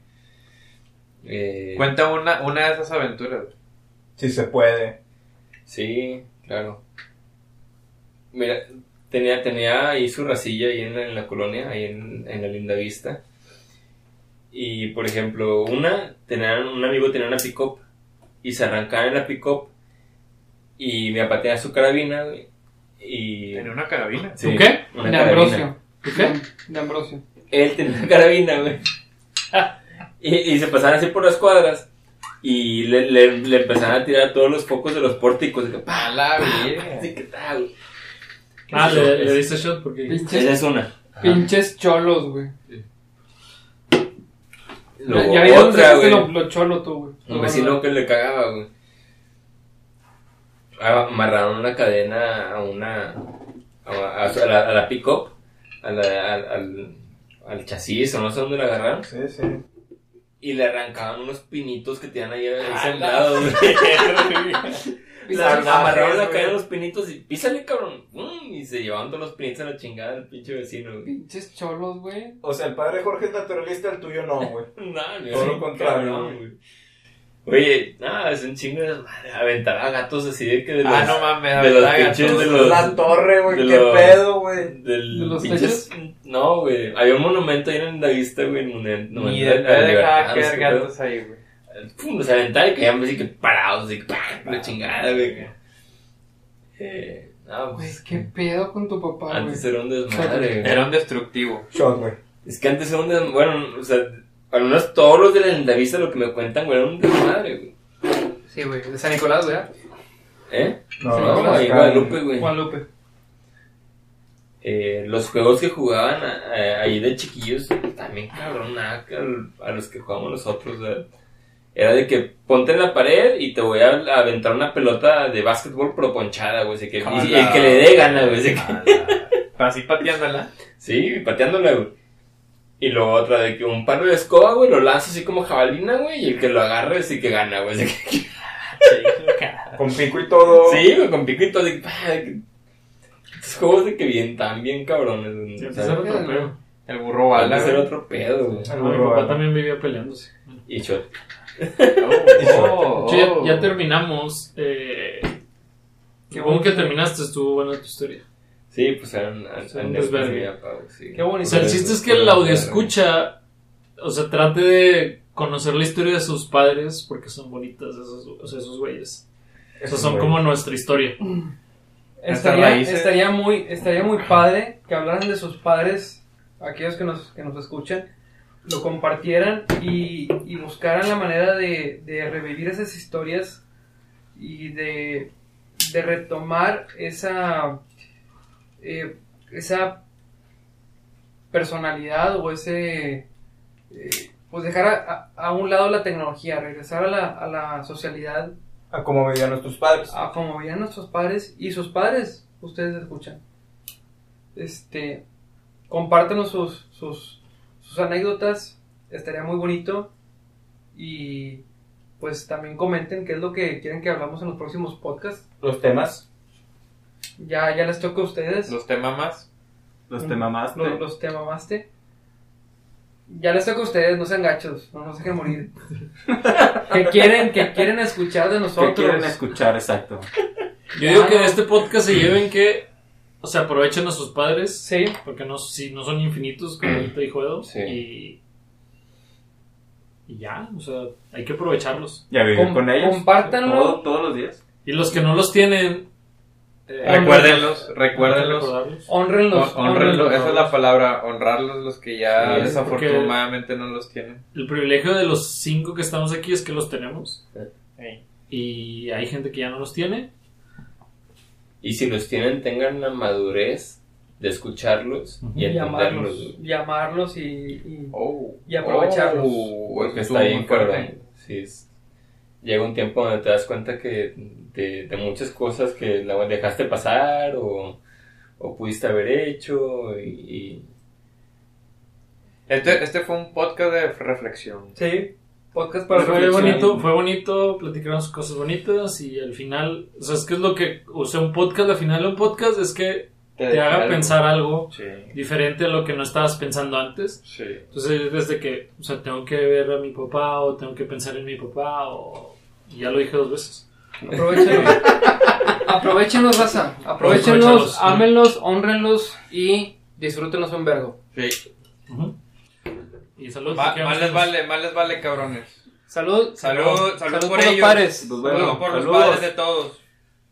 [SPEAKER 2] Eh,
[SPEAKER 6] Cuenta una, una de esas aventuras.
[SPEAKER 5] Si se puede.
[SPEAKER 2] Sí, claro. Mira, tenía, tenía ahí su racilla ahí en la, en la colonia, ahí en, en la Linda Vista. Y por ejemplo, una, tenían, un amigo tenía una pick-up y se arrancaban en la pick-up y me apateaba su carabina, güey. Y.
[SPEAKER 6] Tenía una carabina.
[SPEAKER 2] Sí,
[SPEAKER 3] ¿Tú qué?
[SPEAKER 2] una
[SPEAKER 4] de
[SPEAKER 2] carabina.
[SPEAKER 4] Ambrosio.
[SPEAKER 3] ¿Tú qué?
[SPEAKER 4] De Ambrosio.
[SPEAKER 2] Él tenía una carabina, güey. Y, y se pasaban así por las cuadras. Y le, le, le empezaban a tirar todos los focos de los pórticos. Y que, pa,
[SPEAKER 6] A la verga.
[SPEAKER 2] así que tal.
[SPEAKER 3] Ah, le, le diste shot porque.
[SPEAKER 2] Esa
[SPEAKER 4] Pinches,
[SPEAKER 2] es una.
[SPEAKER 4] pinches cholos, güey.
[SPEAKER 2] Luego
[SPEAKER 4] ya habías
[SPEAKER 2] otra,
[SPEAKER 4] dicho
[SPEAKER 2] güey.
[SPEAKER 4] lo, lo cholo tú, güey.
[SPEAKER 2] Un vecino que le cagaba, güey. Amarraron una cadena a una. a, a- a la, a la pick-up. a la- al, al, al chasis, o no sé dónde la agarraron.
[SPEAKER 5] Sí, sí.
[SPEAKER 2] Y le arrancaban unos pinitos que tenían
[SPEAKER 4] Ah,
[SPEAKER 2] ahí ahí sembrados,
[SPEAKER 4] [LAUGHS]
[SPEAKER 2] güey. La-
[SPEAKER 4] Pinches-
[SPEAKER 2] amarraron la
[SPEAKER 6] güey.
[SPEAKER 2] cadena a los pinitos y písale, cabrón. Mm, y se llevaban todos los pinitos a la chingada del pinche vecino, güey.
[SPEAKER 4] Pinches cholos, güey.
[SPEAKER 5] O sea, el padre Jorge es naturalista, el tuyo no, güey.
[SPEAKER 2] No, no,
[SPEAKER 5] Todo lo
[SPEAKER 2] sí,
[SPEAKER 5] contrario,
[SPEAKER 2] cabrón, güey. Oye, no, es un chingo de madre. Aventaba gatos así de que de los.
[SPEAKER 6] Ah, no mames, a
[SPEAKER 2] de
[SPEAKER 6] ver,
[SPEAKER 2] los
[SPEAKER 6] la
[SPEAKER 2] pinches de
[SPEAKER 6] gatos.
[SPEAKER 2] los.
[SPEAKER 5] La [LAUGHS] torre, güey,
[SPEAKER 2] de
[SPEAKER 5] qué
[SPEAKER 2] los-
[SPEAKER 5] pedo, güey.
[SPEAKER 2] Del
[SPEAKER 4] ¿De los
[SPEAKER 2] pinches- No, güey. Había un monumento ahí en la vista, güey. el monen-
[SPEAKER 6] Ni
[SPEAKER 2] monumento
[SPEAKER 6] de
[SPEAKER 2] a la
[SPEAKER 6] pedo dejaba
[SPEAKER 2] libertad, no sé
[SPEAKER 6] caer
[SPEAKER 2] qué pedo.
[SPEAKER 6] gatos ahí, güey.
[SPEAKER 2] Pum, se aventaban y caían así que parados, así que ¡pam! la chingada, güey. Eh, no,
[SPEAKER 4] Güey,
[SPEAKER 2] pues.
[SPEAKER 4] qué pedo con tu papá, güey.
[SPEAKER 2] Antes era un
[SPEAKER 6] [LAUGHS]
[SPEAKER 2] desmadre, güey.
[SPEAKER 6] Era un destructivo.
[SPEAKER 5] Shot, güey.
[SPEAKER 2] Es que antes era un desmadre. Bueno, o sea, al menos todos los de la Lindavista lo que me cuentan, güey, era un desmadre, güey.
[SPEAKER 4] Sí, güey. De San Nicolás, güey.
[SPEAKER 2] ¿Eh?
[SPEAKER 5] No,
[SPEAKER 2] No,
[SPEAKER 5] no,
[SPEAKER 2] ahí en Guadalupe, güey.
[SPEAKER 4] Juan Lupe.
[SPEAKER 2] Eh, los juegos que jugaban a- a- ahí de chiquillos, también cabrón, nada que al- a los que jugamos nosotros, ¿verdad? Era de que ponte en la pared y te voy a a aventar una pelota de básquetbol pero ponchada, güey. así que- Y, y el que [LAUGHS] le dé gana, güey. así que-
[SPEAKER 6] Así pateándola.
[SPEAKER 2] Sí, pateándola, güey. Y luego otra de que un palo de escoba, güey, lo lanza así como jabalina, güey, y el que lo agarre es el que gana, güey. Así que- [LAUGHS]
[SPEAKER 5] Con pico y todo.
[SPEAKER 2] Sí, güey, con pico y todo, así, pa, de que- [LAUGHS] Estos juegos de que bien, tan bien cabrones, güey.
[SPEAKER 3] Sí,
[SPEAKER 2] o
[SPEAKER 3] Empieza
[SPEAKER 2] sea,
[SPEAKER 3] a atropellar.
[SPEAKER 6] El burro
[SPEAKER 2] van
[SPEAKER 6] bala.
[SPEAKER 2] a ser
[SPEAKER 6] güey.
[SPEAKER 2] otro pedo, güey.
[SPEAKER 5] Al
[SPEAKER 3] Mi
[SPEAKER 5] burro,
[SPEAKER 3] papá
[SPEAKER 5] ¿verdad?
[SPEAKER 3] también vivía peleándose.
[SPEAKER 2] Y shot.
[SPEAKER 6] Oh,
[SPEAKER 3] Che, ya-
[SPEAKER 6] oh.
[SPEAKER 3] ya, terminamos. Eh, supongo que terminaste, estuvo buena tu historia.
[SPEAKER 2] Sí, pues eran an-
[SPEAKER 3] Son
[SPEAKER 2] anécdotas de
[SPEAKER 3] desvergue.
[SPEAKER 2] mi papá, güey, sí.
[SPEAKER 4] Qué bonito.
[SPEAKER 3] O sea, el chiste es que el audio escucha, o sea, trate de conocer la historia de sus padres porque son bonitas esos, o sea, esos güeyes. O sea, son como nuestra historia.
[SPEAKER 4] Estaría,
[SPEAKER 6] raíces.
[SPEAKER 4] estaría, muy, estaría muy padre que hablaran de sus padres, aquellos que nos, que nos escuchan, lo compartieran y, y buscaran la manera de, de revivir esas historias y de, de retomar esa, eh, esa personalidad o ese... eh, pues dejar a, a- a un lado la tecnología, regresar a la, a la socialidad
[SPEAKER 5] A cómo vivían nuestros padres.
[SPEAKER 4] a como veían nuestros padres y sus padres, ustedes escuchan. Este, compártanos sus, sus, sus anécdotas, estaría muy bonito. Y pues también comenten qué es lo que quieren que hablamos en los próximos podcasts.
[SPEAKER 5] Los temas.
[SPEAKER 4] Ya, ya les toca a ustedes, los,
[SPEAKER 6] Los temas más.
[SPEAKER 5] Mm,
[SPEAKER 8] Los te mamaste.
[SPEAKER 4] los te mamaste. Ya les toca a ustedes, no sean gachos, no nos dejen
[SPEAKER 8] [LAUGHS]
[SPEAKER 4] morir. que quieren, que quieren escuchar de
[SPEAKER 8] ¿Qué
[SPEAKER 4] nosotros.
[SPEAKER 8] quieren escuchar? Exacto.
[SPEAKER 3] Yo digo que de este podcast se lleven que, o sea, aprovechen a sus padres.
[SPEAKER 4] Sí,
[SPEAKER 3] Porque no, si no son infinitos, como ahorita dijo Edo.
[SPEAKER 2] Sí.
[SPEAKER 3] Y, y ya, o sea, hay que aprovecharlos.
[SPEAKER 8] Ya vivir
[SPEAKER 4] Com-
[SPEAKER 8] con ellos.
[SPEAKER 4] compártanlo.
[SPEAKER 8] Todo- todos los días.
[SPEAKER 3] Y los que no los tienen, eh,
[SPEAKER 6] Recuérdenlos,
[SPEAKER 3] hay que
[SPEAKER 6] recuérdenlos.
[SPEAKER 3] recordarlos.
[SPEAKER 4] honrenlos.
[SPEAKER 6] Hon- honrenlos, esa es la palabra, honrarlos los que ya
[SPEAKER 3] Sí,
[SPEAKER 6] desafortunadamente no los tienen.
[SPEAKER 3] El privilegio de los cinco que estamos aquí es que los tenemos.
[SPEAKER 6] Sí.
[SPEAKER 3] Y hay gente que ya no los tiene.
[SPEAKER 2] Y si los tienen, tengan la madurez de escucharlos y
[SPEAKER 4] Y
[SPEAKER 2] entenderlos,
[SPEAKER 4] llamarlos,
[SPEAKER 2] güey.
[SPEAKER 4] llamarlos y, y-
[SPEAKER 6] Oh.
[SPEAKER 4] Y aprovecharlos.
[SPEAKER 6] Oh,
[SPEAKER 2] Porque está
[SPEAKER 6] eso estuvo
[SPEAKER 2] bien
[SPEAKER 6] muy fuerte.
[SPEAKER 2] cabrón. Sí, es- Llega un tiempo donde te das cuenta que de, de muchas cosas que la dejaste pasar o, o pudiste haber hecho y,
[SPEAKER 6] Este, este fue un podcast de reflexión.
[SPEAKER 4] sí, podcast para
[SPEAKER 3] Pero fue
[SPEAKER 4] reflexión.
[SPEAKER 3] bonito, fue bonito, platicaron sus cosas bonitas y al final, o sea, es que es lo que, o sea, un podcast, al final de un podcast es que te haga
[SPEAKER 6] algo.
[SPEAKER 3] pensar algo
[SPEAKER 6] Sí,
[SPEAKER 3] diferente a lo que no estabas pensando antes.
[SPEAKER 6] sí.
[SPEAKER 3] Entonces, desde que, o sea, tengo que ver a mi papá o tengo que pensar en mi papá o... y Ya lo dije dos veces.
[SPEAKER 4] Aprovechenlos. Aprovechenlos, raza. Aprovechenlos,
[SPEAKER 3] Aprovechenlos.
[SPEAKER 4] ámenlos, honrenlos y disfrútenlos un vergo.
[SPEAKER 6] sí.
[SPEAKER 3] Y saludos.
[SPEAKER 6] Va-
[SPEAKER 3] porque vamos
[SPEAKER 6] más
[SPEAKER 3] a-
[SPEAKER 6] les vale, más les vale, cabrones.
[SPEAKER 4] Salud.
[SPEAKER 6] Salud, salud, por,
[SPEAKER 4] los
[SPEAKER 6] ellos.
[SPEAKER 4] padres.
[SPEAKER 8] Pues bueno,
[SPEAKER 6] Salud por los
[SPEAKER 8] saludos.
[SPEAKER 6] padres de todos.